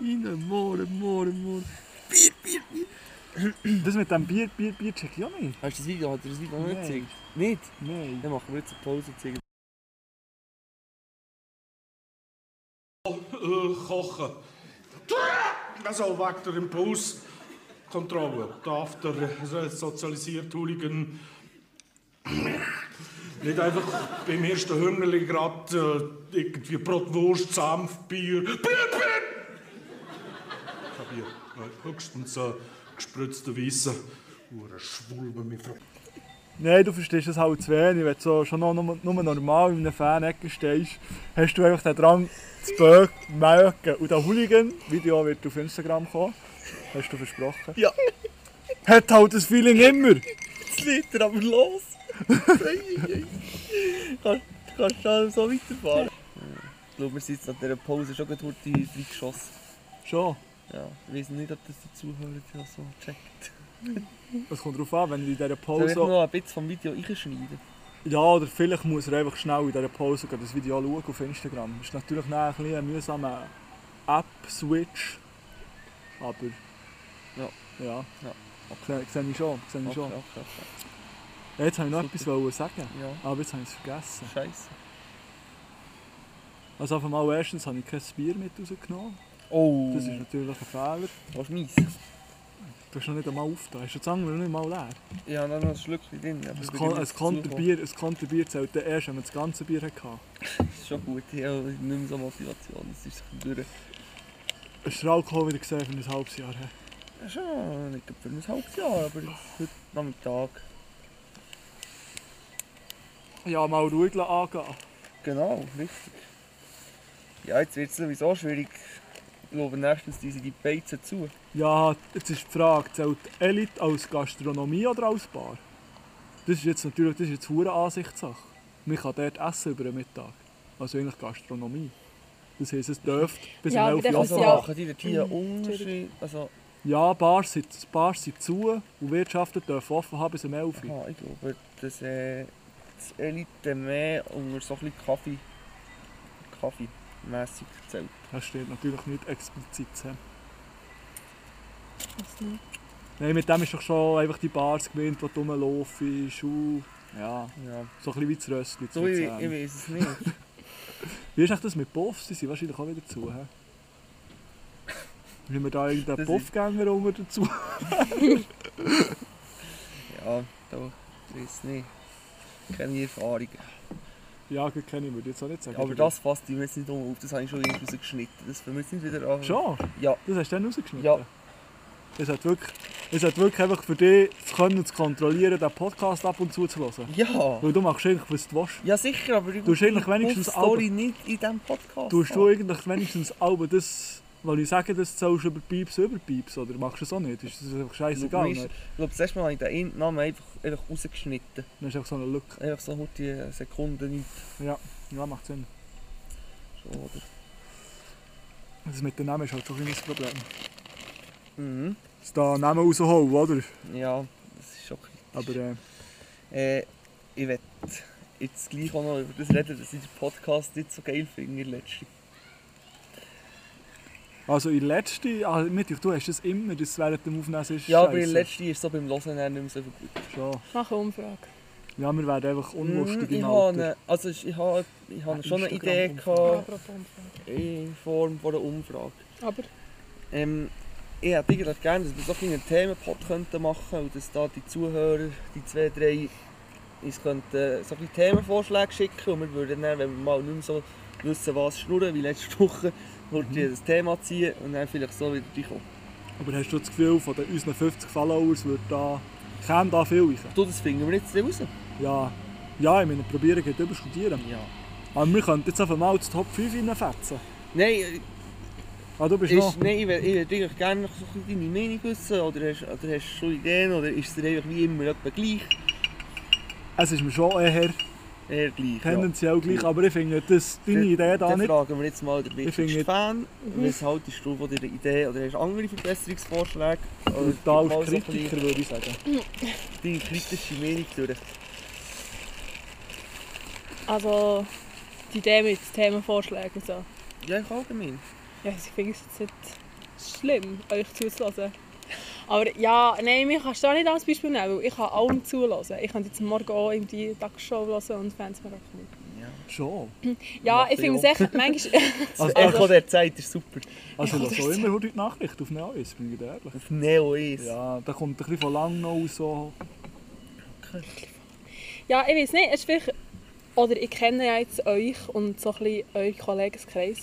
[SPEAKER 4] Rein, morgen, morgen, morgen.
[SPEAKER 5] Das mit dem Bier, Bier, Bier check ich auch nicht.
[SPEAKER 4] Hast du das Video, hat er das Video noch nicht
[SPEAKER 5] Nein.
[SPEAKER 4] gezeigt? Nicht?
[SPEAKER 5] Nein.
[SPEAKER 4] Dann machen wir jetzt eine Pause und zeigen.
[SPEAKER 8] kochen. Also wegen der Impulskontrolle. Darf der sozialisierte Hooligan nicht einfach beim ersten Hüngerli gerade äh, irgendwie Brotwurst, Senf, Bier. Bier, Bier! Kein Bier. Nein, höchstens äh, gespritzte Weisse. Hure Schwulbe, meine Frau.
[SPEAKER 5] Nein, du verstehst es halt zu wenig. Wenn du so schon noch, nur, nur normal in einer Fan-Ecke stehst, hast du einfach den Drang zu bögen, merken. Und der Hooligan-Video wird auf Instagram kommen. Hast du versprochen?
[SPEAKER 7] Ja.
[SPEAKER 5] Hat halt das Feeling immer.
[SPEAKER 7] Jetzt lädt er aber los. kannst, kannst du schon so weiterfahren?
[SPEAKER 4] glaube, wir sind jetzt nach dieser Pause schon gerade die freigeschossen.
[SPEAKER 5] Schon.
[SPEAKER 4] Ja, ich weiß nicht, ob das die Zuhörer ja so checkt.
[SPEAKER 5] Es kommt darauf an, wenn du in dieser
[SPEAKER 4] Soll
[SPEAKER 5] Pause.
[SPEAKER 4] ich noch ein bisschen vom Video reinschneiden?
[SPEAKER 5] Ja, oder vielleicht muss er einfach schnell in dieser Pause gehen, das Video anschauen auf Instagram. Das ist natürlich nachher ein bisschen ein mühsamer App-Switch. Aber.
[SPEAKER 4] Ja.
[SPEAKER 5] Ja.
[SPEAKER 4] Ja.
[SPEAKER 5] Sehe sehe ich schon. Sehe ich
[SPEAKER 4] Okay,
[SPEAKER 5] schon.
[SPEAKER 4] okay, okay.
[SPEAKER 5] Ja, jetzt habe ich noch
[SPEAKER 4] Super.
[SPEAKER 5] etwas wollen sagen,
[SPEAKER 4] Ja,
[SPEAKER 5] aber jetzt habe ich es vergessen.
[SPEAKER 4] scheiße.
[SPEAKER 5] Also auf einmal erstens habe ich kein Bier mit rausgenommen.
[SPEAKER 4] Oh,
[SPEAKER 5] Das ist natürlich ein Fehler.
[SPEAKER 4] was mies.
[SPEAKER 5] Du hast noch nicht einmal aufgetan. Ist das andere noch nicht mal leer?
[SPEAKER 4] Ich habe noch ein Schlückchen drin. aber
[SPEAKER 5] Ein
[SPEAKER 4] ich bin
[SPEAKER 5] Kon-
[SPEAKER 4] nicht
[SPEAKER 5] ein
[SPEAKER 4] dazu gekommen.
[SPEAKER 5] Konterbier, ein Konterbier zählt dann erst, wenn man das ganze Bier hatte.
[SPEAKER 4] Das ist schon gut. Ich habe nicht mehr so Motivation. Das ist ein bisschen durch.
[SPEAKER 5] Es ist der Alkohol wieder gesehen für ein halbes Jahr. her.
[SPEAKER 4] Das ist ja nicht gerade für ein halbes Jahr, aber jetzt heute Nachmittag.
[SPEAKER 5] Ja, mal ruhig lassen angehen.
[SPEAKER 4] Genau, richtig. Ja, jetzt wird es sowieso schwierig. Ich glaube, nächstens diese die Beizen zu.
[SPEAKER 5] Ja, jetzt ist die Frage, zählt Elite als Gastronomie oder als Bar? Das ist jetzt natürlich das ist jetzt eine Ansichtssache. Man kann dort essen über den Mittag. Also eigentlich Gastronomie. Das heisst, es dürfte bis
[SPEAKER 6] Ja, aber
[SPEAKER 5] um 11
[SPEAKER 6] dann
[SPEAKER 5] Uhr
[SPEAKER 6] kannst
[SPEAKER 5] anfangen.
[SPEAKER 6] du ja-
[SPEAKER 4] Also machen die dort
[SPEAKER 5] Mhm,
[SPEAKER 4] hier einen Unterschied? Also,
[SPEAKER 5] Ja, Bars sind, Bars sind zu und Wirtschaften dürfen offen haben bis um 11 Uhr.
[SPEAKER 4] ja, ich glaube, dass äh, das Elite mehr unter so ein bisschen Kaffee. Kaffeemässig zählt.
[SPEAKER 5] Das steht natürlich nicht explizit. zu.
[SPEAKER 6] Was nicht?
[SPEAKER 5] Nein, mit dem ist doch schon einfach die Bars gewinnt, die rumlaufen, Schuhe. Ja,
[SPEAKER 4] Ja.
[SPEAKER 5] so ein bisschen wie das Röstli zu
[SPEAKER 4] So, ich, ich
[SPEAKER 5] Luzern.
[SPEAKER 4] weiß es nicht.
[SPEAKER 5] Wie ist eigentlich das mit Puffs? Die sind wahrscheinlich auch wieder zu. He? Wenn wir da irgendeinen
[SPEAKER 4] Das
[SPEAKER 5] Puffgänger unter dazu
[SPEAKER 4] ja, da, ich weiß nicht. Keine Erfahrung.
[SPEAKER 5] Ja, gut, kenne ich, würde ich jetzt auch nicht sagen.
[SPEAKER 4] Aber das fasst ich mir jetzt nicht um auf, das habe ich schon irgendwie rausgeschnitten. Das fangen wir jetzt nicht wieder an.
[SPEAKER 5] Schon?
[SPEAKER 4] Ja.
[SPEAKER 5] Das hast du dann rausgeschnitten?
[SPEAKER 4] Ja.
[SPEAKER 5] Es hat wirklich, es hat wirklich einfach für dich zu können, zu kontrollieren, den Podcast ab und zu zu hören.
[SPEAKER 4] Ja!
[SPEAKER 5] Weil du machst eigentlich, was du willst.
[SPEAKER 4] Ja sicher, aber ich
[SPEAKER 5] Du hast eigentlich wenigstens
[SPEAKER 4] Story nicht in diesem Podcast.
[SPEAKER 5] Tust du
[SPEAKER 4] machen.
[SPEAKER 5] eigentlich wenigstens aber das, weil ich sage, das sollst du über Pieps über Pieps, oder machst du es auch nicht? Ist das einfach scheißegal? ne?
[SPEAKER 4] Schau,
[SPEAKER 5] Dann
[SPEAKER 4] Ich glaube, das erste Mal habe ich den Namen einfach, einfach rausgeschnitten.
[SPEAKER 5] ist einfach so eine Lücke.
[SPEAKER 4] Einfach so heute eine Sekunde nicht.
[SPEAKER 5] Ja, macht Sinn.
[SPEAKER 4] So, oder?
[SPEAKER 5] Das mit dem Namen ist halt schon ein kleines Problem.
[SPEAKER 4] Mhm.
[SPEAKER 5] Das da Namen rausholen, oder?
[SPEAKER 4] Ja, das ist schon kritisch.
[SPEAKER 5] Aber äh,
[SPEAKER 4] Äh, ich werde jetzt gleich auch noch über das reden, dass ich den Podcast nicht so geil finde, in letzter
[SPEAKER 5] also in letzter, also, Mittwoch, du hast das immer, dass es während dem Aufnehmen ist.
[SPEAKER 4] Ja, aber in
[SPEAKER 5] scheisse.
[SPEAKER 4] letzter ist so beim Hören dann nicht mehr so viel gut.
[SPEAKER 5] Schon.
[SPEAKER 6] Mach eine Umfrage.
[SPEAKER 5] Ja, wir werden einfach unlustig
[SPEAKER 4] Mm, ich
[SPEAKER 5] im
[SPEAKER 4] habe
[SPEAKER 5] Alter.
[SPEAKER 4] eine, also ich habe, ich habe
[SPEAKER 5] Eine
[SPEAKER 4] schon eine Idee
[SPEAKER 5] Instagram-Umfrage.
[SPEAKER 4] gehabt,
[SPEAKER 6] Apropos Umfrage.
[SPEAKER 4] in Form von einer Umfrage.
[SPEAKER 6] Aber
[SPEAKER 4] Ähm, ich hätte eigentlich gerne, dass wir so einen Themenpot könnten machen und dass da die Zuhörer, die zwei, drei, uns könnten so ein bisschen Themenvorschläge schicken und wir würden dann, wenn wir mal nicht mehr so wissen, was schnurren, wie letzte Woche, würden wir das Thema ziehen und dann vielleicht so wieder reinkommen.
[SPEAKER 5] Aber hast du das Gefühl, von den unseren 50 Followers wird da, käme da viel rein?
[SPEAKER 4] Du, das finden wir jetzt raus.
[SPEAKER 5] Ja. Ja, ich meine, probieren geht über studieren.
[SPEAKER 4] Ja.
[SPEAKER 5] Aber wir könnten jetzt einfach mal die Top 5 reinfetzen.
[SPEAKER 4] Nein, äh,
[SPEAKER 5] Ah, du bist noch...
[SPEAKER 4] ist, nein ich wür- ich würde eigentlich gerne noch so ein bisschen deine Meinung wissen oder hast, oder hast du schon Ideen oder ist es dir einfach wie immer etwa gleich?
[SPEAKER 5] Es ist mir schon eher
[SPEAKER 4] Eher gleich, ja.
[SPEAKER 5] tendenziell gleich, aber ich finde das, deine
[SPEAKER 4] Dann-
[SPEAKER 5] Idee da
[SPEAKER 4] dann
[SPEAKER 5] nicht...
[SPEAKER 4] fragen wir jetzt mal den
[SPEAKER 5] finde-
[SPEAKER 4] wichtigsten Fan. Was haltest du von dieser Idee? Oder hast du andere Verbesserungsvorschläge? Oder
[SPEAKER 5] Und da
[SPEAKER 4] gib mal
[SPEAKER 5] als
[SPEAKER 4] so ein bisschen
[SPEAKER 5] Kritiker würde ich sagen.
[SPEAKER 4] Deine kritische Meinung durch.
[SPEAKER 6] also die Idee mit Themenvorschlägen und so.
[SPEAKER 4] Ja, ich allgemein.
[SPEAKER 6] Ja, also ich finde es jetzt nicht schlimm, euch zuzulassen. Aber ja, nein, mir kannst du da nicht als Beispiel nehmen, weil ich kann allem zulassen. Ich könnte jetzt morgen auch in die Tagesshow hören und Fernsehprogramm.
[SPEAKER 5] Schon.
[SPEAKER 6] Ja,
[SPEAKER 4] Macht
[SPEAKER 6] ich finde es
[SPEAKER 4] ja.
[SPEAKER 6] echt, manchmal...
[SPEAKER 5] Also,
[SPEAKER 4] Das Echo
[SPEAKER 5] also,
[SPEAKER 4] der Zeit ist super.
[SPEAKER 5] also lass
[SPEAKER 6] Ich-
[SPEAKER 5] auch immer heute die Nachricht auf Neo ist, bin ich dir ehrlich.
[SPEAKER 4] Auf Neo ist.
[SPEAKER 5] Ja, da kommt ein bisschen von lang noch so...
[SPEAKER 6] Ja, ich weiß nicht, es ist vielleicht... Oder ich kenne ja jetzt euch und so ein bisschen euren Kollegenkreis.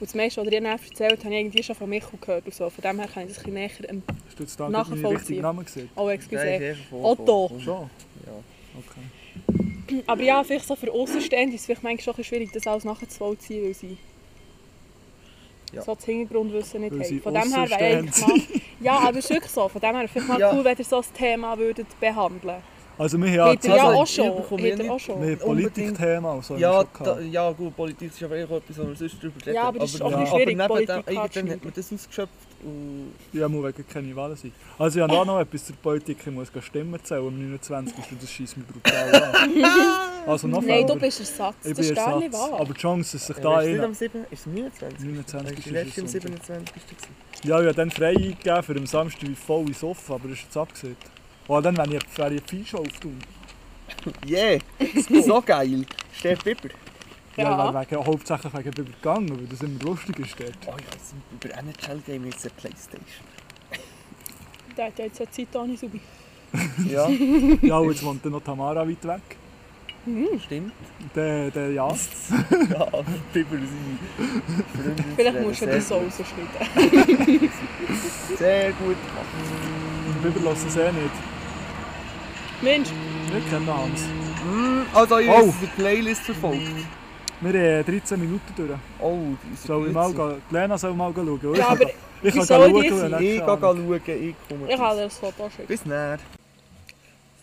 [SPEAKER 6] Und das meiste, was ihr dann erzählt, habe ich irgendwie schon von Michael gehört und so. Von dem her kann ich das ein bisschen näher... Im...
[SPEAKER 5] Hast du jetzt da nicht meinen
[SPEAKER 6] Nachvollziehen.
[SPEAKER 5] richtigen Namen gesehen?
[SPEAKER 6] Oh,
[SPEAKER 4] Der ist
[SPEAKER 6] excuse.
[SPEAKER 4] eher schon
[SPEAKER 6] Otto.
[SPEAKER 4] vorgekommen.
[SPEAKER 5] Schon?
[SPEAKER 4] Ja.
[SPEAKER 5] Okay.
[SPEAKER 6] Aber ja, vielleicht so für Außenstehende ist es vielleicht manchmal schon ein bisschen schwierig, das alles nachzuvollziehen, weil sie
[SPEAKER 4] Ja.
[SPEAKER 6] so das Hintergrundwissen nicht
[SPEAKER 5] Weil sie
[SPEAKER 6] haben. Von dem her wäre
[SPEAKER 5] Aussenstehende
[SPEAKER 6] eigentlich mal... Ja, aber es ist wirklich so. Von dem her wäre vielleicht mal
[SPEAKER 4] Ja.
[SPEAKER 6] cool, wenn ihr so ein Thema würdet behandeln
[SPEAKER 5] Also wir haben
[SPEAKER 6] Hat er ja
[SPEAKER 4] also,
[SPEAKER 6] auch
[SPEAKER 4] ich
[SPEAKER 6] schon. Hat
[SPEAKER 4] bekomme ja
[SPEAKER 6] er
[SPEAKER 4] nicht-
[SPEAKER 6] auch
[SPEAKER 5] wir
[SPEAKER 6] schon.
[SPEAKER 5] haben Politikthemen und so. haben wir
[SPEAKER 4] Ja,
[SPEAKER 5] schon gehabt.
[SPEAKER 4] da, ja, gut, Politik ist aber eher etwas, was wir sonst drüber reden.
[SPEAKER 6] Ja, aber das ist auch
[SPEAKER 5] ein bisschen
[SPEAKER 6] schwierig,
[SPEAKER 4] Aber neben
[SPEAKER 6] Politik
[SPEAKER 4] dem, irgendwann hat man
[SPEAKER 6] anzuschneiden.
[SPEAKER 4] das ausgeschöpft und...
[SPEAKER 5] Ja, muss wegen keine Wahlen sein. Also ich habe auch noch etwas zur Politik, ich muss gehen Stimmen zählen am 29. und das schießt mich brutal an. Also noch
[SPEAKER 6] Nein, du
[SPEAKER 5] Felder.
[SPEAKER 6] bist Ersatz.
[SPEAKER 5] Ich
[SPEAKER 6] Das
[SPEAKER 5] bin
[SPEAKER 6] ist gar nicht
[SPEAKER 5] Ersatz.
[SPEAKER 6] wahr.
[SPEAKER 5] Aber die Chance, dass sich
[SPEAKER 4] Äh,
[SPEAKER 5] da
[SPEAKER 4] ist nicht
[SPEAKER 5] einer...
[SPEAKER 4] am 7. Ist es 29?
[SPEAKER 5] 29.
[SPEAKER 4] Ist die
[SPEAKER 5] ist
[SPEAKER 4] letzte am
[SPEAKER 5] es Sonntag.
[SPEAKER 4] 27. gewesen?
[SPEAKER 5] Ja, ich habe dann frei eingegeben für am Samstag wie voll ins Off, aber das ist jetzt abgesehen. Oh, dann wenn ich wenn ich Fische auftun.
[SPEAKER 9] Yeah, so geil. Steff Bieber.
[SPEAKER 5] Ja,
[SPEAKER 6] Ja.
[SPEAKER 5] ja wegen, hauptsächlich wegen dem Übergang, weil das immer lustig ist dort.
[SPEAKER 4] Oh ja, es sind über NHL Game jetzt eine Playstation.
[SPEAKER 6] Der hat ja jetzt auch die Zeit auch nicht so bei.
[SPEAKER 4] Ja,
[SPEAKER 5] Ja, und jetzt wohnt dann noch Tamara weit weg.
[SPEAKER 4] stimmt.
[SPEAKER 5] Der, der ja.
[SPEAKER 4] Ja, aber Biber seine Freundin.
[SPEAKER 6] Vielleicht musst du
[SPEAKER 4] sehr,
[SPEAKER 6] das so rausschneiden.
[SPEAKER 4] sehr gut gemacht.
[SPEAKER 5] Wir überlassen es eh nicht.
[SPEAKER 6] Mensch,
[SPEAKER 5] Wir kennen uns.
[SPEAKER 9] Also, ich
[SPEAKER 5] Oh.
[SPEAKER 9] habe die Playlist verfolgt.
[SPEAKER 5] Wir haben 13 Minuten durch.
[SPEAKER 9] Oh, die ist
[SPEAKER 5] Soll ich mal gehen? Die Lena soll mal gehen schauen. oder?
[SPEAKER 6] Ja, aber
[SPEAKER 5] ich
[SPEAKER 6] wie
[SPEAKER 5] kann
[SPEAKER 6] soll
[SPEAKER 5] schauen,
[SPEAKER 6] die
[SPEAKER 5] wenn
[SPEAKER 6] sein?
[SPEAKER 5] ich
[SPEAKER 9] Ich gehe
[SPEAKER 5] kann.
[SPEAKER 9] schauen, ich komme.
[SPEAKER 6] ich habe dir ein Foto schicken.
[SPEAKER 9] Bis näher.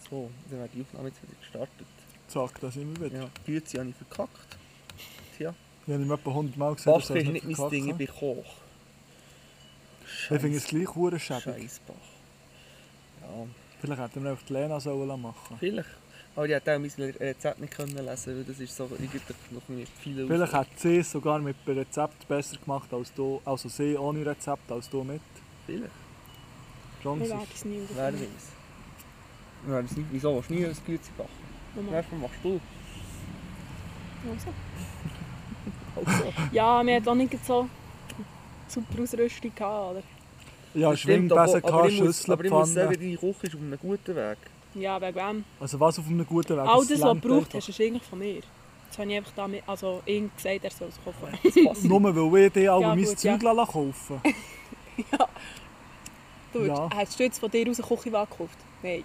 [SPEAKER 4] So, dann wäre die Aufnahme jetzt wieder gestartet.
[SPEAKER 5] Zack, das immer wieder.
[SPEAKER 4] Ja, die Grüezi habe ich verkackt.
[SPEAKER 5] Ich habe ihm etwa 100 Mal gesagt, dass
[SPEAKER 4] Bach
[SPEAKER 5] er es
[SPEAKER 4] ist
[SPEAKER 5] nicht
[SPEAKER 4] nicht mein
[SPEAKER 5] verkackt
[SPEAKER 4] Ding, ich
[SPEAKER 5] hat.
[SPEAKER 4] bin Koch.
[SPEAKER 5] Ich finde es gleich verdammt schäbig.
[SPEAKER 4] Scheiß Bach. Ja,
[SPEAKER 5] Vielleicht hätten wir auch die Lena sollen machen
[SPEAKER 4] vielleicht. Aber ich hätte auch mein Rezept nicht können lesen weil das ist so irgendwie noch nicht viel
[SPEAKER 5] Vielleicht hat sie es sogar mit dem Rezept besser gemacht als du. Also sie ohne Rezept als du mit.
[SPEAKER 4] Vielleicht.
[SPEAKER 5] Chance
[SPEAKER 6] Ich
[SPEAKER 5] ist-
[SPEAKER 6] werde es nie
[SPEAKER 4] Wer
[SPEAKER 6] rausfinden.
[SPEAKER 4] weiß. Wer weiß nicht, wieso willst du nie ein Grüezi backen?
[SPEAKER 6] Nochmal.
[SPEAKER 4] Erstmal machst du.
[SPEAKER 6] Also.
[SPEAKER 4] Also.
[SPEAKER 6] Ja, wir hatten auch nicht so super Ausrüstung. gehabt, Oder?
[SPEAKER 5] Ja,
[SPEAKER 4] Stimmt,
[SPEAKER 5] Schwingbesen,
[SPEAKER 4] aber- aber ich muss- Aber ich muss sagen,
[SPEAKER 5] Schüsselpfanne.
[SPEAKER 4] deine Küche ist auf einem guten Weg.
[SPEAKER 6] Ja, wegen wem?
[SPEAKER 5] Also was auf einem guten Weg.
[SPEAKER 6] All das, was du
[SPEAKER 5] reicht
[SPEAKER 6] gebraucht
[SPEAKER 5] einfach.
[SPEAKER 6] hast, ist eigentlich von mir. Jetzt habe ich einfach damit, also ihm gesagt, er soll es kaufen.
[SPEAKER 5] Nur weil ich dir alle
[SPEAKER 6] Ja,
[SPEAKER 5] mein
[SPEAKER 6] gut,
[SPEAKER 5] Zeug lassen kaufen
[SPEAKER 6] Du,
[SPEAKER 5] Ja.
[SPEAKER 6] Hast du jetzt von dir aus eine Küchenwaage gekauft? Nein.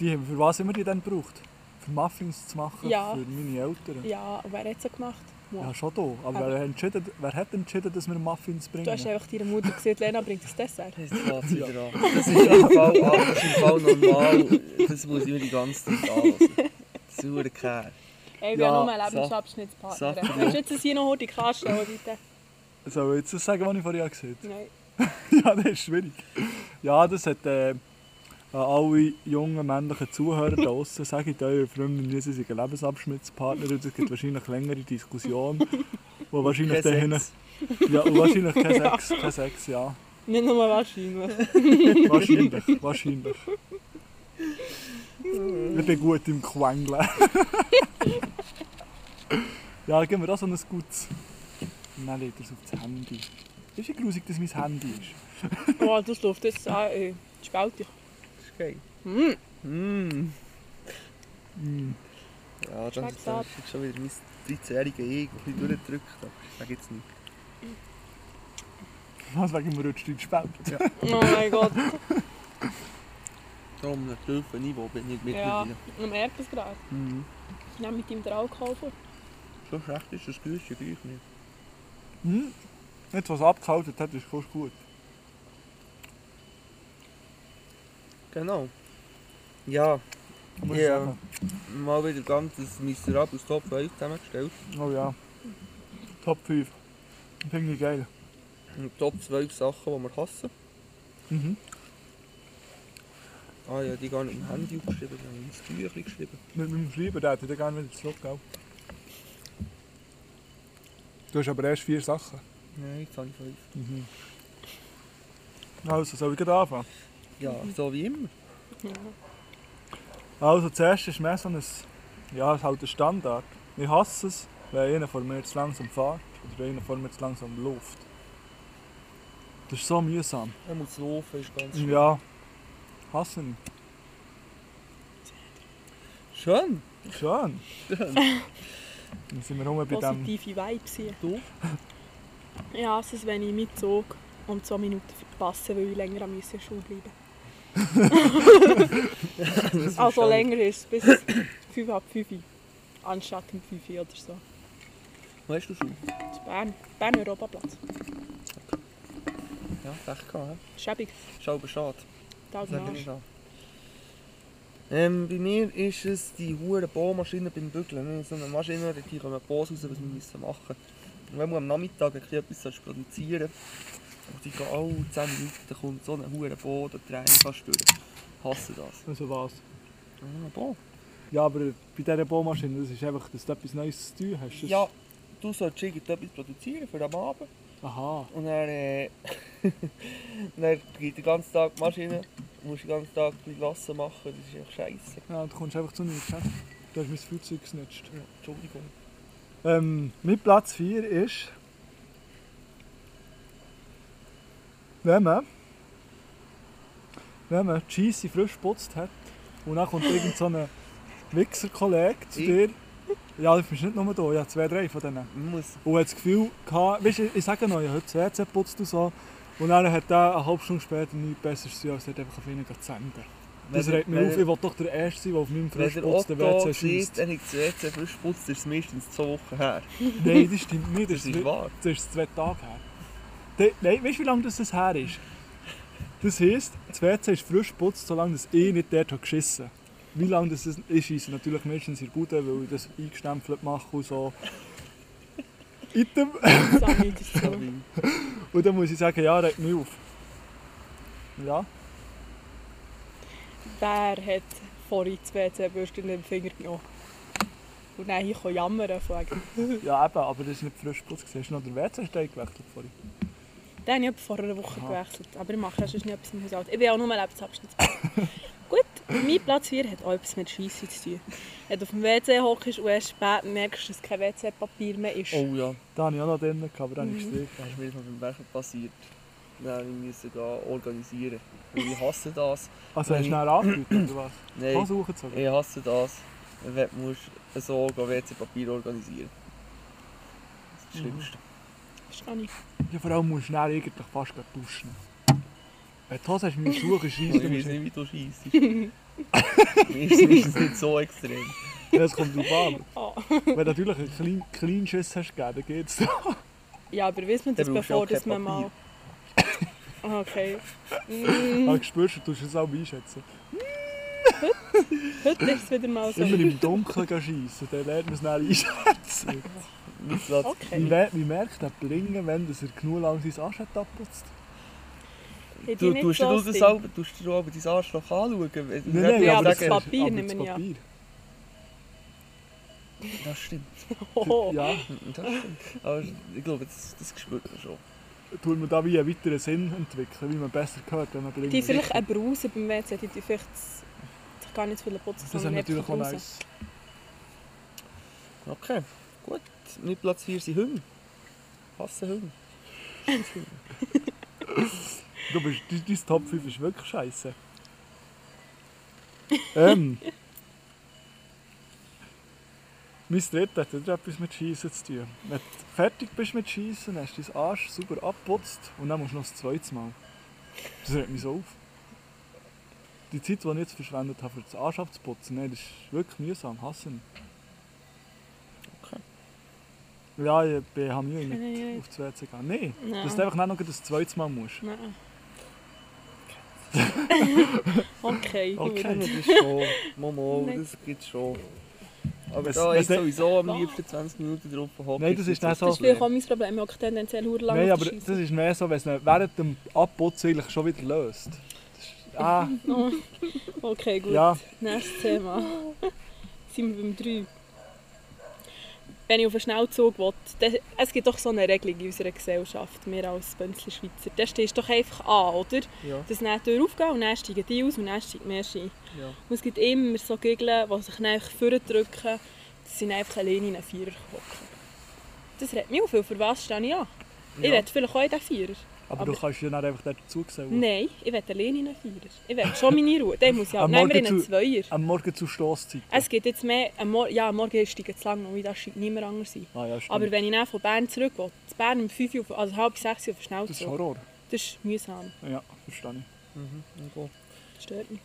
[SPEAKER 5] Die haben, für was haben wir die denn gebraucht? Für Muffins zu machen?
[SPEAKER 6] Ja.
[SPEAKER 5] Für meine Eltern?
[SPEAKER 6] Ja, und wer hat es gemacht? Moi.
[SPEAKER 5] Ja, schon da. Aber
[SPEAKER 6] Aber-
[SPEAKER 5] wer hat, entschieden, wer hat entschieden, dass wir Muffins bringen?
[SPEAKER 6] Du hast einfach deiner Mutter gesagt, Lena bringt das Dessert.
[SPEAKER 4] Das ist das wieder an. Das ist im Fall, ah, das ist im Fall normal. Das muss ich mir die ganze Zeit anlassen. Sauer Kerl.
[SPEAKER 6] Ey, ich
[SPEAKER 5] Ja,
[SPEAKER 6] ja, nur einen
[SPEAKER 4] Saft-
[SPEAKER 6] Lebensabschnittspartner.
[SPEAKER 4] Saft-
[SPEAKER 6] Kannst du jetzt das hier noch heute anstellen, bitte?
[SPEAKER 5] Soll ich jetzt das sagen, was ich vorher gesagt
[SPEAKER 6] Nein.
[SPEAKER 5] habe? ja, das ist schwierig. Ja, das hat äh, an alle jungen männlichen Zuhörer draußen sage ich euren Freunden, nie, sie sind ein Lebensabschnittspartner und es gibt wahrscheinlich längere Diskussionen. Wo wahrscheinlich dann hin-
[SPEAKER 4] Sex.
[SPEAKER 5] Ja, und wahrscheinlich kein Sex, kein Sex, ja.
[SPEAKER 6] Nicht nur wahrscheinlich.
[SPEAKER 5] Wahrscheinlich, wahrscheinlich. Ich bin gut im Quengeln. ja, geben wir das an ein gutes. Nein, lädt er es auf das Handy. Ist ja grusig, dass mein Handy ist.
[SPEAKER 6] Oh, das läuft jetzt an. Äh, Spalt dich.
[SPEAKER 4] Das ist geil. Ja, das,
[SPEAKER 6] Schmeckt's
[SPEAKER 4] das
[SPEAKER 6] ab.
[SPEAKER 4] ist jetzt schon wieder mein 13-jähriger Ich, der ein bisschen durchdrückt. Aber ich sage jetzt nicht.
[SPEAKER 5] Was wegen dem Rutsch in Spelt.
[SPEAKER 6] Oh mein Gott.
[SPEAKER 4] Darum auf einem tiefen um Niveau bin ich
[SPEAKER 6] ja,
[SPEAKER 4] mittlerweile.
[SPEAKER 6] man merkt es gerade.
[SPEAKER 4] Mhm.
[SPEAKER 6] Ich nehme mit ihm den Alkohol vor.
[SPEAKER 4] So schlecht ist das Geräusch ja gleich nicht.
[SPEAKER 5] Hm? Nicht, was abgehalten hat, ist fast gut.
[SPEAKER 4] Genau. Ja,
[SPEAKER 5] Muss ich
[SPEAKER 4] Ja.
[SPEAKER 5] sagen.
[SPEAKER 4] mal wieder ganz ein miserables Top 5 zusammengestellt.
[SPEAKER 5] Oh ja. Top 5. Finde ich geil.
[SPEAKER 4] Und Top 12 Sachen, die wir hassen.
[SPEAKER 5] Mhm.
[SPEAKER 4] Ah ja, die gar nicht im Handy aufgeschrieben, die habe ich in Büchlein geschrieben.
[SPEAKER 5] Mit meinem Schreiber, der hätte ich gerne wieder zurück, gell? Du hast aber erst vier Sachen.
[SPEAKER 4] Nein, jetzt habe ich fünf.
[SPEAKER 5] Also, soll ich gleich anfangen?
[SPEAKER 4] Ja, so wie immer.
[SPEAKER 5] Also, zuerst ist mehr so ein... Ja, es ist halt ein Standard. Ich hasse es, wenn einer vor mir zu langsam fährt oder wenn einer vor mir zu langsam läuft. Das ist so mühsam.
[SPEAKER 4] Er muss laufen, ist ganz schön.
[SPEAKER 5] Ja. Hassen.
[SPEAKER 4] Schön!
[SPEAKER 5] Schön. Dann sind wir rum bei dem...
[SPEAKER 6] Positive Vibes hier.
[SPEAKER 4] Du?
[SPEAKER 6] Ja, es ist, wenn ich meinen Zug um zwei Minuten verpasse, weil ich länger an meiner Schule bleibe. also länger ist es bis 5 ab 5 anstatt um 5 Uhr oder so.
[SPEAKER 4] Weißt du schon?
[SPEAKER 6] Das ist Bern. Bern Europaplatz.
[SPEAKER 4] Ja, echt gehabt, hä?
[SPEAKER 6] Schäbig.
[SPEAKER 4] Ist aber schade.
[SPEAKER 6] Tausend
[SPEAKER 4] Sag ich
[SPEAKER 6] Arsch.
[SPEAKER 4] nicht an. Ähm, bei mir ist es die hure Bohrmaschine beim Bügeln. Wir haben so eine Maschine, dort hier kommen Bohrs raus, was wir müssen machen Und wenn man am Nachmittag ein bisschen etwas sollst produzieren und die gehen alle 10 Minuten, kommt so ein hure Bohr, da drehe ich fast durch. Ich hasse das.
[SPEAKER 5] Also was?
[SPEAKER 4] Ah, Bohr.
[SPEAKER 5] Ja, aber bei dieser Bohrmaschine, das ist einfach, dass du etwas Neues zu tun hast. Das-
[SPEAKER 4] Ja, du sollst irgendetwas produzieren für am Abend.
[SPEAKER 5] Aha.
[SPEAKER 4] Und dann, äh, dann geht den ganzen Tag die Maschine, musst den ganzen Tag die Lasse machen, das ist echt scheiße.
[SPEAKER 5] Ja, du kommst einfach zu einem Geschäft. Du hast mein Flugzeug genutzt.
[SPEAKER 4] Ja, Entschuldigung.
[SPEAKER 5] Ähm, mein Platz 4 ist. Wenn man. Wenn man die Scheisse frisch geputzt hat und dann kommt irgend so ein Wichser-Kollege zu
[SPEAKER 4] Ich?
[SPEAKER 5] dir. Ja, du bist nicht nur da, ich habe zwei, drei von denen.
[SPEAKER 4] Man muss
[SPEAKER 5] Und hat das Gefühl gehabt, weißt du, ich sage noch, ich habe heute das WC geputzt und so. Und dann hat er eine halbe Stunde später nichts Besseres zu tun, als dort einfach auf ihn zu senden. Das
[SPEAKER 4] Wenn-
[SPEAKER 5] regt mich
[SPEAKER 4] wenn-
[SPEAKER 5] auf, ich will doch der Erste sein, der auf meinem
[SPEAKER 4] Wenn
[SPEAKER 5] frisch
[SPEAKER 4] der
[SPEAKER 5] geputzten
[SPEAKER 4] Otto
[SPEAKER 5] WC
[SPEAKER 4] sieht,
[SPEAKER 5] schießt.
[SPEAKER 4] er hat das WC frisch geputzt, ist es meistens zwei Wochen her.
[SPEAKER 5] Nein, das stimmt nicht.
[SPEAKER 4] Das ist wahr.
[SPEAKER 5] Das ist zwei Tage her. De, nein, weißt du, wie lange das, das her ist? Das heisst, das WC ist frisch geputzt, solange das ich nicht dort habe geschissen Wie lange das ist, ich scheisse natürlich meistens in der Gute, weil ich das eingestempelt mache und so. Item.
[SPEAKER 6] Sammy dazu.
[SPEAKER 5] Und dann muss ich sagen, ja, regt mich auf. Ja,
[SPEAKER 6] Wer hat vorhin die WC-Bürste in den Finger genommen? Und dann hier jammern von wegen.
[SPEAKER 5] ja eben, aber das ist nicht frisch geputzt. gewesen. Hast du noch den WC-Stein gewechselt vorhin?
[SPEAKER 6] Den habe ich vor einer Woche gewechselt. Aber ich mache ja sonst nicht etwas im Haushalt. Ich bin auch nur Lebensabschnitt. Gut, mein Platz 4 hat auch etwas mit Scheisse zu tun. Wenn du auf dem WC hockst und erst spät merkst, dass kein WC-Papier mehr ist.
[SPEAKER 4] Oh ja,
[SPEAKER 5] Da habe ich auch noch drin, gehabt, aber dann habe ich gestrichen.
[SPEAKER 4] das ist mir mal beim Werken passiert. Nein, wir müssen gehen organisieren. Weil ich hasse das.
[SPEAKER 5] Also hast du
[SPEAKER 4] Nein.
[SPEAKER 5] dann angerufen oder was?
[SPEAKER 4] Nein,
[SPEAKER 5] Hose hochgezogen?
[SPEAKER 4] ich hasse das. Wenn du musst so gehen, WC-Papier organisieren. Das ist das Schlimmste.
[SPEAKER 6] Verstehe ich.
[SPEAKER 5] Ja, vor allem musst du dann eigentlich fast gleich duschen. Wenn du die Hose hast, musst du Schuhe
[SPEAKER 4] Ich
[SPEAKER 5] schreissen.
[SPEAKER 4] weiß
[SPEAKER 5] musst du-
[SPEAKER 4] nicht, wie du scheissest. Mir ist mir ist es nicht so extrem.
[SPEAKER 5] Ja, Das kommt drauf an.
[SPEAKER 6] Oh.
[SPEAKER 4] Ah.
[SPEAKER 5] Wenn du natürlich einen kleinen, kleinen Schiss hast gegeben, dann geht's dir.
[SPEAKER 6] Ja, aber weiss man das,
[SPEAKER 4] Dann brauchst du
[SPEAKER 6] bevor
[SPEAKER 4] auch kein
[SPEAKER 6] dass man mal... Okay.
[SPEAKER 4] Mhm.
[SPEAKER 6] Mm,
[SPEAKER 5] Aber du spürst, du tust es auch einschätzen.
[SPEAKER 6] heute ist es wieder mal so.
[SPEAKER 5] Immer im Dunkeln gehen schiessen, dann lernt man es dann einschätzen.
[SPEAKER 4] Mein Platz
[SPEAKER 5] Wie,
[SPEAKER 6] Okay.
[SPEAKER 5] mer- wie merkt der Bringen, wenn dass er genug lang sein Aschett abputzt?
[SPEAKER 6] Ich bin
[SPEAKER 4] Du
[SPEAKER 6] nicht
[SPEAKER 4] tust
[SPEAKER 6] so
[SPEAKER 4] dir das
[SPEAKER 6] Ding.
[SPEAKER 4] selber, tust dir aber dein Arschloch anschauen. Wenn-
[SPEAKER 6] nein,
[SPEAKER 4] ja,
[SPEAKER 6] aber
[SPEAKER 4] aber
[SPEAKER 6] das
[SPEAKER 4] sagen,
[SPEAKER 6] Papier
[SPEAKER 5] aber
[SPEAKER 6] nehmen, ja.
[SPEAKER 5] Papier.
[SPEAKER 4] das stimmt.
[SPEAKER 6] Hoho.
[SPEAKER 5] Ja,
[SPEAKER 4] Das stimmt. Aber ich glaube, das, das spürt man schon.
[SPEAKER 5] tut man da wie einen weiteren Sinn entwickeln, wie man besser gehört, wenn man Bringen
[SPEAKER 6] Die vielleicht eine Brause beim WC, die die vielleicht sich gar nicht so viel putzen,
[SPEAKER 5] Das ist
[SPEAKER 6] sondern
[SPEAKER 5] natürlich
[SPEAKER 6] einfach
[SPEAKER 5] auch
[SPEAKER 6] eine Brause.
[SPEAKER 5] nice.
[SPEAKER 4] Okay, gut. Mein Platz 4 sind Hunde. Hasse Hunde.
[SPEAKER 5] Du bist, dein, dein Top 5 ist wirklich scheiße. Ähm. mein Dritter hat wieder etwas mit Schießen zu tun. Wenn du fertig bist mit Schießen, hast du deinen Arsch super abgeputzt und dann musst du noch das zweite Mal. Das regt mich so auf. Die Zeit, die ich jetzt verschwendet habe, für das Arsch abzuputzen, nein, das ist wirklich mühsam. Hassen.
[SPEAKER 4] Okay.
[SPEAKER 5] Ja, ich bin- habe Mühe
[SPEAKER 6] Kann ich
[SPEAKER 5] mit
[SPEAKER 6] nicht.
[SPEAKER 5] auf das WC gehen. Nein,
[SPEAKER 6] Nein.
[SPEAKER 5] dass du einfach nicht noch das zweite Mal musst.
[SPEAKER 6] Nein. okay, gut.
[SPEAKER 5] Okay.
[SPEAKER 4] Das ist schon. Momo,
[SPEAKER 6] Nein.
[SPEAKER 4] das gibt schon. Aber
[SPEAKER 5] Es-
[SPEAKER 4] da
[SPEAKER 5] es-
[SPEAKER 4] ist sowieso am liebsten 20 Minuten drauf hocken.
[SPEAKER 5] Nein, das ist nicht so.
[SPEAKER 6] Das ist vielleicht auch mein Problem. Ich mag tendenziell sehr lange
[SPEAKER 5] Nein, aber
[SPEAKER 6] schiessen.
[SPEAKER 5] das ist mehr so, wenn es ihn während dem Abputzen eigentlich schon wieder löst. Das ist- Ah,
[SPEAKER 6] Okay, gut.
[SPEAKER 5] ja,
[SPEAKER 6] Nächstes Thema. Sind wir beim 3. Wenn ich auf einen Schnellzug will, dann, es gibt doch so eine Regelung in unserer Gesellschaft, wir als Bönzli Schweizer, dann stehst du doch einfach an, oder?
[SPEAKER 4] Ja.
[SPEAKER 6] Dass dann die Tür aufgeht und dann steigen die aus und dann steigt mehr ein.
[SPEAKER 4] Ja.
[SPEAKER 6] Und es gibt immer so Gegeln, die sich dann einfach vordrücken, dass sie dann einfach alleine in einen Vierer hocken. Das redet mich auf, weil für was stehe ich an? Ich will vielleicht auch in den Vierer.
[SPEAKER 5] aber, du kannst ja dann einfach dazu sehen.
[SPEAKER 6] Nein, ich will alleine in einen Vierer. Ich will schon meine Ruhe. Dann muss ich halt
[SPEAKER 5] Am
[SPEAKER 6] nicht mehr in
[SPEAKER 5] Morgen
[SPEAKER 6] einen
[SPEAKER 5] zu-
[SPEAKER 6] Zweier.
[SPEAKER 5] Am Morgen zu Stoßzeiten.
[SPEAKER 6] Es gibt jetzt mehr, am Mor ja, am Morgen ist es zu lang, und das scheint niemand anders sein.
[SPEAKER 5] Ah, ja, stimmt.
[SPEAKER 6] Aber wenn ich dann von Bern zurück will, zu Bern um 5 Uhr, auf- also halb 6 Uhr auf den
[SPEAKER 5] das ist
[SPEAKER 6] Schnellzug,
[SPEAKER 5] Horror.
[SPEAKER 6] das ist mühsam.
[SPEAKER 5] Ja, verstehe ich.
[SPEAKER 6] Das stört mich.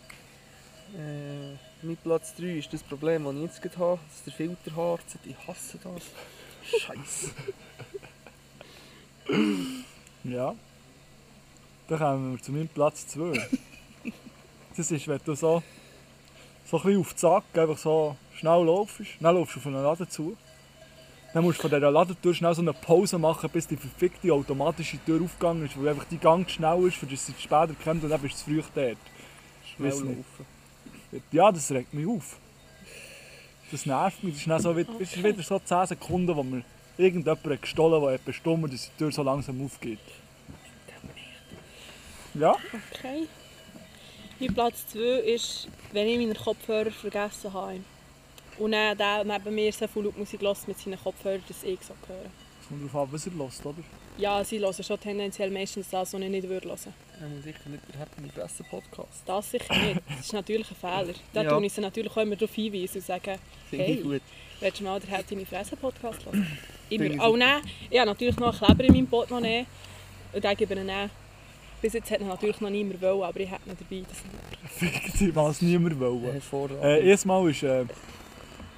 [SPEAKER 4] Äh, mein Platz 3 ist das Problem, das ich jetzt gerade habe, dass der Filter harzt. Ich hasse das. Scheiße.
[SPEAKER 5] Ja. Dann kommen wir zu meinem Platz 2. das ist, wenn du so so ein bisschen auf den Sack, einfach so schnell laufst, schnell laufst du auf einen Laden zu. Dann musst du von dieser Ladentür schnell so eine Pause machen, bis die verfickte automatische Tür aufgegangen ist, wo einfach die Gang zu schnell ist, für das sie später kommt und dann bist du zu früh dort.
[SPEAKER 4] Schnell
[SPEAKER 5] Weiss nicht.
[SPEAKER 4] laufen.
[SPEAKER 5] Ja, das regt mich auf. Das nervt mich. Das ist, dann so wieder, es ist wieder so 10 Sekunden, wo mir irgendjemand hat gestohlen hat, der bestimmt, dass die Tür so langsam aufgeht. Ja,
[SPEAKER 6] Okay. Mein Platz 2 ist, wenn ich meine Kopfhörer vergessen habe. Und dann der neben mir so viel Musik hört mit seinen Kopfhörern, dass ich es auch höre.
[SPEAKER 5] es kommt darauf an, was er lässt, oder?
[SPEAKER 6] Ja, sie hören schon tendenziell meistens das, was ich nicht hören würde.
[SPEAKER 4] Er Äh, muss sicher nicht der Happy Fresse Podcast.
[SPEAKER 6] Das sicher nicht. Das ist natürlich ein Fehler. Da
[SPEAKER 4] Ja.
[SPEAKER 6] tun ich sie natürlich auch immer darauf hinweisen und sagen,
[SPEAKER 4] Finde
[SPEAKER 6] hey,
[SPEAKER 4] ich gut.
[SPEAKER 6] willst du mal den Hälfte deine Fresse Podcast hören?
[SPEAKER 4] Finde ich
[SPEAKER 6] Immer. Oh nein, ich habe natürlich noch einen Kleber in meinem Portemonnaie und den gebe ich ihnen. Bis jetzt hat er natürlich noch niemand wollen, aber ich hätte ihn dabei. Das
[SPEAKER 5] Fick dich, was niemand will.
[SPEAKER 4] Hervorragend.
[SPEAKER 5] Äh, erstes Mal ist, äh,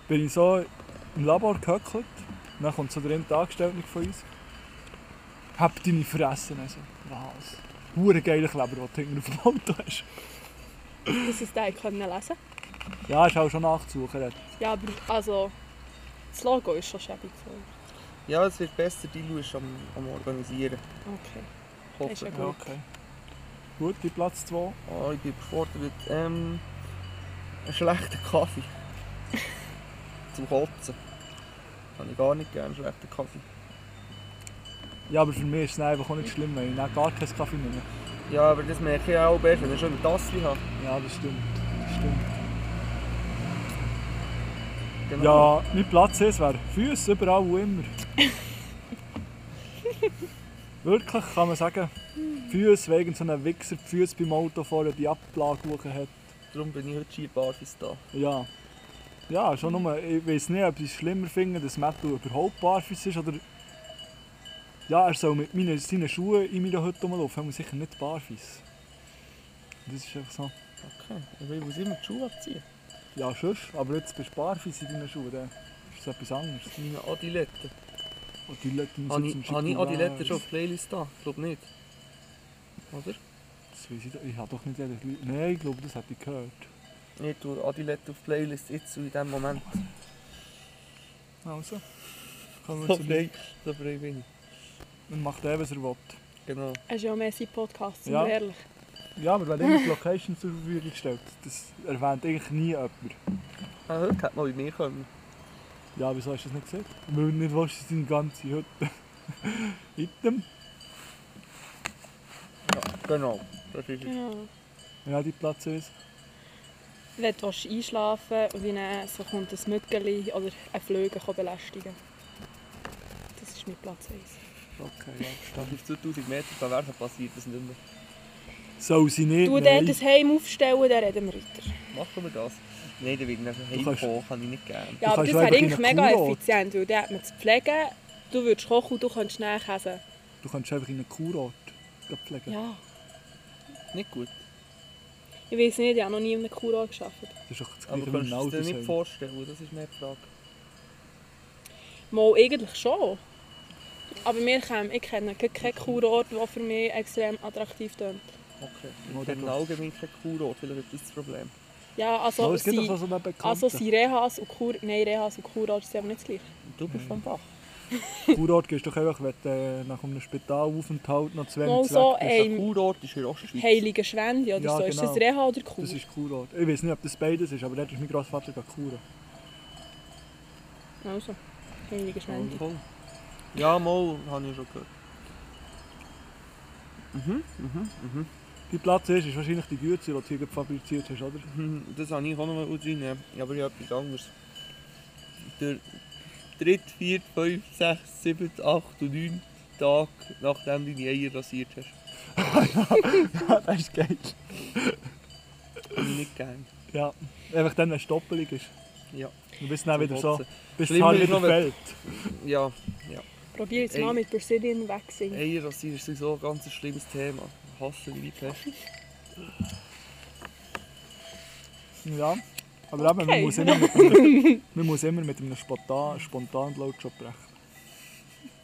[SPEAKER 5] bin ich so im Labor gehöckelt. Dann kommt so der eine Angestellte von uns. Hab deine Fresse. Also, was? Hure geiler Kleber, den du hinten auf dem Auto hast.
[SPEAKER 6] dass ich es lesen konnte.
[SPEAKER 5] Ja, ist auch schon nachzusuchen. Er hat
[SPEAKER 6] Ja, aber also, das Logo ist schon schäbig. geworden.
[SPEAKER 4] Ja, es wird besser, die schaust am, am Organisieren.
[SPEAKER 6] Okay, das ist ja
[SPEAKER 4] Hoffe.
[SPEAKER 5] Ja,
[SPEAKER 6] gut.
[SPEAKER 5] okay. Gut, die Platz 2.
[SPEAKER 4] Ah, ich bin gefordert. Ähm, einen schlechten Kaffee. Zum Kotzen. Habe ich gar nicht gerne, schlechten Kaffee.
[SPEAKER 5] Ja, aber für mich ist es dann einfach auch nicht schlimm, weil ich dann gar keinen Kaffee nehme.
[SPEAKER 4] Ja, aber das merke ich auch erst, wenn ich schon eine Tasse habe.
[SPEAKER 5] Ja, das stimmt. Das stimmt.
[SPEAKER 4] Genau.
[SPEAKER 5] Ja, mein Platz 1 wäre Füße überall wo immer. Wirklich kann man sagen, Füße wegen so einem Wichser, die Füße beim Auto vorne die Ablage hoch hat.
[SPEAKER 4] Darum bin ich heute schier barfuß da.
[SPEAKER 5] Ja. Ja, schon nur, ich weiß nicht, ob ich es schlimmer finde, dass Matthew überhaupt barfuß ist oder. Ja, er soll mit meinen, seinen Schuhen in meiner Hütte rumlaufen, aber sicher nicht barfuß. Das ist einfach so.
[SPEAKER 4] Okay, aber ich muss immer die Schuhe abziehen.
[SPEAKER 5] Ja, sonst, aber jetzt bist du barfuß in deinen Schuhen, dann ist das etwas anderes.
[SPEAKER 4] Meine Adilette.
[SPEAKER 5] Und die Leute die
[SPEAKER 4] Habe
[SPEAKER 5] sitzen im
[SPEAKER 4] ich, habe ich
[SPEAKER 5] Schickel-
[SPEAKER 4] Adilette schon auf der Playlist da? Ich glaube nicht. Oder?
[SPEAKER 5] Das weiss ich, doch- ich habe doch nicht jeder Nein, ich glaube, das hätte ich gehört.
[SPEAKER 4] Ich tue Adilette auf die Playlist jetzt und in diesem Moment.
[SPEAKER 5] Also, kommen wir
[SPEAKER 4] So
[SPEAKER 5] zu
[SPEAKER 4] frei, so frei bin ich.
[SPEAKER 5] Man macht eh, was er will.
[SPEAKER 4] Genau.
[SPEAKER 6] Es ist ja auch mehr sein Podcast, sind
[SPEAKER 5] Ja.
[SPEAKER 6] wir ehrlich.
[SPEAKER 5] Ja, aber wenn immer die Location zur Verfügung gestellt, das erwähnt eigentlich nie jemand.
[SPEAKER 4] Ah, heute hätte man bei mir kommen.
[SPEAKER 5] Ja, wieso hast du das nicht gesehen? Weil du nicht willst, dass deine ganze Hütte item.
[SPEAKER 4] Genau. Das ist es.
[SPEAKER 6] Ja.
[SPEAKER 5] Ja, die Platz ist.
[SPEAKER 6] Wenn du willst einschlafen und dann so kommt ein Mückeli oder ein Flöge kann belästigen Das ist mein Platz 1.
[SPEAKER 5] Okay, ja,
[SPEAKER 4] Das
[SPEAKER 5] verstanden.
[SPEAKER 4] ist 2000 Meter, da wäre passiert das nicht mehr.
[SPEAKER 5] Soll sie nicht?
[SPEAKER 6] Du
[SPEAKER 5] nein.
[SPEAKER 6] dort das Heim aufstellen, dann reden wir weiter.
[SPEAKER 4] Machen wir das? Nein, dann wird nachher
[SPEAKER 5] Du kannst-
[SPEAKER 4] heimkommen, kann ich nicht gerne.
[SPEAKER 6] Ja, aber
[SPEAKER 5] kannst
[SPEAKER 6] das
[SPEAKER 5] ja
[SPEAKER 6] wäre
[SPEAKER 5] einfach
[SPEAKER 6] eigentlich
[SPEAKER 5] in eine
[SPEAKER 6] mega
[SPEAKER 5] Kur-
[SPEAKER 6] effizient, weil dann hat man zu pflegen, du würdest kochen und du könntest schnell käsen.
[SPEAKER 5] Du kannst einfach in einen Kurort gehen pflegen.
[SPEAKER 6] Ja.
[SPEAKER 4] Nicht gut.
[SPEAKER 6] Ich weiß nicht, ich habe noch nie in einem Kurort gearbeitet.
[SPEAKER 5] Das ist doch das
[SPEAKER 4] Aber
[SPEAKER 5] gleiche
[SPEAKER 4] du
[SPEAKER 5] wie
[SPEAKER 4] kannst
[SPEAKER 5] ein
[SPEAKER 4] du es dir
[SPEAKER 5] Alter
[SPEAKER 4] nicht
[SPEAKER 5] sein.
[SPEAKER 4] vorstellen, das ist mehr die Frage.
[SPEAKER 6] Mal eigentlich schon. Aber mir käme, ich kenne gerade keinen Kurort, der für mich extrem attraktiv tönt.
[SPEAKER 4] Okay.
[SPEAKER 5] Mal
[SPEAKER 4] Ich
[SPEAKER 5] dann
[SPEAKER 4] habe allgemein keinen Kurort, vielleicht ist das das Problem.
[SPEAKER 6] Ja, also,
[SPEAKER 5] Aber es gibt
[SPEAKER 6] sie,
[SPEAKER 5] doch so einen bekannten
[SPEAKER 6] also sie Rehas und Kur... Nein, Rehas und Kurort sind aber nicht das gleiche.
[SPEAKER 4] Und du bist vom Bach.
[SPEAKER 5] Kurort gehst du doch einfach, wenn du äh, nach einem Spitalaufenthalt noch zwei
[SPEAKER 6] Mal
[SPEAKER 5] Monate
[SPEAKER 6] so
[SPEAKER 5] weg
[SPEAKER 4] Ein
[SPEAKER 6] ein
[SPEAKER 4] Kurort ist in der Ostschweiz.
[SPEAKER 6] heiliger Schwende oder
[SPEAKER 5] Ja,
[SPEAKER 6] so. Ist
[SPEAKER 5] genau.
[SPEAKER 6] das Reha oder
[SPEAKER 5] bist.
[SPEAKER 6] Kur?
[SPEAKER 5] Das ist Kurort. Ich weiß nicht, ob das beides ist, aber dort ist mein Großvater Kuren.
[SPEAKER 6] Also, heilige Schwende.
[SPEAKER 4] Toll. Ja, mal, habe ich schon gehört.
[SPEAKER 5] Die Platz ist, ist wahrscheinlich die Güte, die du hier gerade fabriziert hast, oder?
[SPEAKER 4] Hm, Das habe ich auch noch mal reinnehmen, aber ich habe etwas anderes. Der dritte, vierte, fünfte, sechste, siebte, achte und neunte Tag, nachdem du deine Eier rasiert hast.
[SPEAKER 5] das ist geil.
[SPEAKER 4] Habe ich nicht gern.
[SPEAKER 5] Ja, einfach dann, wenn es stoppelig ist.
[SPEAKER 4] Ja.
[SPEAKER 5] Du bist dann
[SPEAKER 4] Zum
[SPEAKER 5] wieder so,
[SPEAKER 4] Kotzen.
[SPEAKER 5] bis das
[SPEAKER 4] Schlimmer
[SPEAKER 5] Haar
[SPEAKER 4] ist
[SPEAKER 5] wieder
[SPEAKER 4] noch, wenn-
[SPEAKER 5] fällt.
[SPEAKER 4] Ja,
[SPEAKER 6] Probier jetzt mal
[SPEAKER 4] Ey.
[SPEAKER 6] mit Brazilian Waxing.
[SPEAKER 4] Eier rasieren ist sowieso ein ganz schlimmes Thema. Ich Hasse die Pest.
[SPEAKER 5] Ja, aber eben, man,
[SPEAKER 6] Okay.
[SPEAKER 5] muss immer mit einem, man muss immer mit einem spontan, spontan Lautschop brechen.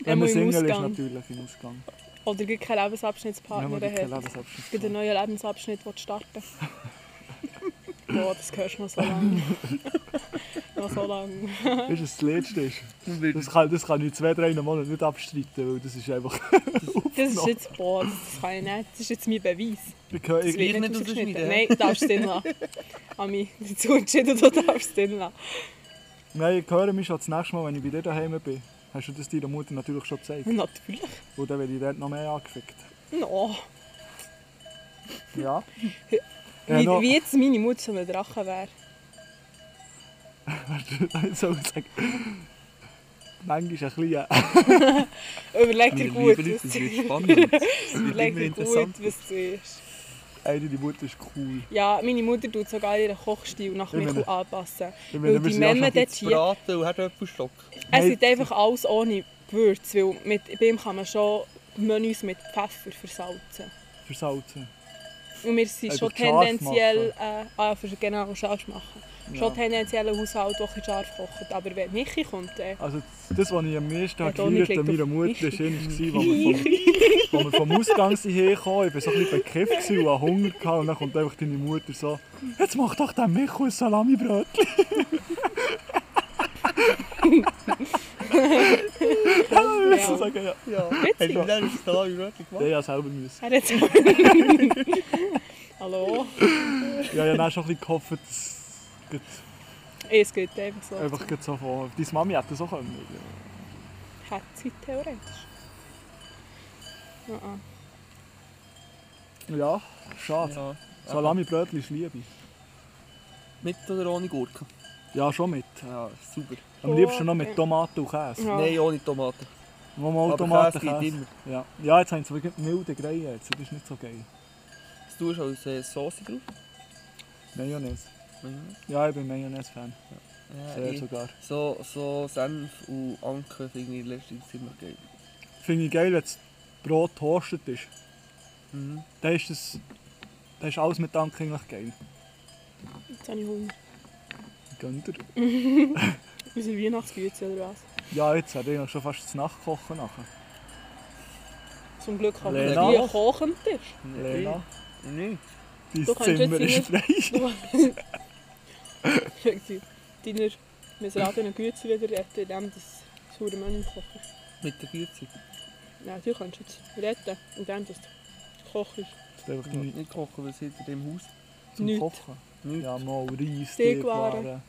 [SPEAKER 5] Wenn man
[SPEAKER 6] Einmal im
[SPEAKER 5] Single ist,
[SPEAKER 6] Ausgang.
[SPEAKER 5] natürlich im Ausgang.
[SPEAKER 6] Oder gibt keinen
[SPEAKER 5] Wenn man
[SPEAKER 6] Lebensabschnittspartner
[SPEAKER 5] die keinen
[SPEAKER 6] hat. Es gibt
[SPEAKER 5] Lebensabschnitt
[SPEAKER 6] einen neuen Lebensabschnitt, den du starten Boah, das hörst du noch so lange. noch so lange.
[SPEAKER 5] Ist es das Letzte? Ist.
[SPEAKER 4] Dann wird
[SPEAKER 5] Das kann, das kann ich in zwei, drei Monaten nicht abstreiten, weil das ist einfach...
[SPEAKER 6] Das ist jetzt, boah, das kann ich nicht. Das ist jetzt mein Beweis.
[SPEAKER 5] Ich höre-
[SPEAKER 6] Das
[SPEAKER 5] ich-
[SPEAKER 6] wird nicht
[SPEAKER 4] nicht
[SPEAKER 6] ausgeschnitten.
[SPEAKER 4] ausschneiden.
[SPEAKER 6] Nein, du darfst es drin lassen. Ami, dazu entschieden, du darfst es drin lassen.
[SPEAKER 5] Nein, ich höre mich schon das nächste Mal, wenn ich bei dir daheim bin. Hast du das deiner Mutter natürlich schon gezeigt?
[SPEAKER 6] Natürlich.
[SPEAKER 5] Und dann werde ich dort noch mehr angefickt.
[SPEAKER 6] No.
[SPEAKER 5] Ja? Ja,
[SPEAKER 6] Wie,
[SPEAKER 5] noch-
[SPEAKER 6] wie jetzt meine Mutter so ein Drache wäre.
[SPEAKER 5] ich soll sagen... Manchmal ein bisschen... äh,
[SPEAKER 6] Überleg dir gut,
[SPEAKER 4] Liebe Leute,
[SPEAKER 6] was
[SPEAKER 4] das
[SPEAKER 6] du
[SPEAKER 4] wird spannend. Das wird
[SPEAKER 6] überleg
[SPEAKER 4] immer
[SPEAKER 6] dir gut,
[SPEAKER 4] interessant.
[SPEAKER 6] was du isst.
[SPEAKER 5] Eine, die Mutter ist cool.
[SPEAKER 6] Ja, meine Mutter tut sogar ihren Kochstil nach
[SPEAKER 5] Ich
[SPEAKER 6] Michel
[SPEAKER 5] meine-
[SPEAKER 6] anpassen.
[SPEAKER 5] Ich
[SPEAKER 6] Weil
[SPEAKER 5] meine, wir
[SPEAKER 6] die
[SPEAKER 5] sind ja
[SPEAKER 6] Memme
[SPEAKER 5] schon...
[SPEAKER 6] dort
[SPEAKER 4] Jetzt
[SPEAKER 6] hier,
[SPEAKER 4] braten und Herdöpfelstock.
[SPEAKER 6] es
[SPEAKER 5] Nein.
[SPEAKER 6] ist einfach alles ohne Gewürze, weil mit, bei ihm kann man schon Menüs mit Pfeffer versalzen.
[SPEAKER 5] Versalzen.
[SPEAKER 6] Und wir sind
[SPEAKER 5] Einfach
[SPEAKER 6] schon
[SPEAKER 5] scharf
[SPEAKER 6] tendenziell, äh, ah, für, genau, scharf machen. Schon tendenziell ein Haushalt, der ein bisschen scharf kocht. Aber wenn Michi kommt, äh, dann...
[SPEAKER 5] Also das, was ich am meisten
[SPEAKER 6] Ja,
[SPEAKER 5] ja,
[SPEAKER 6] Toni
[SPEAKER 5] gefeiert habe
[SPEAKER 6] klickt
[SPEAKER 5] meiner
[SPEAKER 6] auf
[SPEAKER 5] Mutter, war, als wir vom Ausgang herkamen. Ich war so ein bisschen bekifft gewesen und hatte Hunger. gehabt. Und dann kommt einfach deine Mutter so, jetzt mach doch den Michu ein Salamibrötchen. Ich muss
[SPEAKER 6] Ja,
[SPEAKER 5] sagen, ja.
[SPEAKER 4] Ja,
[SPEAKER 6] witzig.
[SPEAKER 4] Und dann ist es da wie rötlich gemacht.
[SPEAKER 5] Ja, ja, selber müssen.
[SPEAKER 6] Er hat Hallo?
[SPEAKER 5] Ja, ja, dann schon ein bisschen gehofft, dass es geht-
[SPEAKER 6] Es geht einfach so.
[SPEAKER 5] einfach geht so von... Deine Mami hätte so können.
[SPEAKER 6] Hat sie theoretisch. Ah, ah.
[SPEAKER 5] Ja, schade.
[SPEAKER 4] Ja.
[SPEAKER 5] Salamibrötchen ist Liebe.
[SPEAKER 4] Mit oder ohne Gurke?
[SPEAKER 5] Ja, schon mit.
[SPEAKER 4] Ja, super.
[SPEAKER 5] Am liebsten noch mit Tomaten und Käse.
[SPEAKER 6] Ja.
[SPEAKER 4] Nein, ohne Tomaten.
[SPEAKER 5] Wo mal
[SPEAKER 4] Aber
[SPEAKER 5] Tomaten
[SPEAKER 4] Käse geht
[SPEAKER 5] Käse.
[SPEAKER 4] immer.
[SPEAKER 5] Ja. ja, jetzt haben sie wirklich milde Greie. jetzt. Das ist nicht so geil.
[SPEAKER 4] Das tust du als äh, Sauce drauf.
[SPEAKER 5] Mayonnaise.
[SPEAKER 4] Mhm.
[SPEAKER 5] Ja, ich bin Mayonnaise-Fan.
[SPEAKER 4] Ja,
[SPEAKER 5] Sehr
[SPEAKER 4] ich-
[SPEAKER 5] sogar.
[SPEAKER 4] so, so Senf und Anke finde ich in letzter Zeit immer geil.
[SPEAKER 5] Finde ich geil, wenn das Brot toastet ist.
[SPEAKER 6] Mhm.
[SPEAKER 5] Dann ist das... Dann ist alles mit Dank eigentlich geil.
[SPEAKER 6] Jetzt habe ich Hunger.
[SPEAKER 5] Gönnt ihr?
[SPEAKER 6] Unsere Weihnachtsgüte oder was?
[SPEAKER 5] Ja, jetzt hat ich schon fast das Nachtkochen nachher.
[SPEAKER 6] Zum Glück haben wir
[SPEAKER 5] Lena.
[SPEAKER 6] hier einen kochenden Tisch.
[SPEAKER 5] Lena,
[SPEAKER 4] Nein.
[SPEAKER 5] dein
[SPEAKER 6] Du kannst
[SPEAKER 5] Zimmer
[SPEAKER 6] jetzt
[SPEAKER 5] ist frei.
[SPEAKER 6] Schau, deiner miserablen Güte wieder retten, indem du das saure Menü kochst.
[SPEAKER 4] Mit der 40.
[SPEAKER 6] Nein, du kannst jetzt retten, indem du es kochst.
[SPEAKER 5] Das ist einfach
[SPEAKER 4] Ja.
[SPEAKER 5] nichts
[SPEAKER 4] Nicht kochen, weil es hinter dem Haus
[SPEAKER 5] zum
[SPEAKER 6] Nicht.
[SPEAKER 5] Kochen.
[SPEAKER 4] Nicht.
[SPEAKER 5] Ja, mal Reis,
[SPEAKER 6] Teigwaren.
[SPEAKER 5] Teigwaren.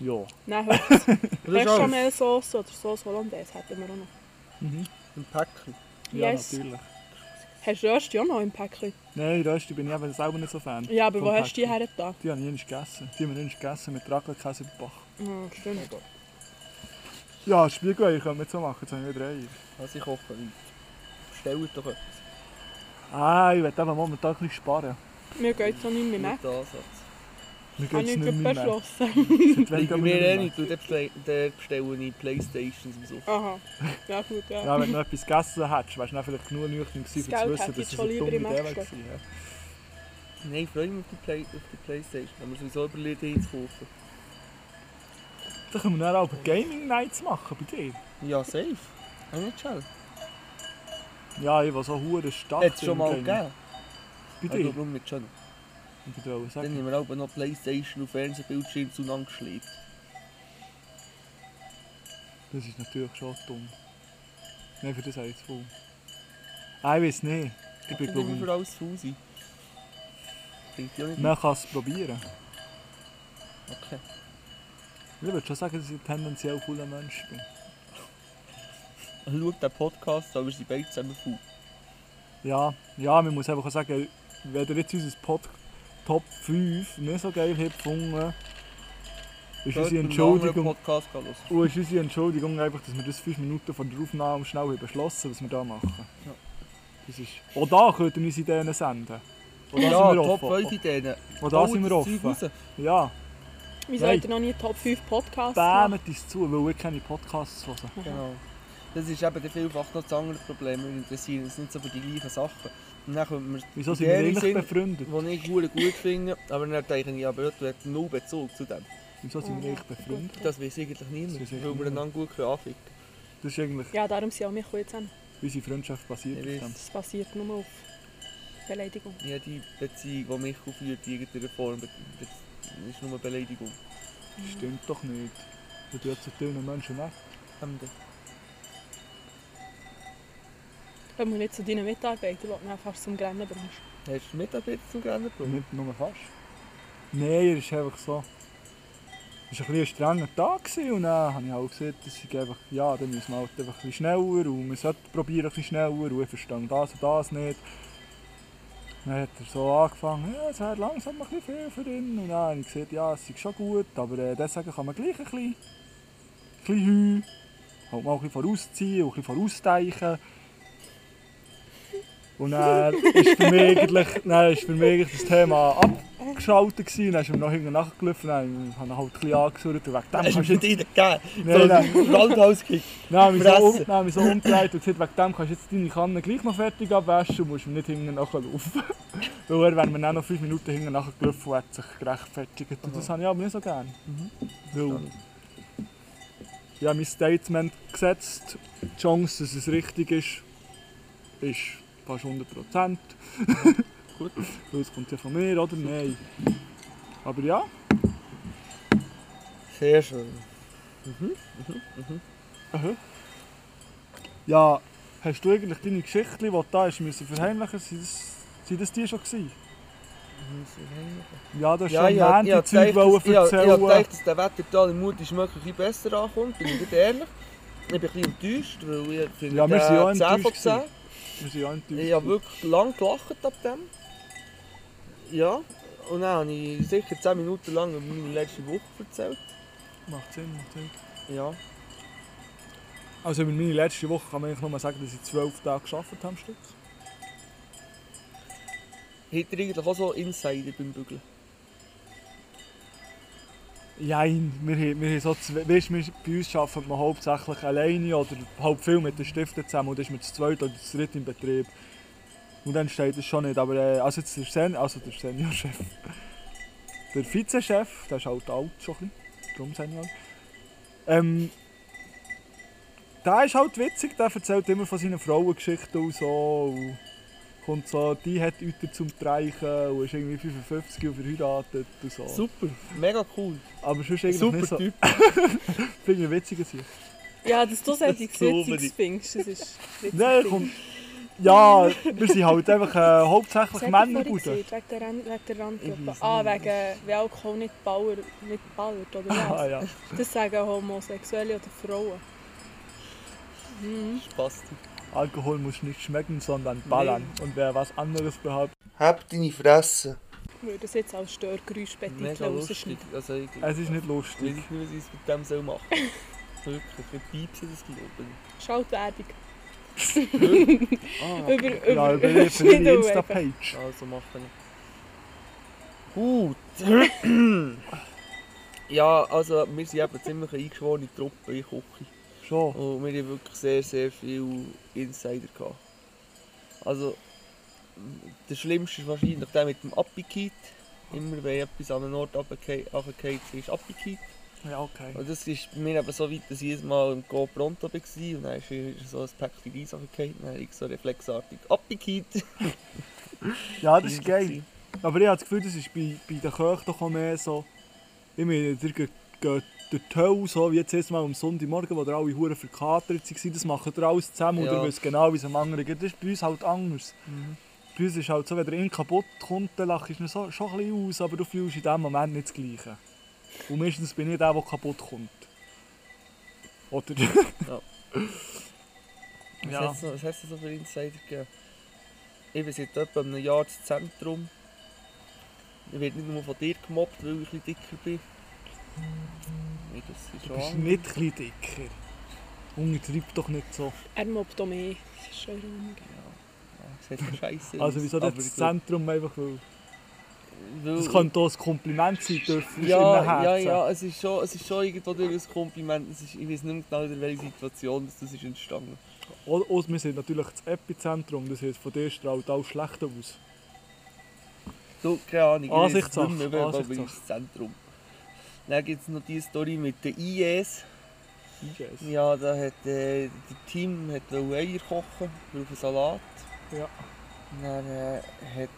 [SPEAKER 5] Ja.
[SPEAKER 6] Nein, hört's. Bechamel-Sauce oder Sauce Hollandaise hätten wir auch noch.
[SPEAKER 4] im Päckchen.
[SPEAKER 5] Ja,
[SPEAKER 6] Yes.
[SPEAKER 5] natürlich.
[SPEAKER 6] Hast du Rösti auch noch im Päckchen?
[SPEAKER 5] Nein, Rösti bin ich eben selber nicht so Fan.
[SPEAKER 6] Ja, aber
[SPEAKER 5] vom
[SPEAKER 6] wo hast du die
[SPEAKER 5] Päckchen.
[SPEAKER 6] her da?
[SPEAKER 5] Die habe ich nicht gegessen. Die haben wir nicht gegessen mit Raclette-Käse über Bach.
[SPEAKER 6] Ah, stimmt.
[SPEAKER 5] Ja, Spiegelei können wir jetzt so machen. Jetzt haben wir wieder Eier.
[SPEAKER 4] Also ich koche Leute. Bestellt doch etwas.
[SPEAKER 5] Ah, ich werde eben momentan ein bisschen sparen.
[SPEAKER 6] Mir geht es auch nicht mehr mehr.
[SPEAKER 4] Mit Ansatz.
[SPEAKER 5] Mir
[SPEAKER 6] Ich habe
[SPEAKER 5] geht es
[SPEAKER 6] Ah, nicht
[SPEAKER 5] nicht mehr. mehr.
[SPEAKER 6] beschlossen.
[SPEAKER 5] Seit wann
[SPEAKER 4] Ich bin
[SPEAKER 5] gehen
[SPEAKER 4] mir
[SPEAKER 5] wir
[SPEAKER 4] eh
[SPEAKER 5] nicht
[SPEAKER 4] nicht, weil dort bestell- dort bestelle ich Playstations und so.
[SPEAKER 6] Aha. Ja gut, ja.
[SPEAKER 5] mehr? Ja, wenn du noch etwas gegessen hättest, wärst du dann vielleicht genug nüchtern gewesen, um
[SPEAKER 6] Das
[SPEAKER 5] zu
[SPEAKER 6] Geld
[SPEAKER 5] wissen,
[SPEAKER 6] hätte
[SPEAKER 5] dass
[SPEAKER 6] ich
[SPEAKER 5] es
[SPEAKER 6] schon
[SPEAKER 5] eine dumme
[SPEAKER 6] lieber
[SPEAKER 5] Idee
[SPEAKER 6] im
[SPEAKER 5] war.
[SPEAKER 6] Match
[SPEAKER 4] Nein, ich freue mich auf die, Play auf die Playstation. Haben wir sowieso überlegt, die zu kaufen.
[SPEAKER 5] Dann können wir dann aber Gaming Nights machen bei dir.
[SPEAKER 4] Ja, safe. NHL.
[SPEAKER 5] Ja, ich war so hure stark.
[SPEAKER 4] Hat es schon
[SPEAKER 5] im
[SPEAKER 4] mal
[SPEAKER 5] Gaming.
[SPEAKER 4] gegeben.
[SPEAKER 5] Bei
[SPEAKER 4] Also,
[SPEAKER 5] dir?
[SPEAKER 4] warum nicht schon?
[SPEAKER 5] Ich wollte
[SPEAKER 4] Dann
[SPEAKER 5] sagen.
[SPEAKER 4] haben wir auch noch Playstation und Fernsehbildschirm zueinander geschleppt.
[SPEAKER 5] Das ist natürlich schon dumm. Nein, für das habe ich jetzt voll. Ah, ich weiß nicht. Ich bin
[SPEAKER 4] Ich bin
[SPEAKER 5] glaube
[SPEAKER 4] für alles zu Hause. Klingt ja
[SPEAKER 5] ich...
[SPEAKER 4] nicht.
[SPEAKER 5] Man kann es probieren.
[SPEAKER 4] Okay.
[SPEAKER 5] Ich würde schon sagen, dass ich tendenziell voller Mensch bin.
[SPEAKER 4] Also, Schau den Podcast, aber wir sind beide zusammen faul.
[SPEAKER 5] Ja, ja, man muss einfach auch sagen, wenn ihr jetzt unser Pod Top 5 nicht so geil habt gefunden, ist unsere
[SPEAKER 4] Dort beim anderen
[SPEAKER 5] Entschuldigung,
[SPEAKER 4] Podcast gehen hören.
[SPEAKER 5] und ist unsere Entschuldigung einfach, dass wir das 5 Minuten vor der Aufnahme schnell haben beschlossen, was wir da machen.
[SPEAKER 4] Ja.
[SPEAKER 5] Das ist, auch da könnt ihr uns Ideen senden. Oder
[SPEAKER 4] Ja,
[SPEAKER 5] sind wir
[SPEAKER 4] Top
[SPEAKER 5] offen.
[SPEAKER 4] 5 Ideen.
[SPEAKER 5] Und da
[SPEAKER 4] Hau
[SPEAKER 5] sind wir
[SPEAKER 4] das Zeug
[SPEAKER 5] offen.
[SPEAKER 4] raus.
[SPEAKER 5] Ja,
[SPEAKER 6] Wieso
[SPEAKER 5] Nein.
[SPEAKER 6] hat er noch nie Top 5 Podcasts gemacht?
[SPEAKER 5] bämet uns zu, weil wir keine Podcasts hören.
[SPEAKER 4] Genau. Das ist eben dann vielfach noch das andere Problem. Wir interessieren uns nicht so für die gleichen Sachen. Und dann können wir
[SPEAKER 5] Wieso sind wir
[SPEAKER 4] Ideen
[SPEAKER 5] eigentlich
[SPEAKER 4] sind,
[SPEAKER 5] befreundet?
[SPEAKER 4] die ich gut, gut finde, aber dann denke ich, aber du hast null Bezug zu dem.
[SPEAKER 5] Wieso sind wir eigentlich befreundet?
[SPEAKER 4] Das weiß eigentlich niemand,
[SPEAKER 5] Das weiss
[SPEAKER 4] weil wir
[SPEAKER 5] niemand.
[SPEAKER 4] einander gut anficken
[SPEAKER 5] Das ist eigentlich
[SPEAKER 6] Ja, darum sind auch wir jetzt zusammen.
[SPEAKER 5] unsere Freundschaft basiert
[SPEAKER 4] Ich
[SPEAKER 5] auf dem.
[SPEAKER 6] Das passiert nur auf
[SPEAKER 4] können.
[SPEAKER 6] Beleidigung.
[SPEAKER 4] Jede Beziehung, die mich aufführt, in irgendeiner Form, be- be- ist nur eine Beleidigung.
[SPEAKER 5] Stimmt doch nicht. Du tust zu vielen Menschen nicht.
[SPEAKER 4] Ende.
[SPEAKER 6] Wenn man nicht zu deinen Mitarbeitern will, dann fast zum Grennen bringst.
[SPEAKER 4] Hast du Mitarbeiter zum Rennen gebracht?
[SPEAKER 5] Nicht nur fast. Nein, es ist einfach so. Es war ein, bisschen ein strenger Tag gewesen und dann habe ich auch gesagt, dass ich einfach, ja, dann müssen wir halt einfach ein bisschen schneller und man sollte probieren ein bisschen schneller und ich verstehe das und das nicht. Dann hat er so angefangen, ja, es wäre langsam ein bisschen viel für ihn und dann habe ich gesagt, ja, es ist schon gut, aber äh, deswegen kann man gleich ein bisschen, ein bisschen heu, halt mal ein bisschen vorausziehen und ein bisschen vorausdeichen. Und dann ist für mich eigentlich, dann ist für mich eigentlich das Thema abgeschaltet gewesen. Dann ist mir noch hinten nachgelaufen. Dann habe ich halt ein bisschen angesurrt. Und wegen dem kannst du
[SPEAKER 4] nicht reingegeben.
[SPEAKER 5] Nein, nein.
[SPEAKER 4] Randhauskick.
[SPEAKER 5] Dann habe ich mich so, um,
[SPEAKER 4] fressen.
[SPEAKER 5] dann habe ich mich so umgedreht und gesagt, wegen dem kannst du jetzt deine Kanne gleich noch fertig abwaschen und musst mir nicht hinten nachlaufen. Weil er, wenn man dann noch fünf Minuten hinten nachgelaufen hat, sich gerechtfertigt. Und das habe ich aber nicht so gerne. Weil ich habe mein Statement gesetzt. Die Chance, dass es richtig ist, ist fast 100 Prozent.
[SPEAKER 4] Gut.
[SPEAKER 5] Weil es kommt ja von mir, oder? Nein. Aber ja,
[SPEAKER 4] Sehr schön.
[SPEAKER 5] ja, hast du eigentlich deine Geschichte, die du da hast, müssen verheimlichen müssen? Sind das die schon gewesen? Ja, du hast schon
[SPEAKER 4] hab-
[SPEAKER 5] ja,
[SPEAKER 4] hab
[SPEAKER 5] die Zeug
[SPEAKER 4] gedacht, dass- ich, hab- ich
[SPEAKER 5] erzählen
[SPEAKER 4] hab gedacht, dass der Wettertal im Mut ist möglich ein bisschen besser ankommt, bin ich nicht ehrlich. Ich bin ein bisschen enttäuscht, weil ich finde
[SPEAKER 5] Ja, wir
[SPEAKER 4] den
[SPEAKER 5] sind auch
[SPEAKER 4] 10 von
[SPEAKER 5] enttäuscht
[SPEAKER 4] 10.
[SPEAKER 5] Wir sind ja enttäuscht.
[SPEAKER 4] Ich habe wirklich lang gelacht ab dem. Ja, und dann habe ich sicher 10 Minuten lang meine letzte Woche erzählt.
[SPEAKER 5] Macht Sinn, macht Sinn.
[SPEAKER 4] Ja,
[SPEAKER 5] Also über meine letzte Woche kann man eigentlich nur sagen, dass ich zwölf Tage gearbeitet habe am Stück.
[SPEAKER 4] hat er eigentlich auch so Insider beim Bügeln.
[SPEAKER 5] Nein, wir, haben- wir haben so zwei, weißt, wir, bei uns arbeitet man hauptsächlich alleine oder halb viel mit den Stiften zusammen und dann ist man zu zweit oder zu dritt im Betrieb. Und dann steht das schon nicht, aber äh, also jetzt der, Sen also der Seniorchef, der Vizechef, der ist halt alt schon ein bisschen, darum Senior. Ähm, der ist halt witzig, der erzählt immer von seinen Frauengeschichten und so. Und kommt so, die hat Euter zum Treichen und ist irgendwie 55 und verheiratet und so.
[SPEAKER 4] Super, mega cool.
[SPEAKER 5] Aber sonst eigentlich
[SPEAKER 4] Super
[SPEAKER 5] nicht so.
[SPEAKER 4] Typ.
[SPEAKER 5] Finde ich witziger sich.
[SPEAKER 6] Ja, dass du solche
[SPEAKER 4] Das glaube
[SPEAKER 6] Witziges
[SPEAKER 4] ich.
[SPEAKER 6] findest, das ist witzig.
[SPEAKER 5] Nein, komm. Ja, wir sind halt einfach äh, hauptsächlich Männerbude.
[SPEAKER 6] Wegen der, Ren- wegen der Randgruppe. Ah, wegen wie Alkohol nicht Bauer, nicht ballert, oder
[SPEAKER 5] Ah,
[SPEAKER 6] was?
[SPEAKER 5] ja.
[SPEAKER 6] Das sagen Homosexuelle oder Frauen.
[SPEAKER 4] Spaß.
[SPEAKER 5] Alkohol muss nicht schmecken, sondern ballern. Und wer was anderes behauptet,
[SPEAKER 7] Hab deine Fresse.
[SPEAKER 6] Ich würde das jetzt als Störgeräusch
[SPEAKER 4] Mega
[SPEAKER 6] betiteln
[SPEAKER 4] lustig.
[SPEAKER 6] rausschneiden.
[SPEAKER 4] Also, ich,
[SPEAKER 5] es ist nicht
[SPEAKER 4] Ich weiß
[SPEAKER 5] lustig.
[SPEAKER 4] nicht, was ich mit dem soll machen soll. Wirklich, ich piepse das glaube
[SPEAKER 6] Schaltwerbung.
[SPEAKER 4] Ah.
[SPEAKER 6] über, über,
[SPEAKER 5] Ja, über
[SPEAKER 6] über
[SPEAKER 5] für Genau, die
[SPEAKER 6] Schneidung einfach.
[SPEAKER 5] Insta-Page.
[SPEAKER 4] Also machen. Gut. ja, also wir sind eben ziemlich eine eingeschworene Truppe in der Küche.
[SPEAKER 5] Schon.
[SPEAKER 4] Und wir haben wirklich sehr, sehr viel Insider gehabt. Also, der schlimmste ist wahrscheinlich der mit dem Abbikeit. Immer wenn etwas an einem Ort runtergefallen ist, ist Abbikeit.
[SPEAKER 5] Ja, okay.
[SPEAKER 4] Und das ist bei mir eben so weit, dass ich jedes Mal im Go Pronto war und dann ist ist so ein Päckchen Reis runtergefallen. Dann habe ich so reflexartig Abbikeit.
[SPEAKER 5] Ja, das ist geil. Aber ich habe das Gefühl, das ist bei, bei den Köchen doch auch mehr so. Ich meine, ihr geht geht durch die Hölle, so wie jetzt erstmal am Sonntagmorgen, wo ihr alle Huren verkatert waren. Das machen ihr alles zusammen und
[SPEAKER 4] Ja.
[SPEAKER 5] ihr wisst genau, wie es am anderen geht. Das ist bei uns halt anders. Bei uns ist halt so, wenn der in kaputt kommt, dann lachst du ihn so, schon ein bisschen aus, aber du fühlst in dem Moment nicht das Gleiche. Und meistens bin ich der, der kaputt kommt. Oder?
[SPEAKER 4] Was,
[SPEAKER 5] Ja.
[SPEAKER 4] hast du, was hast du so für Insider gegeben? Ich bin seit etwa einem Jahr das Zentrum. Ich werde nicht nur von dir gemobbt, weil ich ein bisschen dicker bin. Nein, das ist
[SPEAKER 5] Du bist
[SPEAKER 4] schon.
[SPEAKER 5] nicht ein bisschen dicker. Untertreib doch nicht so.
[SPEAKER 6] Er mobbt auch mich. Das ist schon ironisch.
[SPEAKER 4] Das hat scheiße.
[SPEAKER 5] Also wieso das Zentrum einfach, weil... Das könnte auch ein Kompliment sein dürfen. in
[SPEAKER 4] ja,
[SPEAKER 5] einem
[SPEAKER 4] ja,
[SPEAKER 5] Herzen.
[SPEAKER 4] ja, es ist schon, es ist schon irgendwo durch ein Kompliment. Es ist, ich weiß nicht mehr genau, in welcher Situation das das ist entstanden
[SPEAKER 5] Und und wir sind natürlich das Epizentrum, das heißt, von dir strahlt alles schlecht aus.
[SPEAKER 4] Du, keine Ahnung, ich weiss
[SPEAKER 5] Ansichtssache,
[SPEAKER 4] nicht mehr, aber
[SPEAKER 5] Ansichtssache.
[SPEAKER 4] ins Zentrum. Dann gibt es noch die Story mit den IEs.
[SPEAKER 5] Yes.
[SPEAKER 4] Ja, da hat äh, der Team hat wollte Eier kochen für einen Salat.
[SPEAKER 5] Ja.
[SPEAKER 4] Dann äh, hat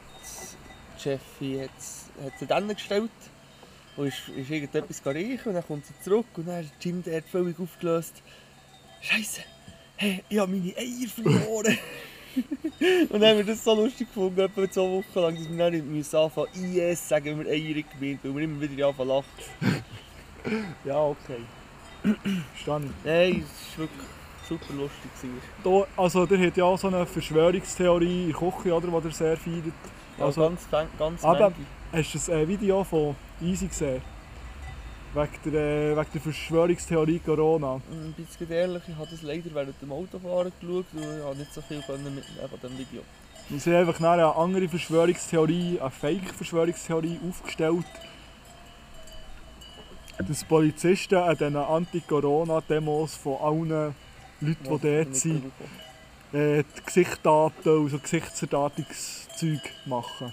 [SPEAKER 4] Jeffy hat's, hat sie dann gestellt und ist, ist irgendetwas reichen und dann kommt sie zurück und dann ist Jim der hat völlig aufgelöst. Scheiße, hey, ich habe meine Eier verloren. und dann haben wir das so lustig gefunden, etwa zwei Wochen lang, dass wir dann nicht müssen anfangen müssen, IS sagen, wenn wir Eier gemeint, weil wir immer wieder anfangen zu lachen.
[SPEAKER 5] Ja, okay. Verstehe ich.
[SPEAKER 4] Nein, es war wirklich super lustig. gewesen.
[SPEAKER 5] Da, also, der hat ja auch so eine Verschwörungstheorie in der Küche, oder, die er sehr feiert.
[SPEAKER 4] Ja,
[SPEAKER 5] Also-
[SPEAKER 4] ganz, ganz, ganz
[SPEAKER 5] Aber-
[SPEAKER 4] manche.
[SPEAKER 5] Hast du das äh, Video von Easy gesehen? Wegen der, äh, wegen der Verschwörungstheorie Corona.
[SPEAKER 4] Ein bisschen ehrlich, ich habe das leider während dem Autofahren geschaut und ich habe nicht so viel können mitnehmen von diesem Video.
[SPEAKER 5] Und sie haben einfach nachher eine andere Verschwörungstheorie, eine Fake-Verschwörungstheorie aufgestellt, dass Polizisten an diesen Anti-Corona-Demos von allen Leuten, die dort sind, äh, die Gesichtsdaten und so Gesichtserdatungszeug machen.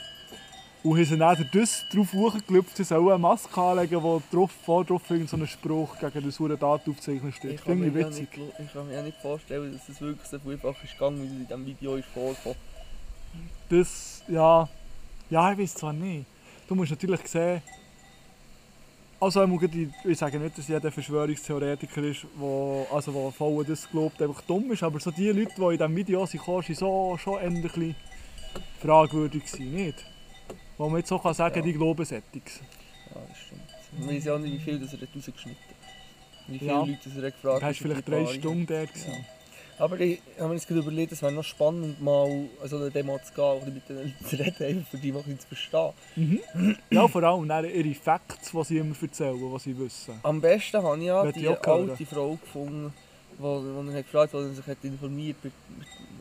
[SPEAKER 5] Und haben sie dann durch das darauf hochgeklopft, sie sollen eine Maske anlegen, wo drauf, vor drauf irgend so einen Spruch gegen das hure Datenaufzeichnen steht.
[SPEAKER 4] Ich kann,
[SPEAKER 5] Finde ich
[SPEAKER 4] mir ja
[SPEAKER 5] witzig.
[SPEAKER 4] nicht, gl- ich kann mir ja nicht vorstellen, dass es wirklich so einfach ist gegangen, wie es in diesem Video ist vorgekommen.
[SPEAKER 5] Das, ja. Ja, ich weiß zwar nicht. Du musst natürlich sehen. Also, ich, muss gerade- ich sage nicht, dass jeder Verschwörungstheoretiker ist, der also, wo voll an das glaubt, einfach dumm ist. Aber so die Leute, die in diesem Video sind, kamen, sind so, schon eher ein bisschen fragwürdig gewesen, nicht? Wo man jetzt so kann sagen
[SPEAKER 4] Ja.
[SPEAKER 5] die glauben Settings.
[SPEAKER 4] Ja, das stimmt. Ich weiß ja auch nicht, wie viel das er hat rausgeschnitten hat. Wie viele
[SPEAKER 5] Ja.
[SPEAKER 4] Leute das er hat
[SPEAKER 5] Du
[SPEAKER 4] gefragt
[SPEAKER 5] hast
[SPEAKER 4] ob die
[SPEAKER 5] vielleicht drei
[SPEAKER 4] Paare-
[SPEAKER 5] Stunden dort. gewesen.
[SPEAKER 4] Aber ich habe mir jetzt gerade überlegt, es wäre noch spannend, mal an so eine Demo zu gehen oder mit den Leuten zu reden, einfach für die Woche zu verstehen.
[SPEAKER 5] Ja, vor allem dann ihre Facts, die sie immer erzählen, was sie wissen.
[SPEAKER 4] Am besten habe ich ja
[SPEAKER 5] Möchte
[SPEAKER 4] die
[SPEAKER 5] ich auch hören.
[SPEAKER 4] alte Frau gefunden, die er hat gefragt hat, die sich hat informiert bei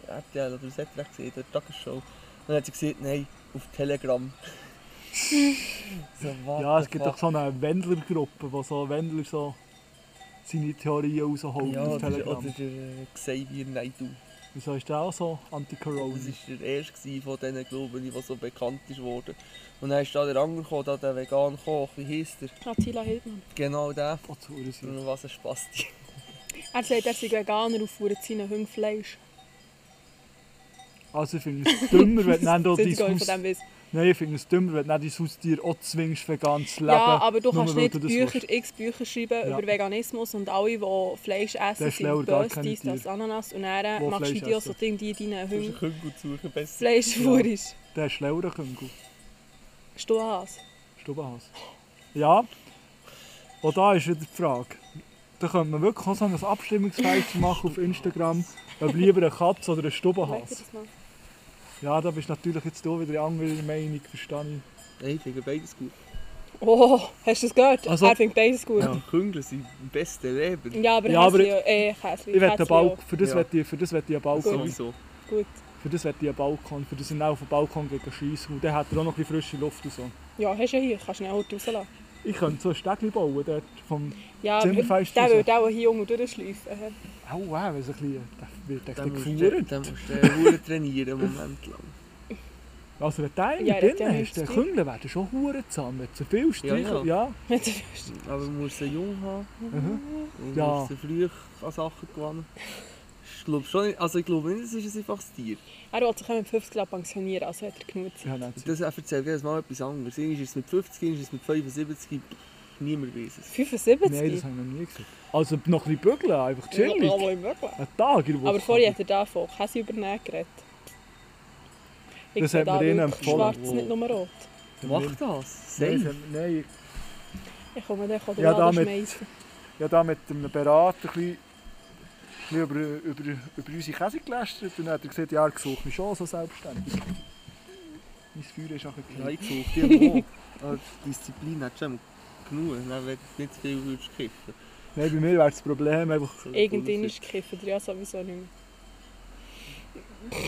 [SPEAKER 4] bei RTL oder was hat er gesehen, der Tagesshow. Und dann hat sie gesagt, nein, auf Telegram. so, what
[SPEAKER 5] Ja,
[SPEAKER 4] the
[SPEAKER 5] es gibt
[SPEAKER 4] fuck.
[SPEAKER 5] doch so eine Wendler-Gruppe, wo so Wendler so seine Theorien rausholt
[SPEAKER 4] ja,
[SPEAKER 5] auf
[SPEAKER 4] oder,
[SPEAKER 5] Telegram.
[SPEAKER 4] oder der äh, Xavier Naidoo.
[SPEAKER 5] Wieso ist der auch so anti-Corona?
[SPEAKER 4] Das war der erste gewesen von diesen, glaube ich, der so bekannt ist worden. Und dann ist da der andere gekommen, da der vegan Koch, wie heisst der?
[SPEAKER 6] Attila Hildmann.
[SPEAKER 4] Genau der.
[SPEAKER 5] Oh, zu Uhr sein.
[SPEAKER 4] Und was ein Spasti.
[SPEAKER 6] Er sagt, er sei Veganer und fuhrt seinen Hunden Fleisch.
[SPEAKER 5] Also ich finde es dümmer, wenn dann da
[SPEAKER 6] Das
[SPEAKER 5] dein
[SPEAKER 6] ist gar nicht von
[SPEAKER 5] Haus...
[SPEAKER 6] dem weiss.
[SPEAKER 5] Nein, ich finde es dümmer, wenn dann dein Haustier auch zwingst, vegan zu leben.
[SPEAKER 6] Ja, aber du
[SPEAKER 5] nur
[SPEAKER 6] kannst
[SPEAKER 5] weil
[SPEAKER 6] nicht
[SPEAKER 5] das willst.
[SPEAKER 6] Bücher, x Bücher schreiben
[SPEAKER 5] Ja.
[SPEAKER 6] über Veganismus und alle, die Fleisch essen,
[SPEAKER 5] ist schlauer,
[SPEAKER 6] sind
[SPEAKER 5] gar
[SPEAKER 6] böse,
[SPEAKER 5] keine
[SPEAKER 6] dies, das,
[SPEAKER 5] Tiere.
[SPEAKER 6] Ananas. Und dann
[SPEAKER 5] Wo
[SPEAKER 6] machst du
[SPEAKER 5] Fleisch
[SPEAKER 6] Videos,
[SPEAKER 5] essen.
[SPEAKER 6] wo du irgendwie deinen
[SPEAKER 4] Du musst einen
[SPEAKER 6] Hunden
[SPEAKER 4] Küngel suchen, besser.
[SPEAKER 6] Fleisch fuhrst.
[SPEAKER 5] Der ist Schlaurenküngel.
[SPEAKER 6] Hast du Hass?
[SPEAKER 5] Stubenhaus. Ja. Und da ist wieder die Frage. Da könnte man wirklich auch so ein Abstimmungsfenster machen auf Instagram. Ob lieber eine Katze oder ein
[SPEAKER 6] Merkt ihr
[SPEAKER 5] Stubenhaus.
[SPEAKER 6] das mal?
[SPEAKER 5] Ja, da bist natürlich jetzt du wieder anderer Meinung, verstehe ich.
[SPEAKER 4] Nein, ich finde beides gut.
[SPEAKER 6] Oh, hast du das gehört?
[SPEAKER 5] Also-
[SPEAKER 6] er findet beides gut.
[SPEAKER 4] Die Küngel sind im besten Leben.
[SPEAKER 6] Ja, aber,
[SPEAKER 5] Ja, aber
[SPEAKER 6] Häsli, äh, Häsli,
[SPEAKER 5] Ich werde
[SPEAKER 6] Kätzli
[SPEAKER 5] einen Balkon,
[SPEAKER 6] auch.
[SPEAKER 5] für das
[SPEAKER 4] Ja.
[SPEAKER 5] werde ich, für das werde ich einen Balkon.
[SPEAKER 4] Sowieso.
[SPEAKER 6] Gut.
[SPEAKER 5] Für das werde ich einen Balkon, für das ich auf den Balkon gegen schiessen und dann hat er auch noch ein bisschen frische Luft und so.
[SPEAKER 6] Ja, hast du ja hier, kannst du ihn auch rauslassen.
[SPEAKER 5] Ich könnte so ein Stegli bauen dort vom...
[SPEAKER 6] Ja, aber
[SPEAKER 5] Zimmer feist
[SPEAKER 6] der
[SPEAKER 5] raus.
[SPEAKER 6] würde auch hier unten durchschleifen.
[SPEAKER 5] Au, Oh, wow, wenn es ein bisschen... Der wird echt
[SPEAKER 4] Dann musst
[SPEAKER 5] gefuhren.
[SPEAKER 4] du dann musst du äh, verdammt trainieren, einen Moment lang.
[SPEAKER 5] Also wenn der
[SPEAKER 6] Ja,
[SPEAKER 5] ja,
[SPEAKER 6] er
[SPEAKER 5] drin
[SPEAKER 6] hat ja
[SPEAKER 5] hast,
[SPEAKER 6] nichts
[SPEAKER 5] dann
[SPEAKER 6] zu tun.
[SPEAKER 5] Küngel werden schon hure zusammen. Wenn du viel Strich...
[SPEAKER 4] ja.
[SPEAKER 5] Ja, ja.
[SPEAKER 6] Wenn du willst.
[SPEAKER 4] Aber man muss sie jung haben und
[SPEAKER 5] Mhm. Ja.
[SPEAKER 4] ja. muss sie früh an Sachen gewöhnen. Ich glaube schon nicht, also ich glaube nicht, das ist ein einfaches Tier.
[SPEAKER 6] Er will sich auch mit 50 Jahren pensionieren, also hat er genug Zeit.
[SPEAKER 5] Ja, nein, das-
[SPEAKER 4] Das erzählt jedes Mal etwas anderes. Einmal ist es mit 50, einmal ist es mit 75, niemand weiß es.
[SPEAKER 6] 75?
[SPEAKER 5] Nein, das habe ich noch nie gesehen. Also noch ein bisschen bügeln, einfach chillig.
[SPEAKER 6] Ja, aber wirklich.
[SPEAKER 5] Ein Tag in der Woche.
[SPEAKER 6] Aber vorher hat er da von Käse übernehmen geredet. Ich
[SPEAKER 5] Das
[SPEAKER 6] sehe
[SPEAKER 5] hat
[SPEAKER 6] da
[SPEAKER 5] mir ihnen
[SPEAKER 6] wirklich
[SPEAKER 5] empfohlen.
[SPEAKER 6] Schwarz, nicht nur rot.
[SPEAKER 4] Mach das!
[SPEAKER 5] Nein,
[SPEAKER 4] Safe!
[SPEAKER 5] nein,
[SPEAKER 6] Ich komme dann kann den
[SPEAKER 5] Ja,
[SPEAKER 6] Laden
[SPEAKER 5] damit-
[SPEAKER 6] schmeißen.
[SPEAKER 5] ich habe da mit einem Berater ein bisschen, ein bisschen über, über, über unsere Käse gelästert und dann hat er gesagt, ja, er sucht mich schon so selbstständig. Mein Feuer ist auch ein bisschen
[SPEAKER 4] Ja, ich suche dir auch. Aber die Disziplin hat schon genug, dann wird nicht zu viel würdest kiffen.
[SPEAKER 5] Nein, bei mir wäre das Problem einfach...
[SPEAKER 6] Irgendwann ist gekifft, ja sowieso nicht mehr.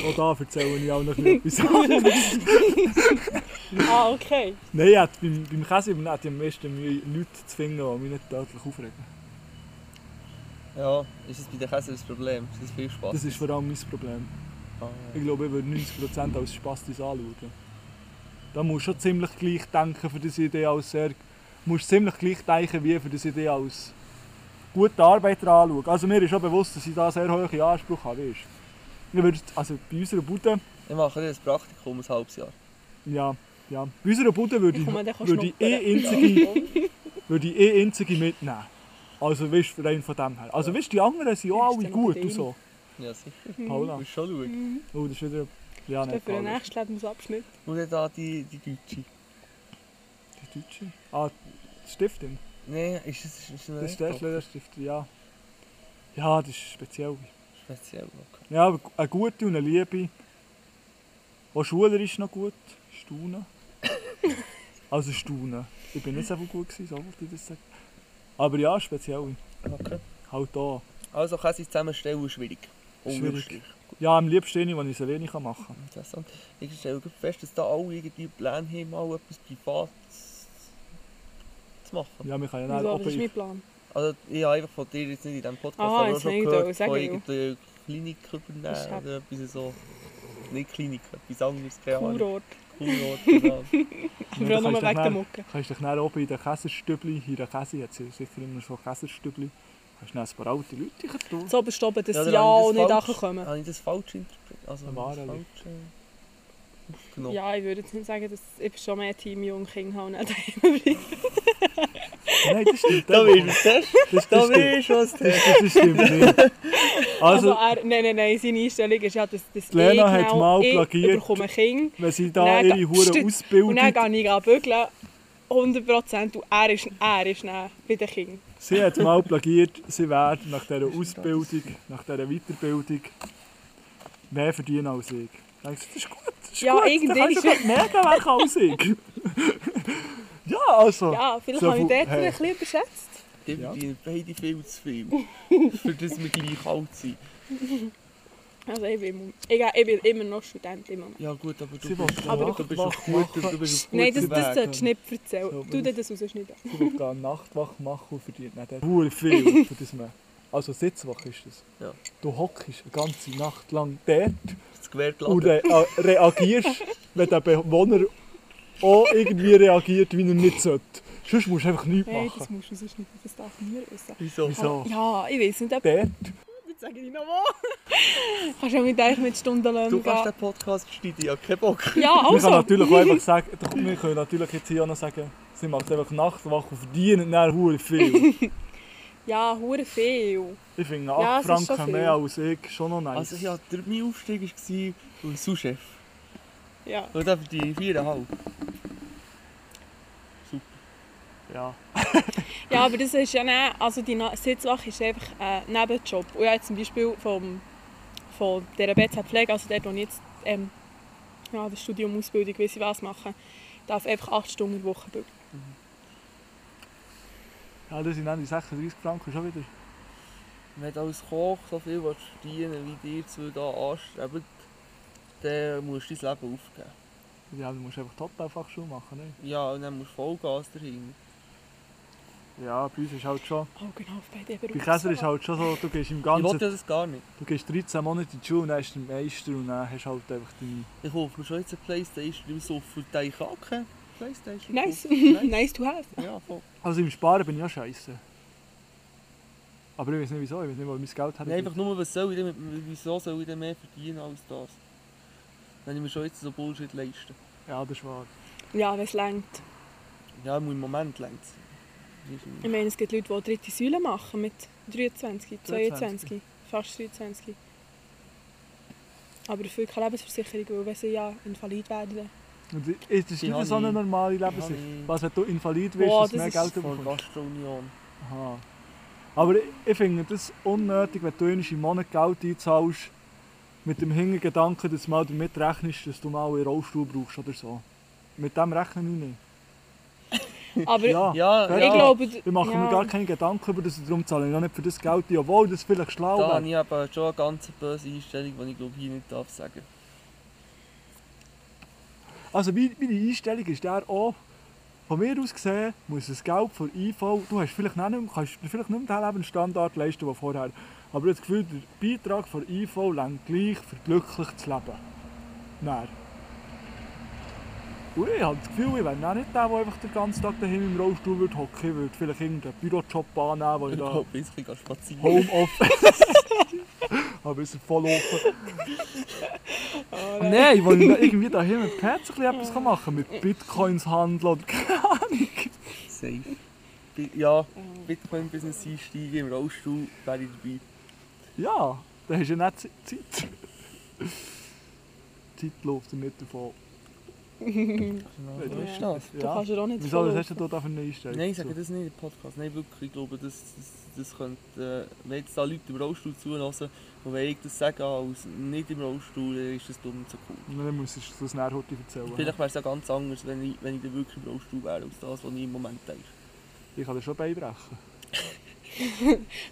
[SPEAKER 5] Auch da erzähle ich auch noch ein bisschen etwas.
[SPEAKER 6] Ah, okay.
[SPEAKER 5] Nein, ich hätte beim, beim Käse übernehmen hätte ich am meisten Mühe, Leute zu finden, die mich nicht deutlich aufregen.
[SPEAKER 4] Ja, ist es bei den Käse das Problem? Ist das viel Spaß?
[SPEAKER 5] Das ist vor allem mein Problem.
[SPEAKER 4] Ah,
[SPEAKER 5] Ich glaube, ich würde 90% als Spastis anschauen. Da musst du schon ziemlich gleich denken für diese Idee als sehr... musst ziemlich gleich denken wie für diese Idee als gute Arbeiter anschauen. Also mir ist schon bewusst, dass ich da sehr hohe Ansprüche habe, weißt. Ich würde, also bei unserer Bude,
[SPEAKER 4] Ich mache ein Praktikum, ein halbes Jahr.
[SPEAKER 5] ja, ja. Bei unserer Bude würde ich,
[SPEAKER 6] Ich komme, dann kannst du
[SPEAKER 5] würde ich
[SPEAKER 6] schnuppern.
[SPEAKER 5] eh einzige, würde ich eh einzige mitnehmen. Also weißt du, rein von dem her. Also weißt du, die anderen sind auch
[SPEAKER 6] Ist
[SPEAKER 5] alle
[SPEAKER 6] dann Mhm.
[SPEAKER 5] gut
[SPEAKER 6] noch
[SPEAKER 5] und so.
[SPEAKER 4] Ja, sicher. Du
[SPEAKER 5] Paula.
[SPEAKER 4] musst schon schauen.
[SPEAKER 5] Oh, das ist wieder... Ja,
[SPEAKER 6] Für
[SPEAKER 5] nicht
[SPEAKER 6] den
[SPEAKER 5] Paula.
[SPEAKER 6] nächsten Lebensabschnitt.
[SPEAKER 4] Und dann da die, die Deutsche.
[SPEAKER 5] Die Deutsche. Ah, die Stiftin.
[SPEAKER 4] Nein, ist es ist es
[SPEAKER 6] Äh,
[SPEAKER 5] Das ist
[SPEAKER 4] nicht
[SPEAKER 5] der
[SPEAKER 4] doch
[SPEAKER 5] Schleuderstifter, ja. Ja, das ist speziell.
[SPEAKER 4] speziell. Okay.
[SPEAKER 5] Ja, aber eine gute und eine liebe. Auch schulerisch noch gut. Staunen. Also staunen. Ich bin nicht so gut gewesen, so wollte ich das sagen. Aber ja, speziell.
[SPEAKER 4] Okay.
[SPEAKER 5] Halt da.
[SPEAKER 4] Also kann sie zusammenstellen, ist schwierig. Oh,
[SPEAKER 5] Schwierig.
[SPEAKER 4] Schwierig.
[SPEAKER 5] Ja, am liebsten eine, die ich alleine machen kann.
[SPEAKER 4] Interessant. Ich stelle gerade fest, dass da alle irgendwie Pläne haben, mal etwas Privates zu machen.
[SPEAKER 5] Ja, wir können ja
[SPEAKER 6] Wieso?
[SPEAKER 5] auch
[SPEAKER 6] Das ist mein
[SPEAKER 5] ich,
[SPEAKER 6] Plan.
[SPEAKER 4] Also ich habe einfach von dir jetzt nicht in diesem Podcast,
[SPEAKER 6] Aha,
[SPEAKER 4] aber auch
[SPEAKER 6] jetzt
[SPEAKER 4] schon
[SPEAKER 6] nicht,
[SPEAKER 4] gehört,
[SPEAKER 6] weil sag
[SPEAKER 4] von
[SPEAKER 6] ich auch.
[SPEAKER 4] irgendeiner Klinik
[SPEAKER 6] Das ist
[SPEAKER 4] übernehmen
[SPEAKER 6] hab-
[SPEAKER 4] oder etwas so. Nicht Klinik, etwas anderes, keine Ahnung.
[SPEAKER 6] Kurort.
[SPEAKER 4] Kurort, genau.
[SPEAKER 6] Wir auch
[SPEAKER 5] kannst
[SPEAKER 6] nur
[SPEAKER 5] dich
[SPEAKER 6] wegen der
[SPEAKER 5] dann-
[SPEAKER 6] Mucke.
[SPEAKER 5] kannst dich dann oben in den Käserstübli, in der Käse, hat sie sicher immer so Käserstübli, kannst du dann ein paar alte Leute tun.
[SPEAKER 6] So bestoben, dass
[SPEAKER 4] Ja,
[SPEAKER 6] sie
[SPEAKER 4] dann
[SPEAKER 6] ja
[SPEAKER 4] habe ich
[SPEAKER 6] auch
[SPEAKER 5] dus
[SPEAKER 4] das
[SPEAKER 6] nicht
[SPEAKER 4] falsch-
[SPEAKER 6] ankommen.
[SPEAKER 4] Habe ich das falsch interpretiert? Also,
[SPEAKER 5] Am
[SPEAKER 4] habe ich das
[SPEAKER 5] Areli.
[SPEAKER 4] falsch äh, aufgenommen?
[SPEAKER 6] Ja, ich würde jetzt nicht sagen, dass ich schon mehr Team Jung King habe und nicht daheim bleibe.
[SPEAKER 5] Nein, das stimmt.
[SPEAKER 4] Da bin ich, das,
[SPEAKER 5] Das,
[SPEAKER 4] da
[SPEAKER 5] das,
[SPEAKER 4] bin
[SPEAKER 5] stimmt,
[SPEAKER 4] ich was.
[SPEAKER 5] das, das stimmt nicht. Also,
[SPEAKER 6] Also, er, nein, nein, nein, seine Einstellung ist ja, dass, dass
[SPEAKER 5] Lena
[SPEAKER 6] ich
[SPEAKER 5] hat
[SPEAKER 6] genau,
[SPEAKER 5] mal
[SPEAKER 6] ich
[SPEAKER 5] plagiert.
[SPEAKER 6] bekomme ein Kind
[SPEAKER 5] wenn sie da
[SPEAKER 6] Nein,
[SPEAKER 5] ihre
[SPEAKER 6] da-
[SPEAKER 5] Hure
[SPEAKER 6] Stimmt. und
[SPEAKER 5] Ausbildung...
[SPEAKER 6] dann gehe ich bügeln. 100% und er ist, er ist dann bei den Kindern.
[SPEAKER 5] Sie hat mal plagiert, sie wäre nach dieser Ausbildung, nach dieser Weiterbildung mehr verdienen als ich. Denkst du, das ist gut, das ist
[SPEAKER 6] Ja,
[SPEAKER 5] gut.
[SPEAKER 6] irgendwann
[SPEAKER 5] dann kannst du
[SPEAKER 6] ist-
[SPEAKER 5] doch merken, wer kann als ich. ja, also.
[SPEAKER 6] Ja, vielleicht
[SPEAKER 5] so
[SPEAKER 6] habe ich
[SPEAKER 5] viel-
[SPEAKER 6] dort
[SPEAKER 5] hey.
[SPEAKER 6] ein bisschen überschätzt.
[SPEAKER 4] Die
[SPEAKER 5] Ja.
[SPEAKER 4] verdienen beide viel zu viel. für das wir gleich alt sind.
[SPEAKER 6] Also ich bin, ich, ich bin immer noch Student im Moment.
[SPEAKER 4] Ja, gut, aber du
[SPEAKER 5] Sie
[SPEAKER 4] bist,
[SPEAKER 5] will aber
[SPEAKER 4] du bist auf gutem, du bist auf
[SPEAKER 6] Nein, das,
[SPEAKER 4] gutem
[SPEAKER 6] das
[SPEAKER 4] Weg.
[SPEAKER 6] solltest du nicht erzählen.
[SPEAKER 5] So,
[SPEAKER 6] du dir das rausschneiden.
[SPEAKER 5] Sie will da eine Nachtwache machen und verdient nicht sehr viel für das mehr. Also Sitzwache ist das.
[SPEAKER 4] Ja.
[SPEAKER 5] Du hockst eine ganze Nacht lang dort
[SPEAKER 4] Das Gewehr
[SPEAKER 5] und
[SPEAKER 4] geladen.
[SPEAKER 5] re äh, reagierst, wenn der Bewohner auch irgendwie reagiert, wie er nicht sollte. Sonst musst du einfach nichts
[SPEAKER 6] Nein,
[SPEAKER 5] machen.
[SPEAKER 6] das musst du rausschneiden. Das darf niemand wissen.
[SPEAKER 4] Wieso?
[SPEAKER 5] Wieso?
[SPEAKER 6] Ja, ich weiß nicht, ob...
[SPEAKER 5] Dort
[SPEAKER 6] Jetzt sage ich noch wo. Kannst du auch mit euch mit Stundenlöhnen
[SPEAKER 4] Du kannst
[SPEAKER 6] gehen.
[SPEAKER 4] den Podcast schneiden, ich habe keinen Bock.
[SPEAKER 6] Ja,
[SPEAKER 5] Wir können
[SPEAKER 6] also.
[SPEAKER 5] natürlich auch einfach sagen, doch, wir können natürlich jetzt hier auch noch sagen, sie macht einfach Nachtwache und verdienen dann hure viel.
[SPEAKER 6] Ja, hure viel.
[SPEAKER 5] Ich finde 8
[SPEAKER 6] Ja, es ist
[SPEAKER 5] Franken
[SPEAKER 6] schon viel.
[SPEAKER 5] mehr als ich schon noch nice.
[SPEAKER 4] Also ja, der, mein Aufstieg war der Sous-Chef.
[SPEAKER 6] Ja.
[SPEAKER 4] Und dann verdiene ich 4,5.
[SPEAKER 5] Ja.
[SPEAKER 6] ja, aber das ist ja nicht... Also die Na- Sitzwache ist einfach ein Nebenjob. Und ja, zum Beispiel vom, von dieser BZ Pflege, also dort, wo ich jetzt ähm, ja, das Studium, Ausbildung, weiss ich was machen, darf einfach 8 Stunden in der Woche bügeln.
[SPEAKER 5] ja, das sind dann die 36 Franken schon wieder.
[SPEAKER 4] Wenn du als Koch so viel willst verdienen wie dir zwei da anstreben, dann musst du dein Leben aufgeben.
[SPEAKER 5] Ja, du musst einfach Top-Fachschule machen, ne?
[SPEAKER 4] Ja, und dann musst du Vollgas dahin.
[SPEAKER 5] Ja, bei uns ist halt schon...
[SPEAKER 6] Oh genau, auf beide
[SPEAKER 5] Bei Käser ist halt schon so, du gehst im Ganzen...
[SPEAKER 4] Ich will das gar nicht.
[SPEAKER 5] Du gehst 13 Monate in die Schule und dann bist du Meister und dann hast du halt einfach deine...
[SPEAKER 4] Ich hoffe mir schon jetzt eine Playstation im Sofa, die ich auch keine Playstation.
[SPEAKER 6] Nice.
[SPEAKER 5] Oh,
[SPEAKER 4] Nice.
[SPEAKER 6] nice to have.
[SPEAKER 4] Ja, voll.
[SPEAKER 5] Also im Sparen bin ich ja scheiße. Aber ich weiß nicht wieso, ich weiß nicht, wo ich mein Geld
[SPEAKER 4] Nein,
[SPEAKER 5] herkriege.
[SPEAKER 4] einfach nur, was soll ich denn, mit- wieso soll ich denn mehr verdienen als das? Wenn ich mir schon jetzt so Bullshit leiste.
[SPEAKER 5] Ja, das ist wahr.
[SPEAKER 6] Ja, wenn es längt.
[SPEAKER 4] Ja, im Moment längt es.
[SPEAKER 6] Ich meine, es gibt Leute, die dritte Säule machen mit 23, 22,
[SPEAKER 5] 23.
[SPEAKER 6] fast 23. Aber dafür keine Lebensversicherung, weil wenn sie ja invalid werden.
[SPEAKER 5] Und ist das
[SPEAKER 4] Die
[SPEAKER 5] nicht
[SPEAKER 4] habe
[SPEAKER 5] so eine
[SPEAKER 4] ich-
[SPEAKER 5] normale Lebenssicht?
[SPEAKER 4] ich-
[SPEAKER 5] Was, wenn du invalid wirst,
[SPEAKER 6] Boah,
[SPEAKER 5] dass du
[SPEAKER 6] das
[SPEAKER 5] mehr
[SPEAKER 6] ist
[SPEAKER 5] Geld
[SPEAKER 4] Von
[SPEAKER 5] bekommst?
[SPEAKER 4] Gastro-Union.
[SPEAKER 5] Aha. Aber ich, ich finde das unnötig, wenn du einmal im Monat Geld einzahlst, mit dem Hintergedanken, dass du mal damit rechnest, dass du mal einen Rollstuhl brauchst oder so. Mit dem rechne ich
[SPEAKER 6] Aber
[SPEAKER 5] nicht. Ja,
[SPEAKER 4] Ja,
[SPEAKER 5] fertig.
[SPEAKER 6] ich
[SPEAKER 4] ja.
[SPEAKER 6] glaube...
[SPEAKER 5] Ich mache
[SPEAKER 6] ja,
[SPEAKER 5] mir gar keine Gedanken über das, und darum zahle ich noch nicht für das Geld ein, obwohl das vielleicht schlau
[SPEAKER 4] Da habe
[SPEAKER 5] wäre.
[SPEAKER 4] ich aber schon eine ganz böse Einstellung, die ich glaube hier nicht darf sagen.
[SPEAKER 5] Also meine meine Einstellung ist der auch, von mir aus gesehen, muss das Geld von IV, du hast vielleicht nicht mehr, kannst dir vielleicht nicht mehr den Lebensstandard leisten, den vorher. Aber ich habe das Gefühl, der Beitrag von IV langt gleich, für glücklich zu leben. Nein. Und ich habe das Gefühl, ich wäre auch nicht der, der einfach den ganzen Tag daheim im Rollstuhl würde hocken würde. Ich würde vielleicht irgendeinen Bürojob annehmen, wo ich
[SPEAKER 4] Ich
[SPEAKER 5] da
[SPEAKER 4] glaube, ich kann spazieren.
[SPEAKER 5] Homeoffice... Aber ist er voll offen. Nein, weil ich da irgendwie daheim mit Pets ein bisschen etwas kann machen kann. Mit Bitcoins handeln und keine Ahnung.
[SPEAKER 4] Safe. Bi- Ja, Bitcoin-Business einsteigen, im Rollstuhl wäre ich dabei.
[SPEAKER 5] Ja, da hast du ja nicht Ze- Zeit. Zeit läuft dir nicht davon.
[SPEAKER 4] Was ist das?
[SPEAKER 6] Du kannst ja auch nicht
[SPEAKER 5] Wieso, was hast
[SPEAKER 6] vorlaufen.
[SPEAKER 5] du da für eine Einstellung?
[SPEAKER 4] Nein, ich sage das nicht im Podcast. Nein, wirklich, ich glaube, das, das, das könnte... Äh, wenn jetzt da Leute im Rollstuhl zulassen, und wenn ich das sage als nicht im Rollstuhl, dann ist das dumm zu cool.
[SPEAKER 5] Dann musst du das nachher heute erzählen.
[SPEAKER 4] Vielleicht wäre es ja ganz anders, wenn ich, wenn ich dann wirklich im Rollstuhl wäre, als das, was ich im Moment denke.
[SPEAKER 5] Ich kann dir schon beibrechen.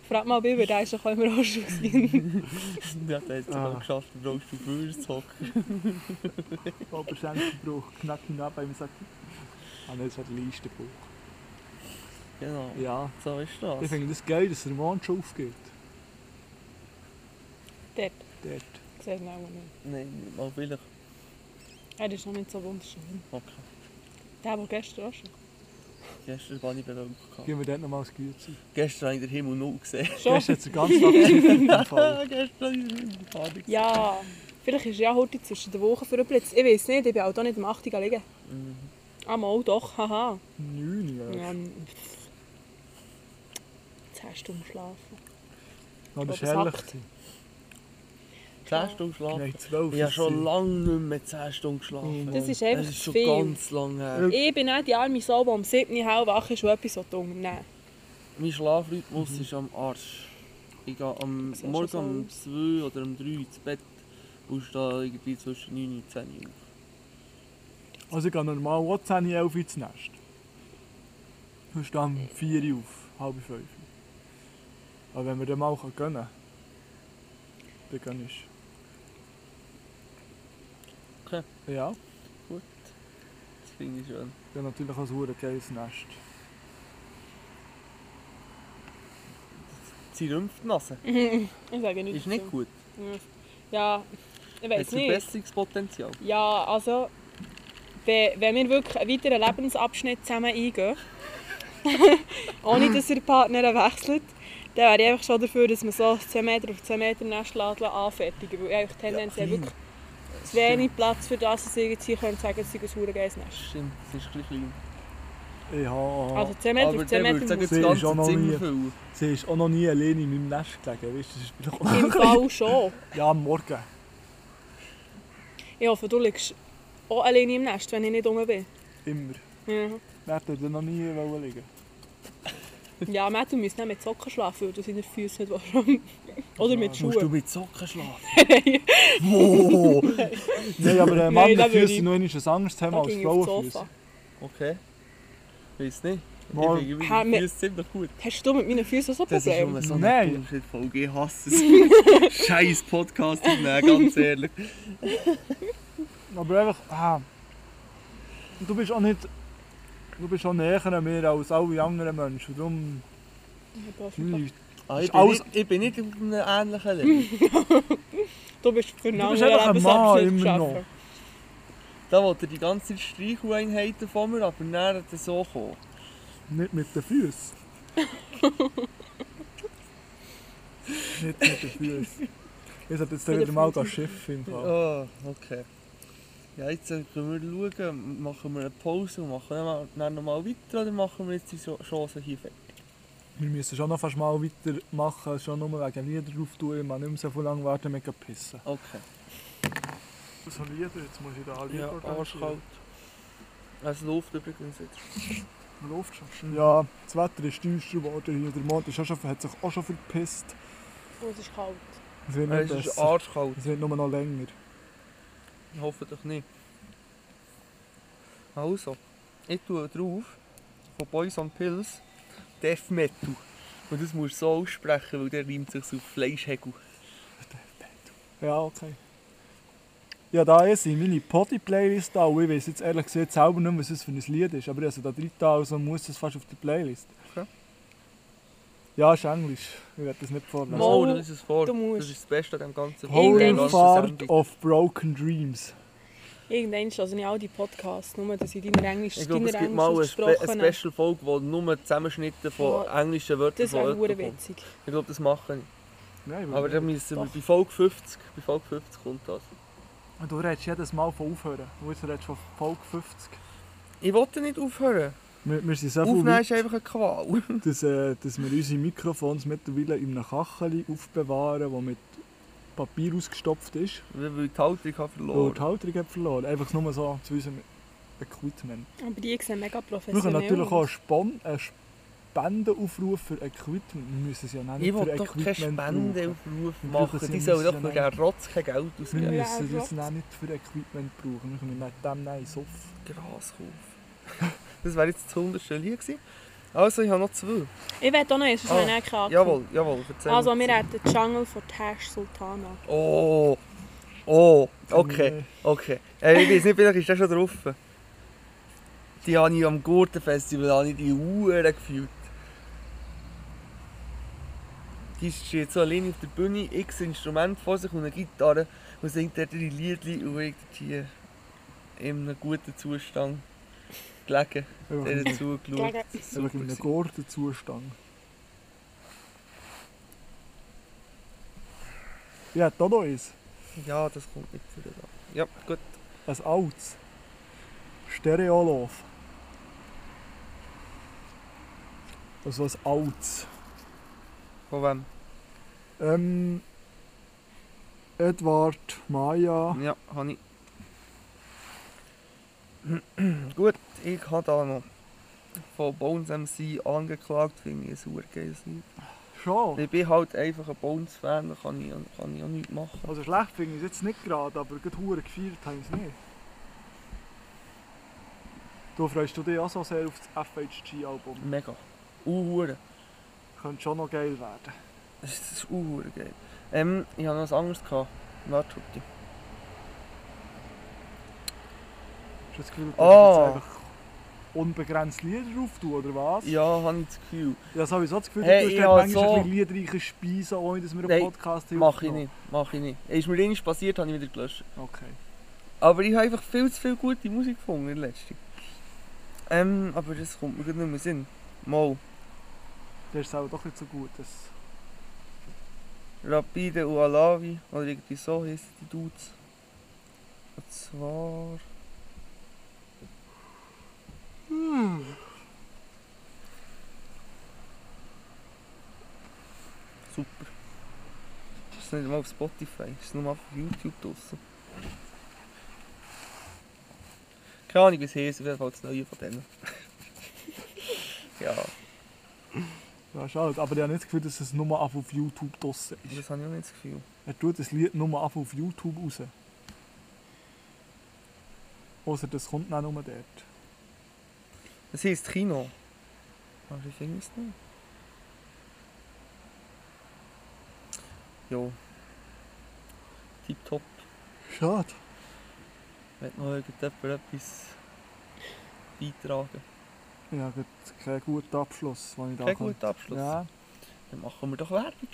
[SPEAKER 6] Frag mal Biber, der ist doch auch immer ausgesehen.
[SPEAKER 4] Ja, der hat es
[SPEAKER 5] Ah.
[SPEAKER 4] sogar geschafft, im Rollstuhl früher zu hocken.
[SPEAKER 5] Oberschenkelbruch, knack hinab, wenn man sagt. Ah nein, das hat Leistenbruch.
[SPEAKER 4] Genau.
[SPEAKER 5] Ja.
[SPEAKER 4] So ist
[SPEAKER 5] Ich
[SPEAKER 4] das.
[SPEAKER 5] finde das dus geil, dass der Mond schon aufgeht.
[SPEAKER 6] Dort.
[SPEAKER 5] Dort.
[SPEAKER 6] Sieht man auch nicht.
[SPEAKER 4] Nein, nicht mal vielleicht.
[SPEAKER 6] Er ist noch nicht so wunderschön.
[SPEAKER 4] Okay.
[SPEAKER 6] Der, der gestern auch schon.
[SPEAKER 4] Gestern war ich bewölkt.
[SPEAKER 5] Gehen wir dort nochmal ins Gürtel.
[SPEAKER 4] Gestern habe ich den Himmel null gesehen.
[SPEAKER 6] Schon?
[SPEAKER 5] Gestern hat es den ganzen Tag geschifft, im Fall.
[SPEAKER 4] Ah, gestern habe ich den Himmel gar nicht gesehen.
[SPEAKER 6] Ja. Vielleicht ist ja heute zwischen der Woche für einen Blitz. Ich weiß nicht, ich bin auch da nicht am 8. Uhr liegen. Ah, mal doch, haha.
[SPEAKER 5] Neun, ja.
[SPEAKER 6] Ja, m- Zehn Stunden schlafen.
[SPEAKER 5] Noch das
[SPEAKER 6] Ich
[SPEAKER 5] war
[SPEAKER 6] glaub,
[SPEAKER 5] herrlich.
[SPEAKER 6] es hackt.
[SPEAKER 5] gewesen.
[SPEAKER 4] Zehn Stunden schlafen.
[SPEAKER 5] Nein, zwölf.
[SPEAKER 4] Ich habe
[SPEAKER 5] lang.
[SPEAKER 4] schon lange nicht mehr 10 Stunden geschlafen.
[SPEAKER 6] Das ist einfach
[SPEAKER 4] das ist
[SPEAKER 6] zu
[SPEAKER 4] schon
[SPEAKER 6] viel.
[SPEAKER 4] ganz lange her.
[SPEAKER 6] Ich bin nicht die arme Sau, die am 7. Uhr halb wach ist und etwas unternehmen will.
[SPEAKER 4] Mein Schlafrhythmus ist am Arsch. Ich gehe am
[SPEAKER 6] seh schon
[SPEAKER 4] Morgen
[SPEAKER 6] so
[SPEAKER 4] um
[SPEAKER 6] aus.
[SPEAKER 4] 2 oder um 3 ins Bett und stehe irgendwie zwischen 9 und 10 Uhr. auf.
[SPEAKER 5] Also ich gehe normal auch 10, 11 Uhr ins Nest. Und stehe um 4 Uhr auf, halb 5 Uhr. Aber wenn wir dann mal gönnen können, dann gönne ich.
[SPEAKER 4] Okay.
[SPEAKER 5] Ja,
[SPEAKER 4] Gut. Das finde ich schön.
[SPEAKER 5] dann natürlich auch ein super geiles Nest.
[SPEAKER 4] Sie rümpft die Nase.
[SPEAKER 6] Ich sage nicht.
[SPEAKER 4] Ist nicht gut.
[SPEAKER 6] Ja, ich
[SPEAKER 4] Hat
[SPEAKER 6] weiß nicht.
[SPEAKER 4] Verbesserungspotenzial.
[SPEAKER 6] Ja, also, wenn, wenn wir wirklich einen weiteren Lebensabschnitt zusammen eingehen, ohne dass ihr Partner wechselt, dann wäre ich einfach schon dafür, dass man so ein 10 Meter auf 10 Meter Nestladeln anfertigen weil ich eigentlich tendenziell wirklich zu wenig Platz für das, dass ich jetzt hier könnte sagen, es sei ein verdammt geiles Nest.
[SPEAKER 4] Stimmt, es ist ein bisschen klein.
[SPEAKER 5] Ich habe...
[SPEAKER 6] Also 10 Meter
[SPEAKER 4] Aber
[SPEAKER 6] auf 10
[SPEAKER 4] dann würde ich
[SPEAKER 6] Meter
[SPEAKER 4] sagen,
[SPEAKER 6] muss
[SPEAKER 5] Sie ist
[SPEAKER 4] das
[SPEAKER 5] auch noch
[SPEAKER 4] ganze Zimmer
[SPEAKER 5] nie-
[SPEAKER 4] füllen.
[SPEAKER 5] Sie ist auch noch nie alleine in meinem Nest gelegen, weißt du? Das ist vielleicht auch-
[SPEAKER 6] im Fall schon.
[SPEAKER 5] Ja, am Morgen.
[SPEAKER 6] Ich hoffe, du liegst auch alleine im Nest, wenn ich nicht rum bin.
[SPEAKER 5] Immer.
[SPEAKER 6] Ja,
[SPEAKER 5] Wer hat noch nie wollen liegen
[SPEAKER 6] ja Matt, du müsst nicht mit Socken schlafen, weil du seine Füße nicht willst. Oder mit
[SPEAKER 4] Musst du
[SPEAKER 6] Schuhen.
[SPEAKER 4] mit Socken schlafen?
[SPEAKER 5] Nein, aber äh,
[SPEAKER 6] Nein, da
[SPEAKER 5] Männerfüße
[SPEAKER 6] würde ich-
[SPEAKER 5] sind noch einmal ein anderes Thema
[SPEAKER 6] Da
[SPEAKER 5] als
[SPEAKER 6] ging ich auf das
[SPEAKER 5] Frauenfüße.
[SPEAKER 6] Sofa.
[SPEAKER 4] Okay. Weiß nicht.
[SPEAKER 5] Mal-
[SPEAKER 4] Ich
[SPEAKER 6] Ha,
[SPEAKER 4] finde
[SPEAKER 6] mir-
[SPEAKER 4] es ziemlich gut.
[SPEAKER 6] Hast du mit meinen Füßen so ein
[SPEAKER 4] Das ist
[SPEAKER 6] Problem?
[SPEAKER 4] schon so eine
[SPEAKER 5] Nein.
[SPEAKER 4] Bullshit-Folge. Ich hasse es. Scheiß Podcast aufnehmen, ganz ehrlich.
[SPEAKER 5] Aber einfach, ah, du bist auch nicht, du bist auch näher an mir als alle anderen Menschen. Darum
[SPEAKER 6] Du
[SPEAKER 5] fühle ich,
[SPEAKER 4] Ah, ich,
[SPEAKER 5] Ist
[SPEAKER 4] bin
[SPEAKER 5] alles-
[SPEAKER 4] nicht, ich bin nicht auf einem ähnlichen Level.
[SPEAKER 6] bist für genau einen
[SPEAKER 5] Du bist
[SPEAKER 6] anderen
[SPEAKER 5] einfach ein Mann,
[SPEAKER 6] Lebensabschnitt
[SPEAKER 5] immer noch.
[SPEAKER 6] geschaffen.
[SPEAKER 4] Da wollte die ganze Zeit Streicheleinheiten von mir, aber näher das so kommen.
[SPEAKER 5] nicht mit den Füßen. nicht mit den Füßen. Ich sollte jetzt wieder mal das Schiff im Fall.
[SPEAKER 4] Ah, okay. Ja, jetzt äh, können wir schauen, machen wir eine Pause und machen dann mal- dann nochmal weiter oder machen wir jetzt die So- Chance hier fertig?
[SPEAKER 5] Wir müssen schon noch fast mal weitermachen, schon nur wegen Lieder drauf tun. Man nicht mehr so viel lange warten, mega pissen.
[SPEAKER 4] Okay.
[SPEAKER 5] So Lieder, jetzt muss ich da alle
[SPEAKER 4] Ja, arschkalt. Es läuft übrigens jetzt.
[SPEAKER 5] Läuft schon. Ja, das Wetter ist düster geworden hier. Der Mond ist auch schon, hat sich auch schon verpisst.
[SPEAKER 6] Oh, es ist kalt.
[SPEAKER 5] Es wird
[SPEAKER 4] Es
[SPEAKER 5] nicht
[SPEAKER 4] ist
[SPEAKER 5] besser.
[SPEAKER 4] arschkalt.
[SPEAKER 5] Es wird nur noch länger.
[SPEAKER 4] Hoffentlich nicht. Also, ich tue drauf von Boys on Pills Death Metal. Und das musst du so aussprechen, weil der reimt sich auf Fleischhegel.
[SPEAKER 5] Ja, okay. Ja, da ist sie, meine Potty-Playlist da. Und ich weiß jetzt ehrlich gesagt selber nicht, mehr, was es für ein Lied ist. Aber also da drin da, also muss es fast auf die Playlist.
[SPEAKER 4] Okay.
[SPEAKER 5] Ja, ist Englisch. Ich werde das nicht vorlesen.
[SPEAKER 6] Mo-
[SPEAKER 4] Mal, du musst es vor.
[SPEAKER 6] du musst.
[SPEAKER 4] Das ist das Beste an dem ganzen
[SPEAKER 5] Holy
[SPEAKER 4] an der
[SPEAKER 6] Irgendein-
[SPEAKER 5] Fart
[SPEAKER 4] Sendung.
[SPEAKER 5] of Broken Dreams.
[SPEAKER 6] Irgendwann höre ich all die Podcasts, nur dass ich deine Englisch
[SPEAKER 4] Ich glaube,
[SPEAKER 6] deine
[SPEAKER 4] es gibt
[SPEAKER 6] Englisch
[SPEAKER 4] mal eine, Spe
[SPEAKER 6] gesprochen
[SPEAKER 4] eine
[SPEAKER 6] habe.
[SPEAKER 4] special Folge, die nur Zusammenschnitte von englischen Wörtern
[SPEAKER 6] Das wäre
[SPEAKER 4] von
[SPEAKER 6] verdammt
[SPEAKER 4] jemandem kommt.
[SPEAKER 6] witzig.
[SPEAKER 4] Ich glaube, das mache ich.
[SPEAKER 5] Nein,
[SPEAKER 4] Aber dann müssen wir bei Folge 50, bei Folge 50 kommt das.
[SPEAKER 5] Und du redest jedes Mal von aufhören. Du jetzt redest von Folge 50.
[SPEAKER 4] Ich wollte nicht aufhören.
[SPEAKER 5] Wir, wir sind so viel
[SPEAKER 4] Aufnehmen
[SPEAKER 5] weit,
[SPEAKER 4] ist einfach eine Qual.
[SPEAKER 5] dass, äh, dass wir unsere Mikrofons mittlerweile in einem Kacheli aufbewahren, das mit Papier ausgestopft ist.
[SPEAKER 4] Weil ich die Haltung habe
[SPEAKER 5] Weil die
[SPEAKER 4] verloren
[SPEAKER 5] Halterung hat verloren. Einfach nur so zu unserem Equipment.
[SPEAKER 6] Aber die sehen mega
[SPEAKER 5] Wir
[SPEAKER 6] professionell
[SPEAKER 5] können natürlich auch
[SPEAKER 6] aus.
[SPEAKER 5] einen Spon- einen Spendenaufruf für Equipment. Wir müssen es ja nicht
[SPEAKER 4] Ich
[SPEAKER 5] für
[SPEAKER 4] will doch keine
[SPEAKER 5] Equipment brauchen.
[SPEAKER 4] Spendenaufrufe
[SPEAKER 5] Wir brauchen
[SPEAKER 4] machen.
[SPEAKER 5] sie
[SPEAKER 4] Die sollen
[SPEAKER 5] nicht,
[SPEAKER 4] doch
[SPEAKER 5] ja,
[SPEAKER 4] für den Rotz kein Geld
[SPEAKER 5] Wir
[SPEAKER 4] ausgeben.
[SPEAKER 6] Ja,
[SPEAKER 5] müssen
[SPEAKER 6] ja,
[SPEAKER 5] das dann nicht für Equipment brauchen. Wir können nicht dem nein Suff.
[SPEAKER 4] Gras kaufen. Das wäre jetzt das hundertste Lied gewesen. Also, ich habe noch zwei.
[SPEAKER 6] Ich will auch noch eins, sonst
[SPEAKER 4] Ah,
[SPEAKER 6] habe ich nicht gehabt.
[SPEAKER 4] Jawohl, jawohl, erzähl
[SPEAKER 6] Also,
[SPEAKER 4] mir
[SPEAKER 6] wir hätten Jungle von Tash Sultana.
[SPEAKER 4] Oh, oh, okay, okay. Äh, ich weiß nicht, vielleicht ist der schon drauf. Die habe ich am Gurtenfestival habe ich die Uhren gefühlt. Die steht so alleine auf der Bühne, x Instrument vor sich und eine Gitarre und singt dort ihre Liedli und ich dort hier in einem guten Zustand gelegen,
[SPEAKER 5] Einfach in
[SPEAKER 4] denen zugeschaut.
[SPEAKER 6] Gegen-
[SPEAKER 5] einfach in einem
[SPEAKER 4] gewesen.
[SPEAKER 5] gordenen Zustand. Ja, da noch eins.
[SPEAKER 4] Ja, das kommt nicht wieder da. Ja, gut.
[SPEAKER 5] Ein altes. Stereolauf. Also ein altes.
[SPEAKER 4] Von wem?
[SPEAKER 5] Ähm, Edward Maya.
[SPEAKER 4] Ja, habe ich. Gut, ich habe da noch von Bones MC angeklagt, finde ich ein supergeiles Lied.
[SPEAKER 5] Schon.
[SPEAKER 4] Ich bin halt einfach ein Bones-Fan, da kann ich, kann ich auch nichts machen.
[SPEAKER 5] Also schlecht finde ich es jetzt nicht gerade, aber gerade hure gefeiert haben sie es nicht. Du freust du dich auch so sehr auf das FHG-Album.
[SPEAKER 4] Mega. Uhuere.
[SPEAKER 5] Könnte schon noch geil werden.
[SPEAKER 4] Das ist, das ist uhuere geil. Ähm, ich habe noch was anderes gehabt. Warte, Tutti.
[SPEAKER 5] Hast du das Gefühl, du
[SPEAKER 4] Ah.
[SPEAKER 5] kannst jetzt einfach unbegrenzt Lieder drauf tun, oder was?
[SPEAKER 4] Ja, habe ich das Gefühl.
[SPEAKER 5] Ich habe sowieso das Gefühl,
[SPEAKER 4] Hey,
[SPEAKER 5] du tust
[SPEAKER 4] ich
[SPEAKER 5] dort
[SPEAKER 4] habe
[SPEAKER 5] manchmal
[SPEAKER 4] so-
[SPEAKER 5] ein bisschen liedreiche Speisen, ohne dass wir einen
[SPEAKER 4] Nein,
[SPEAKER 5] Podcast haben.
[SPEAKER 4] Mache ich nicht. Mache ich nicht. Ist mir nichts passiert, habe ich wieder gelöscht.
[SPEAKER 5] Okay.
[SPEAKER 4] Aber ich habe einfach viel zu viel gute Musik gefunden in letzter Zeit. Ähm, aber das kommt mir gerade nicht mehr in den Sinn. Mal.
[SPEAKER 5] Der ist auch doch nicht so gut. Das
[SPEAKER 4] Rapide und Alavi, oder irgendwie so heissen die Dudes. Und zwar. Super. Das ist nicht mal auf Spotify, das ist nur mal auf YouTube draussen. Keine Ahnung, wie es heisst, auf jeden Fall das Neue von denen. ja,
[SPEAKER 5] ja, schade. Aber ich habe nicht das Gefühl, dass es nur auf auf YouTube draussen ist.
[SPEAKER 4] das habe ich auch nicht das Gefühl.
[SPEAKER 5] Er tut das Lied nur auf auf YouTube raus. Außer das kommt dann nur dort.
[SPEAKER 4] Das heisst Kino. Aber ich finde es nicht. Jo. Tipptopp.
[SPEAKER 5] Schade.
[SPEAKER 4] Wenn noch irgendjemand etwas beitragen
[SPEAKER 5] Ja, gut, kein guter Abschluss, den ich da
[SPEAKER 4] Kein
[SPEAKER 5] kann.
[SPEAKER 4] guter Abschluss.
[SPEAKER 5] Ja. Ah,
[SPEAKER 4] Dann machen wir doch Werbung.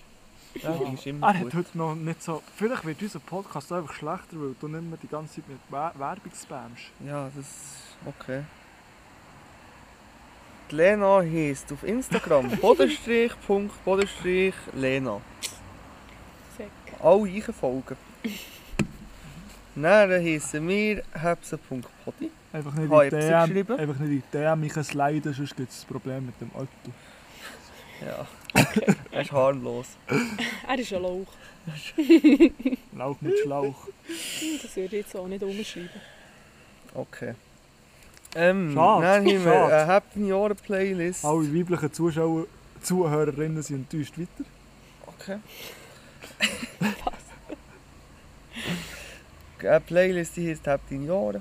[SPEAKER 4] Werbung ist immer
[SPEAKER 5] Er hat
[SPEAKER 4] gut.
[SPEAKER 5] heute noch nicht so... Vielleicht wird unser Podcast einfach schlechter, weil du nicht mehr die ganze Zeit mit Wer- Werbung spammst.
[SPEAKER 4] Ja, das ist okay. Die Lena heisst auf Instagram bodenstrich, Punkt, bodenstrich, Lena.
[SPEAKER 6] Sick.
[SPEAKER 4] Alle einfolgen. Dann heissen wir hebsen.podi.
[SPEAKER 5] Einfach nicht
[SPEAKER 4] Ah,
[SPEAKER 5] in
[SPEAKER 4] ich hab's
[SPEAKER 5] DM,
[SPEAKER 4] geschrieben.
[SPEAKER 5] einfach nicht in DM, ich kann sliden, sonst gibt es ein Problem mit dem Auto.
[SPEAKER 4] Ja. er ist harmlos.
[SPEAKER 6] Er ist ein Lauch.
[SPEAKER 5] Lauch mit Schlauch.
[SPEAKER 6] Das würde ich jetzt auch nicht umschreiben.
[SPEAKER 4] Okay. Ähm,
[SPEAKER 5] Schade,
[SPEAKER 4] dann haben wir
[SPEAKER 5] schade.
[SPEAKER 4] eine Happy Jahre Playlist.
[SPEAKER 5] Alle weiblichen Zuschauer, Zuhörerinnen sind enttäuscht weiter.
[SPEAKER 4] Okay. Eine Playlist, die heißt Happy Jahre.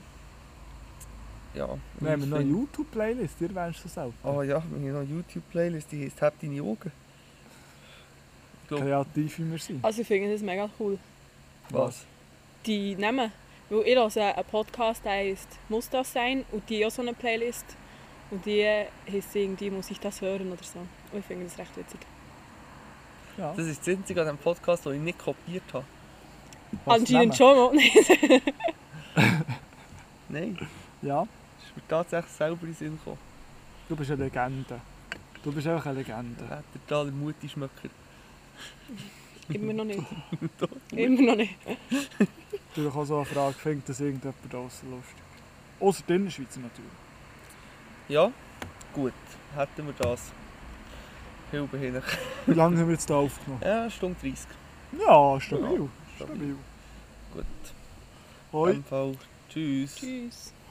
[SPEAKER 4] Ja.
[SPEAKER 5] Wir haben noch eine
[SPEAKER 4] YouTube.
[SPEAKER 5] YouTube-Playlist, ihr wünschst das auch.
[SPEAKER 4] Oh ja, wir haben noch eine YouTube-Playlist, die heißt Habt deine Augen.
[SPEAKER 5] Kreativ wie wir sind.
[SPEAKER 6] Also, ich finde das mega cool.
[SPEAKER 4] Was?
[SPEAKER 6] Die Namen. Weil ich höre einen Podcast, der heisst «Muss das sein?» und die haben auch so eine Playlist. Und die heisst irgendwie «Muss ich das hören?» oder so. Und ich finde das recht witzig.
[SPEAKER 5] Ja.
[SPEAKER 4] Das ist das einzige an diesem Podcast, das ich nicht kopiert habe.
[SPEAKER 5] Was nehmen?
[SPEAKER 6] Anscheinend schon noch. Nein,
[SPEAKER 4] Nein,
[SPEAKER 5] Ja,
[SPEAKER 4] das ist mir tatsächlich selber in den Sinn gekommen.
[SPEAKER 5] du bist eine Legende. Du bist einfach eine Legende.
[SPEAKER 4] Der Mutti Schmöcker.
[SPEAKER 6] Immer noch nicht. Immer noch nicht.
[SPEAKER 5] Natürlich auch so eine Frage, findet das irgendjemand draussen lustig? Außer die Schweizer natürlich.
[SPEAKER 4] Ja, gut. Hätten wir das. Hilfe hin.
[SPEAKER 5] Wie lange haben wir jetzt hier aufgenommen?
[SPEAKER 4] Ja, Stunde 30.
[SPEAKER 5] Ja, stabil.
[SPEAKER 4] Ja,
[SPEAKER 5] stabil.
[SPEAKER 4] Gut.
[SPEAKER 5] Hoi.
[SPEAKER 4] In dem Fall, tschüss.
[SPEAKER 6] Tschüss.